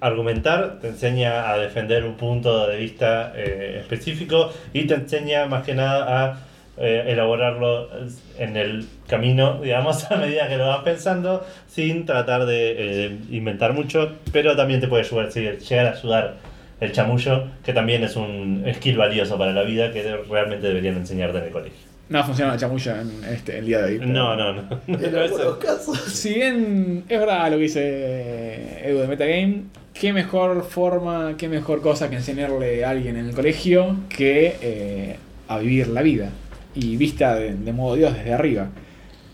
Speaker 2: argumentar, te enseña a defender un punto de vista eh, específico y te enseña más que nada a eh, elaborarlo en el camino, digamos, a medida que lo vas pensando, sin tratar de eh, inventar mucho, pero también te puede ayudar, sí, llegar a ayudar el chamullo, que también es un skill valioso para la vida que realmente deberían enseñarte en el colegio.
Speaker 3: No funciona la chamulla en este, el día de hoy. pero-
Speaker 2: No, no, no.
Speaker 1: En algunos casos.
Speaker 3: Si bien es verdad lo que dice Edu de Metagame, qué mejor forma, qué mejor cosa que enseñarle a alguien en el colegio que eh, a vivir la vida y vista de, de modo Dios desde arriba.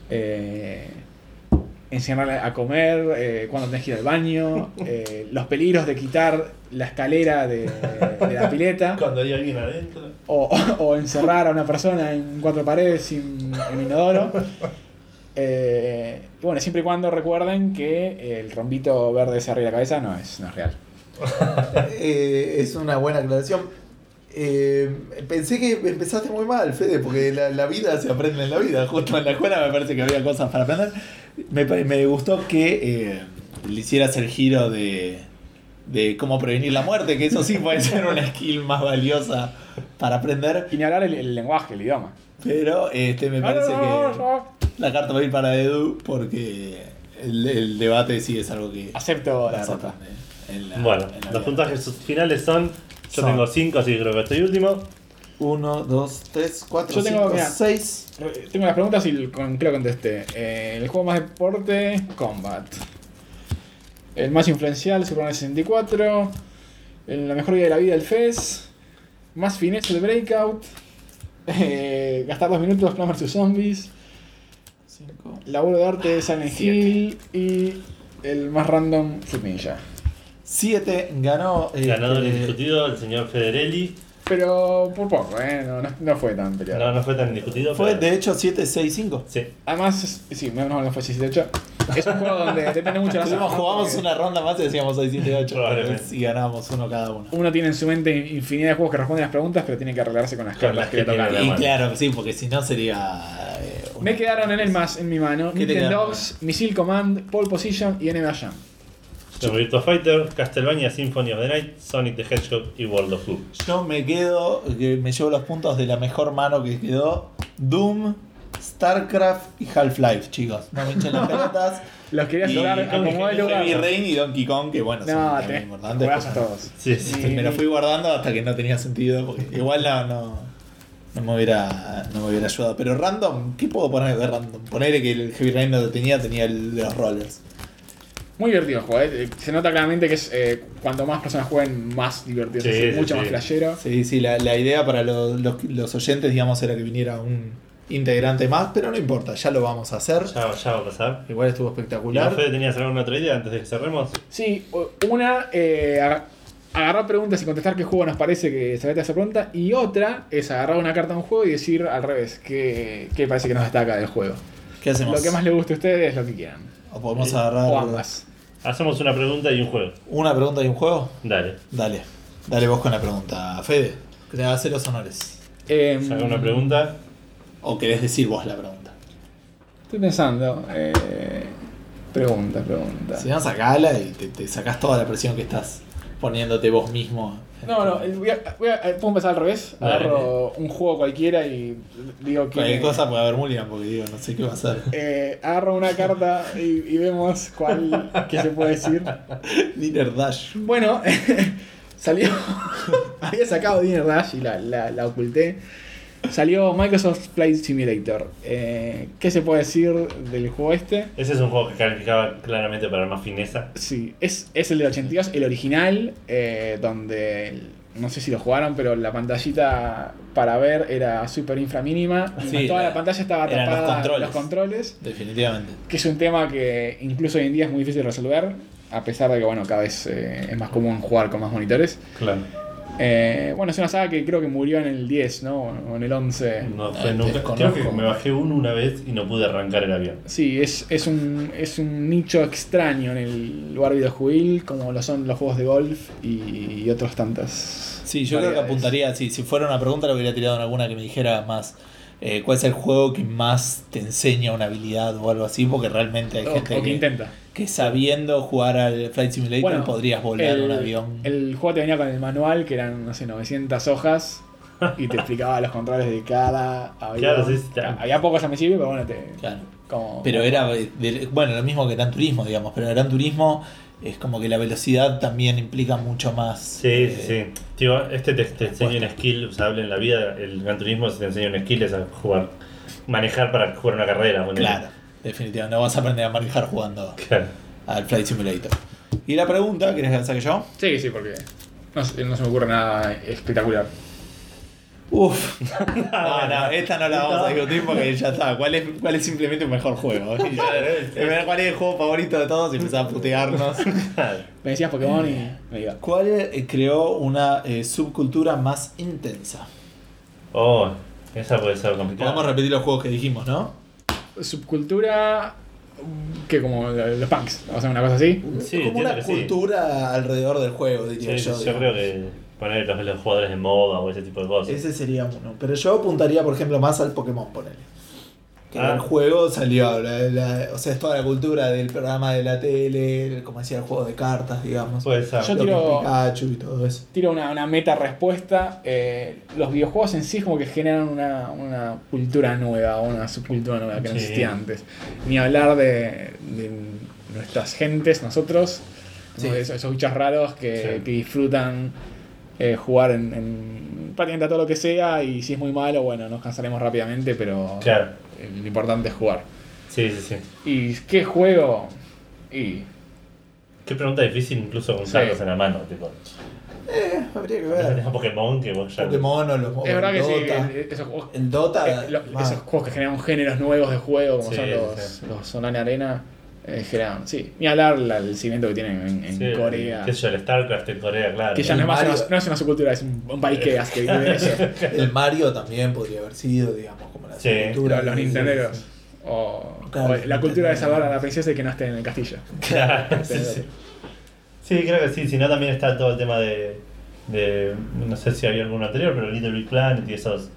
Speaker 3: Eh, enseñarle a comer, eh, cuándo tenés que ir al baño, eh, los peligros de quitar la escalera de, de la pileta.
Speaker 2: Cuando hay alguien adentro.
Speaker 3: O, o encerrar a una persona en cuatro paredes sin en inodoro. Eh, y bueno, siempre y cuando recuerden que el rombito verde ese arriba de la cabeza no es, no es real.
Speaker 1: Eh, es una buena aclaración. Eh, pensé que empezaste muy mal, Fede, porque la, la vida se aprende en la vida. Justo en la escuela me parece que había cosas para aprender. Me, pa- me gustó que eh, le hicieras el giro de, de cómo prevenir la muerte, que eso sí puede ser una skill más valiosa para aprender.
Speaker 3: Y ni hablar el, el lenguaje, el idioma. Ah,
Speaker 1: Pero este, me parece que la carta va a ir para Edu porque el, el debate sí es algo que...
Speaker 3: Acepto la
Speaker 1: pasa
Speaker 3: derrota.
Speaker 1: en la-
Speaker 2: Bueno,
Speaker 1: en la
Speaker 2: los
Speaker 1: vida.
Speaker 2: puntajes finales son. Yo
Speaker 1: Son.
Speaker 2: tengo 5, así que creo que estoy último.
Speaker 1: 1, 2, 3, 4,
Speaker 3: Yo tengo,
Speaker 1: 5,
Speaker 3: mirá.
Speaker 1: 6.
Speaker 3: Re- Eh, Tengo las preguntas y el- con, creo que contesté. Eh, el juego más deporte, Combat. El más influencial, Super Mario 64. El- la mejor guía de la vida, el FES. Más finesse, el Breakout. Eh, gastar dos minutos, Plan vs Zombies. Laburo de arte de Silent Hill. Y el más random, Fruit Ninja.
Speaker 1: 7 ganó. eh,
Speaker 2: Ganador
Speaker 1: eh,
Speaker 2: indiscutido, el señor Federelli.
Speaker 3: Pero por poco, ¿eh? No, no, no fue tan peleado.
Speaker 2: No, no fue tan indiscutido.
Speaker 1: Fue
Speaker 2: pero-
Speaker 1: de hecho 7, 6, 5.
Speaker 2: Sí.
Speaker 3: Además, es- sí, no, no no fue 68. Es un juego donde depende mucho de la zona, ¿no?
Speaker 1: Jugamos
Speaker 3: Porque-
Speaker 1: una ronda más y decíamos 6, 7, 8.
Speaker 2: Probablemente.
Speaker 1: Y ganábamos uno cada uno.
Speaker 3: Uno tiene en su mente infinidad de juegos que responden las preguntas, pero tiene que arreglarse con las
Speaker 2: Con
Speaker 3: cartas
Speaker 2: las
Speaker 3: que le
Speaker 2: que tiene.
Speaker 3: tocan.
Speaker 2: Pero
Speaker 1: Y
Speaker 2: bueno.
Speaker 1: claro, sí, porque si no sería. eh, una-
Speaker 3: Me quedaron en el más, en mi mano,
Speaker 1: ¿Qué te
Speaker 3: Nintendo
Speaker 1: quedaron?
Speaker 3: Dogs, Missile Command, Pole Position y NBA Jam.
Speaker 2: Tengo Virtua Fighter, Castlevania Symphony of the Night, Sonic the Hedgehog y World of Hoop.
Speaker 1: Yo me quedo, que me llevo los puntos de la mejor mano que quedó. Doom, StarCraft y Half-Life, chicos. No me echen las pelotas.
Speaker 3: Los quería
Speaker 1: Y-
Speaker 3: jugar a como el lugar.
Speaker 1: Heavy Rain y Donkey Kong, que bueno, son
Speaker 3: No,
Speaker 1: también
Speaker 3: te
Speaker 1: importantes.
Speaker 3: jugás
Speaker 1: pero-
Speaker 3: todos.
Speaker 2: Sí, sí.
Speaker 1: Me lo fui guardando hasta que no tenía sentido, porque igual no, no, no me hubiera, no me hubiera ayudado. Pero random, ¿qué puedo poner de random? Ponerle que el Heavy Rain no lo tenía, tenía el de los rollers.
Speaker 3: Muy divertido el juego, eh. Se nota claramente que es eh, cuanto más personas jueguen, más divertido.
Speaker 2: Sí,
Speaker 3: es decir,
Speaker 2: sí,
Speaker 3: mucho
Speaker 2: sí.
Speaker 3: más flashero.
Speaker 1: Sí, sí, la, la idea para lo- los, los oyentes, digamos, era que viniera un integrante más, pero no importa, ya lo vamos a hacer.
Speaker 2: Ya, ya va a pasar.
Speaker 1: Igual estuvo
Speaker 2: ¿Y vos,
Speaker 1: espectacular.
Speaker 2: Fede, tenías alguna otra idea antes de que cerremos?
Speaker 3: Sí, una, eh, aga- agarrar preguntas y contestar qué juego nos parece que se mete a esa pregunta. Y otra es agarrar una carta de un juego y decir al revés qué, qué parece que nos destaca del juego.
Speaker 1: ¿Qué hacemos?
Speaker 3: Lo que más les guste a ustedes es lo que quieran.
Speaker 1: O podemos
Speaker 3: O
Speaker 1: agarrar
Speaker 3: ambas.
Speaker 2: Hacemos una pregunta y un juego.
Speaker 1: una pregunta y un juego.
Speaker 2: Dale.
Speaker 1: Dale, dale vos con la pregunta, Fede. Te hace los honores. Mm.
Speaker 3: Em,
Speaker 2: Saca una pregunta.
Speaker 1: O querés decir vos la pregunta.
Speaker 3: Estoy pensando. eh, pregunta, pregunta.
Speaker 1: Si no, sacala y te, te sacás toda la presión que estás poniéndote vos mismo.
Speaker 3: No, no, el- voy a, voy a- puedo empezar al revés.
Speaker 2: Dale.
Speaker 3: Agarro un juego cualquiera y digo que.
Speaker 1: Cualquier cosa puede haber Mulligan porque digo, no sé qué va a hacer.
Speaker 3: Eh, agarro una carta y, y vemos cuál qué se puede decir.
Speaker 1: Dinner Dash.
Speaker 3: Bueno, salió. había sacado Dinner Dash y la, la- la oculté. Salió Microsoft Flight Simulator. Eh, ¿Qué se puede decir del juego este?
Speaker 2: Ese es un juego que calificaba claramente para más fineza.
Speaker 3: Sí, es, es el del 82, el original, eh, donde el- no sé si lo jugaron, pero la pantallita para ver era súper inframínima.
Speaker 1: Sí,
Speaker 3: toda la,
Speaker 1: era-
Speaker 3: pantalla estaba
Speaker 1: eran los
Speaker 3: tapada
Speaker 1: controles.
Speaker 3: los controles,
Speaker 1: Definitivamente.
Speaker 3: que es un tema que incluso hoy en día es muy difícil resolver, a pesar de que bueno, cada vez eh, es más común jugar con más monitores.
Speaker 2: Claro.
Speaker 3: Eh, bueno, es una saga que creo que murió en el 10, ¿no? O en el 11.
Speaker 2: No
Speaker 1: Ah,
Speaker 2: fue nunca.
Speaker 1: desconozco.
Speaker 2: Creo que me bajé uno una vez y no pude arrancar el avión.
Speaker 3: Sí, es, es, un, es un nicho extraño en el lugar videojuegil, como lo son los juegos de golf y, y otros tantas.
Speaker 1: Sí, yo creo que
Speaker 3: variedades.
Speaker 1: apuntaría, sí, si fuera una pregunta, lo hubiera tirado en alguna que me dijera más. eh, ¿Cuál es el juego que más te enseña una habilidad o algo así? Porque realmente hay
Speaker 3: O-
Speaker 1: gente
Speaker 3: o que
Speaker 1: que,
Speaker 3: intenta.
Speaker 1: que sabiendo jugar al Flight Simulator
Speaker 3: Bueno,
Speaker 1: podrías volar
Speaker 3: El,
Speaker 1: un avión.
Speaker 3: el juego te venía con el manual, que eran, no sé, 900 hojas, y te explicaba los controles de cada avión.
Speaker 2: Claro, sí, sí, claro.
Speaker 3: Había pocos al principio, pero bueno, te.
Speaker 1: Claro.
Speaker 3: como-
Speaker 1: Pero era, eh, de- bueno, lo mismo que Gran Turismo, digamos, pero en Gran Turismo es como que la velocidad también implica mucho más.
Speaker 2: Sí,
Speaker 1: eh,
Speaker 2: sí, sí. Tío, este te, te enseña un skill usable en la vida. El Gran Turismo te enseña un skill es a jugar. Manejar para jugar una carrera. ponele.
Speaker 1: Claro, definitivamente. No vas a aprender a manejar jugando
Speaker 2: Claro.
Speaker 1: al Flight Simulator. Y la pregunta, ¿querés que la saque yo?
Speaker 3: Sí, sí, porque. No, se- no se me ocurre nada espectacular.
Speaker 1: Uf. No, no, esta no la vamos a discutir porque ya está. ¿Cuál es, cuál es simplemente un mejor juego? Y ya, de ver ¿Cuál es el juego favorito de todos? Y empezás a putearnos.
Speaker 3: Me decías Pokémon y me iba.
Speaker 1: ¿Cuál eh, creó una eh, subcultura más intensa?
Speaker 2: Oh, esa puede ser complicada.
Speaker 1: Podemos repetir los juegos que dijimos, ¿no?
Speaker 3: Subcultura. mm, que como los punks, o sea, una cosa así.
Speaker 2: Sí,
Speaker 1: Como
Speaker 2: entiendo
Speaker 1: una
Speaker 2: que sí.
Speaker 1: cultura alrededor del juego, diría
Speaker 2: Sí,
Speaker 1: yo.
Speaker 2: yo
Speaker 1: digamos.
Speaker 2: creo que poner los, los jugadores de moda o ese tipo de cosas.
Speaker 1: Ese sería uno. Pero yo apuntaría, por ejemplo, más al Pokémon, ponele. Que
Speaker 2: Ah.
Speaker 1: en el juego salió, la- la- o sea, es toda la cultura del programa de la tele, el- como decía, el juego de cartas, digamos.
Speaker 2: Puede ser.
Speaker 3: Yo
Speaker 1: Lo que
Speaker 3: tiro-
Speaker 1: es Pikachu y todo eso.
Speaker 3: tiro una, una meta respuesta. eh, los videojuegos en sí como que generan una, una cultura nueva, una subcultura nueva que no
Speaker 2: Sí.
Speaker 3: existía antes. Ni hablar de, de nuestras gentes, nosotros, como
Speaker 1: Sí.
Speaker 3: de esos, esos bichos raros que,
Speaker 2: Sí.
Speaker 3: que disfrutan eh, jugar en, en prácticamente a todo lo que sea y si es muy malo, bueno, nos cansaremos rápidamente, pero
Speaker 2: Claro.
Speaker 3: eh, lo importante es jugar.
Speaker 2: Sí, sí, sí.
Speaker 3: ¿Y qué juego? Y
Speaker 2: Qué pregunta difícil incluso con
Speaker 3: Sí.
Speaker 2: cartas en la mano. Tipo.
Speaker 1: Eh, habría que ver.
Speaker 2: Tenés a Pokémon que vos ya...
Speaker 1: Pokémon o los o
Speaker 3: es verdad
Speaker 1: el
Speaker 3: que sí,
Speaker 1: Dota.
Speaker 3: eh, esos juegos
Speaker 1: El Dota.
Speaker 3: Eh, lo-
Speaker 1: más.
Speaker 3: esos juegos que generan géneros nuevos de juego, como
Speaker 2: Sí,
Speaker 3: son los,
Speaker 2: sí.
Speaker 3: los Online Arena, eh, generan. Sí, ni hablar la- el cimiento que tienen en, en
Speaker 2: Sí,
Speaker 3: Corea.
Speaker 2: Qué sé yo, el StarCraft en Corea, claro.
Speaker 3: Que ya no es, más
Speaker 1: Mario.
Speaker 3: una, no es una subcultura, es un, un país que hace que vive de eso.
Speaker 1: El Mario también podría haber sido, digamos, como la
Speaker 2: Sí.
Speaker 1: cultura.
Speaker 3: Los, los nintenderos. O,
Speaker 1: Claro,
Speaker 3: o
Speaker 1: los
Speaker 3: la cultura de
Speaker 1: Nintendo.
Speaker 3: salvar a la princesa y que no esté en el castillo.
Speaker 2: Claro, sí, sí. Sí, creo que sí. Si no, también está todo el tema de. de- no sé si había alguno anterior, pero Little Big Planet y esos.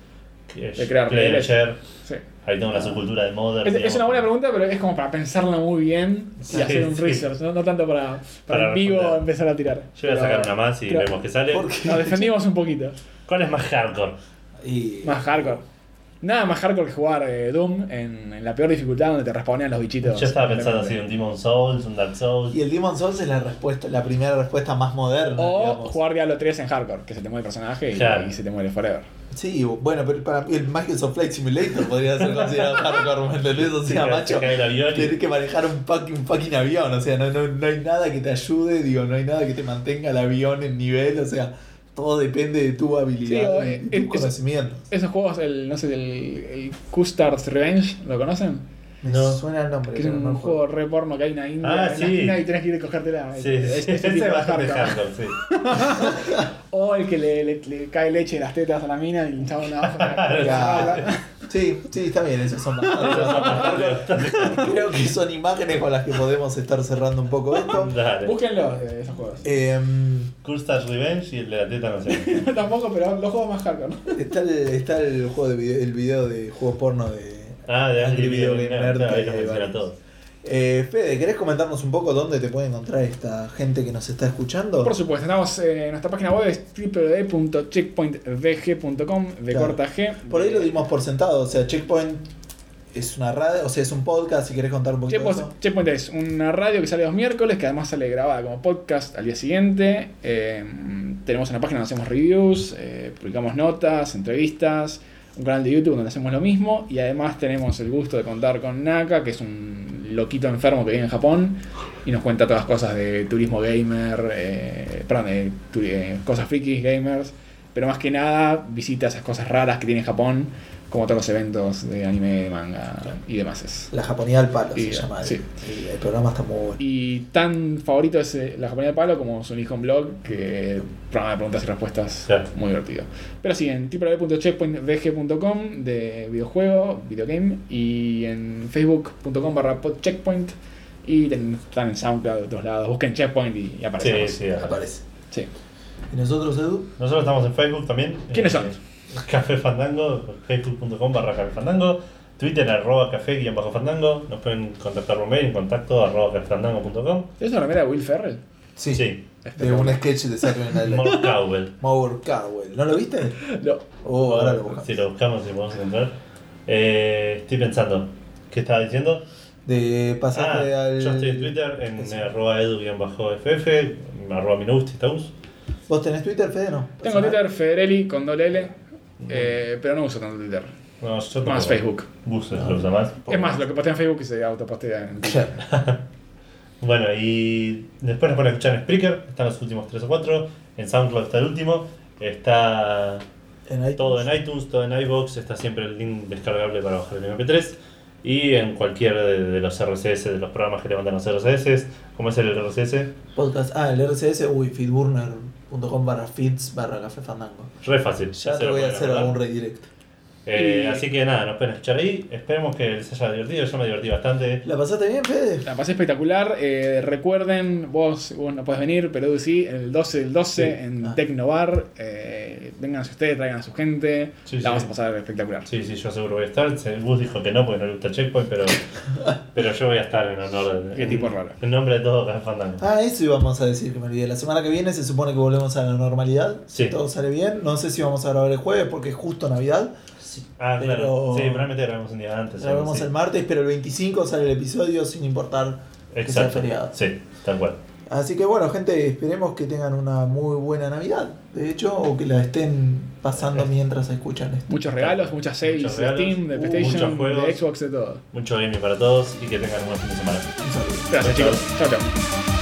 Speaker 2: que-
Speaker 3: De crear
Speaker 2: Player
Speaker 3: redes.
Speaker 2: Share.
Speaker 3: Sí.
Speaker 2: Ahí tengo una subcultura de modern.
Speaker 3: Es, es
Speaker 2: digamos.
Speaker 3: una buena pregunta, pero es como para pensarla muy bien y
Speaker 2: Sí,
Speaker 3: hacer un
Speaker 2: sí.
Speaker 3: research, no, no tanto para, para,
Speaker 2: Para
Speaker 3: en vivo
Speaker 2: responder.
Speaker 3: empezar a tirar.
Speaker 2: Yo voy a
Speaker 3: Pero-
Speaker 2: sacar una más y
Speaker 3: pero-
Speaker 2: vemos qué sale.
Speaker 1: ¿Por qué?
Speaker 3: Nos defendimos un poquito.
Speaker 2: ¿Cuál es más hardcore?
Speaker 1: Y
Speaker 3: Más hardcore. Nada más hardcore que jugar eh, Doom en, en la peor dificultad donde te respawnean los bichitos.
Speaker 2: Yo estaba pensando así, un Demon Souls, un Dark Souls.
Speaker 1: Y el Demon Souls es la respuesta, la primera respuesta más moderna,
Speaker 3: O
Speaker 1: digamos.
Speaker 3: jugar Diablo 3 en hardcore, que se te muere el personaje y,
Speaker 2: Claro.
Speaker 3: y se te muere forever.
Speaker 1: Sí, bueno, pero para mí el Microsoft Flight Simulator podría ser considerado hardcore, ¿me entendés? O
Speaker 2: Sí,
Speaker 1: sea,
Speaker 2: te
Speaker 1: macho,
Speaker 2: cae el avión y-
Speaker 1: tenés que manejar un, fuck- un fucking avión, o sea, no, no, no hay nada que te ayude, digo, no hay nada que te mantenga el avión en nivel, o sea, todo depende de tu
Speaker 3: Sí,
Speaker 1: habilidad
Speaker 3: o-
Speaker 1: y
Speaker 3: eh,
Speaker 1: tus
Speaker 3: eso-
Speaker 1: conocimientos.
Speaker 3: Esos juegos, el, no sé, el, el Custard's Revenge, ¿lo conocen?
Speaker 1: Me
Speaker 2: No.
Speaker 1: suena el nombre.
Speaker 3: Que es
Speaker 1: pero
Speaker 3: un
Speaker 1: no
Speaker 3: juego re porno que hay una india,
Speaker 2: Ah,
Speaker 3: en la
Speaker 2: sí.
Speaker 3: esquina y tenés que ir a cogértela.
Speaker 2: Sí,
Speaker 3: Es-
Speaker 2: sí,
Speaker 3: este es
Speaker 2: ese
Speaker 3: tipo de
Speaker 2: es bastante
Speaker 3: hardcore.
Speaker 2: hardcore, sí.
Speaker 3: O el que le, le- le cae leche de las tetas a la mina y le hinchaba una hoja. en la cara.
Speaker 1: Sí, sí, está bien, esos son bastante-
Speaker 2: Esos son bastante-
Speaker 1: Creo que son imágenes con las que podemos estar cerrando un poco esto.
Speaker 2: Dale.
Speaker 3: Búsquenlo, eh, esos juegos.
Speaker 1: Em,
Speaker 2: Curstas Revenge y el de la teta no sé.
Speaker 3: Tampoco, pero los juegos más hardcore. ¿no?
Speaker 1: Está el, está el juego de video, el video de juegos porno de.
Speaker 2: Ah, de Angry Video Game
Speaker 1: Nerd,
Speaker 2: Nerd, claro, ahí
Speaker 1: eh,
Speaker 2: nos menciona
Speaker 1: varios.
Speaker 2: todo.
Speaker 1: Eh, Fede, ¿querés comentarnos un poco dónde te puede encontrar esta gente que nos está escuchando?
Speaker 3: Por supuesto, estamos eh, en nuestra página web es www.checkpointvg.com de
Speaker 1: Claro.
Speaker 3: corta G.
Speaker 1: Por ahí lo dimos por sentado, o sea, Checkpoint es una radio, o sea, es un podcast, si querés contar un poquito de eso.
Speaker 3: Checkpoint, Checkpoint es pues, una radio que sale los miércoles, que además sale grabada como podcast al día siguiente. Eh, tenemos una página donde hacemos reviews, eh, publicamos notas, entrevistas, un canal de YouTube donde hacemos lo mismo. Y además tenemos el gusto de contar con Naka, que es un loquito enfermo que vive en Japón y nos cuenta todas las cosas de turismo gamer, eh, perdón, de tu- eh, cosas frikis, gamers. Pero más que nada visita esas cosas raras que tiene Japón, como todos los eventos de anime, manga y demás. Es.
Speaker 1: La japonía al palo
Speaker 3: Y-
Speaker 1: se llama. el-
Speaker 3: sí.
Speaker 1: El, el programa está muy bueno.
Speaker 3: Y tan favorito es eh, la japonía de palo como su hijo en blog, que programa de preguntas y respuestas
Speaker 2: Claro.
Speaker 3: muy divertido. Pero sí, en www.checkpointvg.com de videojuego, videogame, y en facebook.com barra podcheckpoint, y ten- están en SoundCloud de otros lados. Busquen Checkpoint y, y
Speaker 2: Sí,
Speaker 3: aparecemos.
Speaker 2: sí, aparece.
Speaker 1: Aparece.
Speaker 3: Sí.
Speaker 1: ¿Y nosotros, Edu?
Speaker 2: Nosotros estamos en Facebook también.
Speaker 3: ¿Quiénes
Speaker 2: Eh,
Speaker 3: son?
Speaker 2: Café Fandango, facebook.com barra Café Fandango, Twitter arroba café guión bajo Fandango, nos pueden contactar por mail en contacto arroba cafefandango.com.
Speaker 3: ¿Es una remera de Will Ferrell?
Speaker 1: Sí.
Speaker 2: Sí,
Speaker 1: De un sketch de Saturday Night Live.
Speaker 2: Mark Cowell.
Speaker 1: Mower Cowell. ¿No lo viste?
Speaker 3: No.
Speaker 1: Oh, ahora lo buscamos.
Speaker 2: si lo buscamos, si lo podemos encontrar. Eh, estoy pensando, ¿qué estaba diciendo?
Speaker 1: De pasaje
Speaker 2: Ah,
Speaker 1: al.
Speaker 2: Yo estoy en Twitter, en
Speaker 1: Eso.
Speaker 2: eh, arroba edu-ff, arroba minugustistaus.
Speaker 1: ¿Vos tenés Twitter, Fede? No.
Speaker 3: Tengo
Speaker 1: Personal.
Speaker 3: Twitter, Federelli, con doble L, eh, pero no uso tanto Twitter.
Speaker 2: No, yo tampoco.
Speaker 3: Más Facebook.
Speaker 2: Buses
Speaker 3: Ah.
Speaker 2: lo usa más.
Speaker 3: Es más, lo que postea en Facebook y se autopostea en Twitter.
Speaker 2: Bueno, y después nos pueden escuchar en Spreaker, están los últimos 3 o 4, en SoundCloud está el último, está
Speaker 1: En iTunes.
Speaker 2: todo en iTunes, todo en iBox, está siempre el link descargable para bajar el MP3 y en cualquier de, de los RSS, de los programas que levantan los RSS, ¿cómo es el RSS?
Speaker 1: Podcast. Ah, el RCS, uy, feedburner.com barra feeds barra café fandango.
Speaker 2: Re fácil.
Speaker 1: Ya
Speaker 2: se
Speaker 1: te
Speaker 2: lo
Speaker 1: voy a
Speaker 2: pueden
Speaker 1: hacer
Speaker 2: guardar.
Speaker 1: algún redirect.
Speaker 2: Eh,
Speaker 3: Y-
Speaker 2: Así que nada, nos pueden escuchar ahí, esperemos que les haya divertido, yo me divertí bastante.
Speaker 1: ¿La pasaste bien, Fede?
Speaker 3: La pasé espectacular. Eh, recuerden, vos, vos no podés venir, pero Edu sí, el 12 del 12 en
Speaker 1: Ah.
Speaker 3: Tecnobar. Eh, vengan ustedes, traigan a su gente.
Speaker 2: Sí,
Speaker 3: la
Speaker 2: sí.
Speaker 3: vamos a pasar espectacular.
Speaker 2: Sí, sí, yo seguro voy a estar. Se- Gus dijo que no porque no le gusta Checkpoint, pero, pero yo voy a estar en honor de.
Speaker 3: Qué tipo raro.
Speaker 2: En nombre de todo Café Fandango.
Speaker 1: Ah, eso íbamos a decir que me olvidé. La semana que viene se supone que volvemos a la normalidad.
Speaker 2: Sí.
Speaker 1: Si todo sale bien. No sé si vamos a grabar el jueves porque es justo Navidad.
Speaker 2: Ah, claro.
Speaker 1: Pero-
Speaker 2: Sí, probablemente grabemos un día antes.
Speaker 1: Grabamos
Speaker 2: sí.
Speaker 1: el martes, pero el 25 sale el episodio sin importar que sea
Speaker 2: Exacto.
Speaker 1: feriado.
Speaker 2: Sí, tal cual.
Speaker 1: Así que bueno, gente, esperemos que tengan una muy buena Navidad. De hecho, o que la estén pasando mientras escuchan esto.
Speaker 3: Muchos regalos, muchas sales
Speaker 2: Muchos
Speaker 3: de
Speaker 2: regalos,
Speaker 3: Steam, de
Speaker 2: uh,
Speaker 3: PlayStation,
Speaker 2: muchos juegos.
Speaker 3: de Xbox, de todo.
Speaker 2: Mucho gaming para todos y que tengan un buen fin de semana.
Speaker 1: Un saludo.
Speaker 3: Gracias,
Speaker 2: Chao.
Speaker 3: chicos. Chao, chao.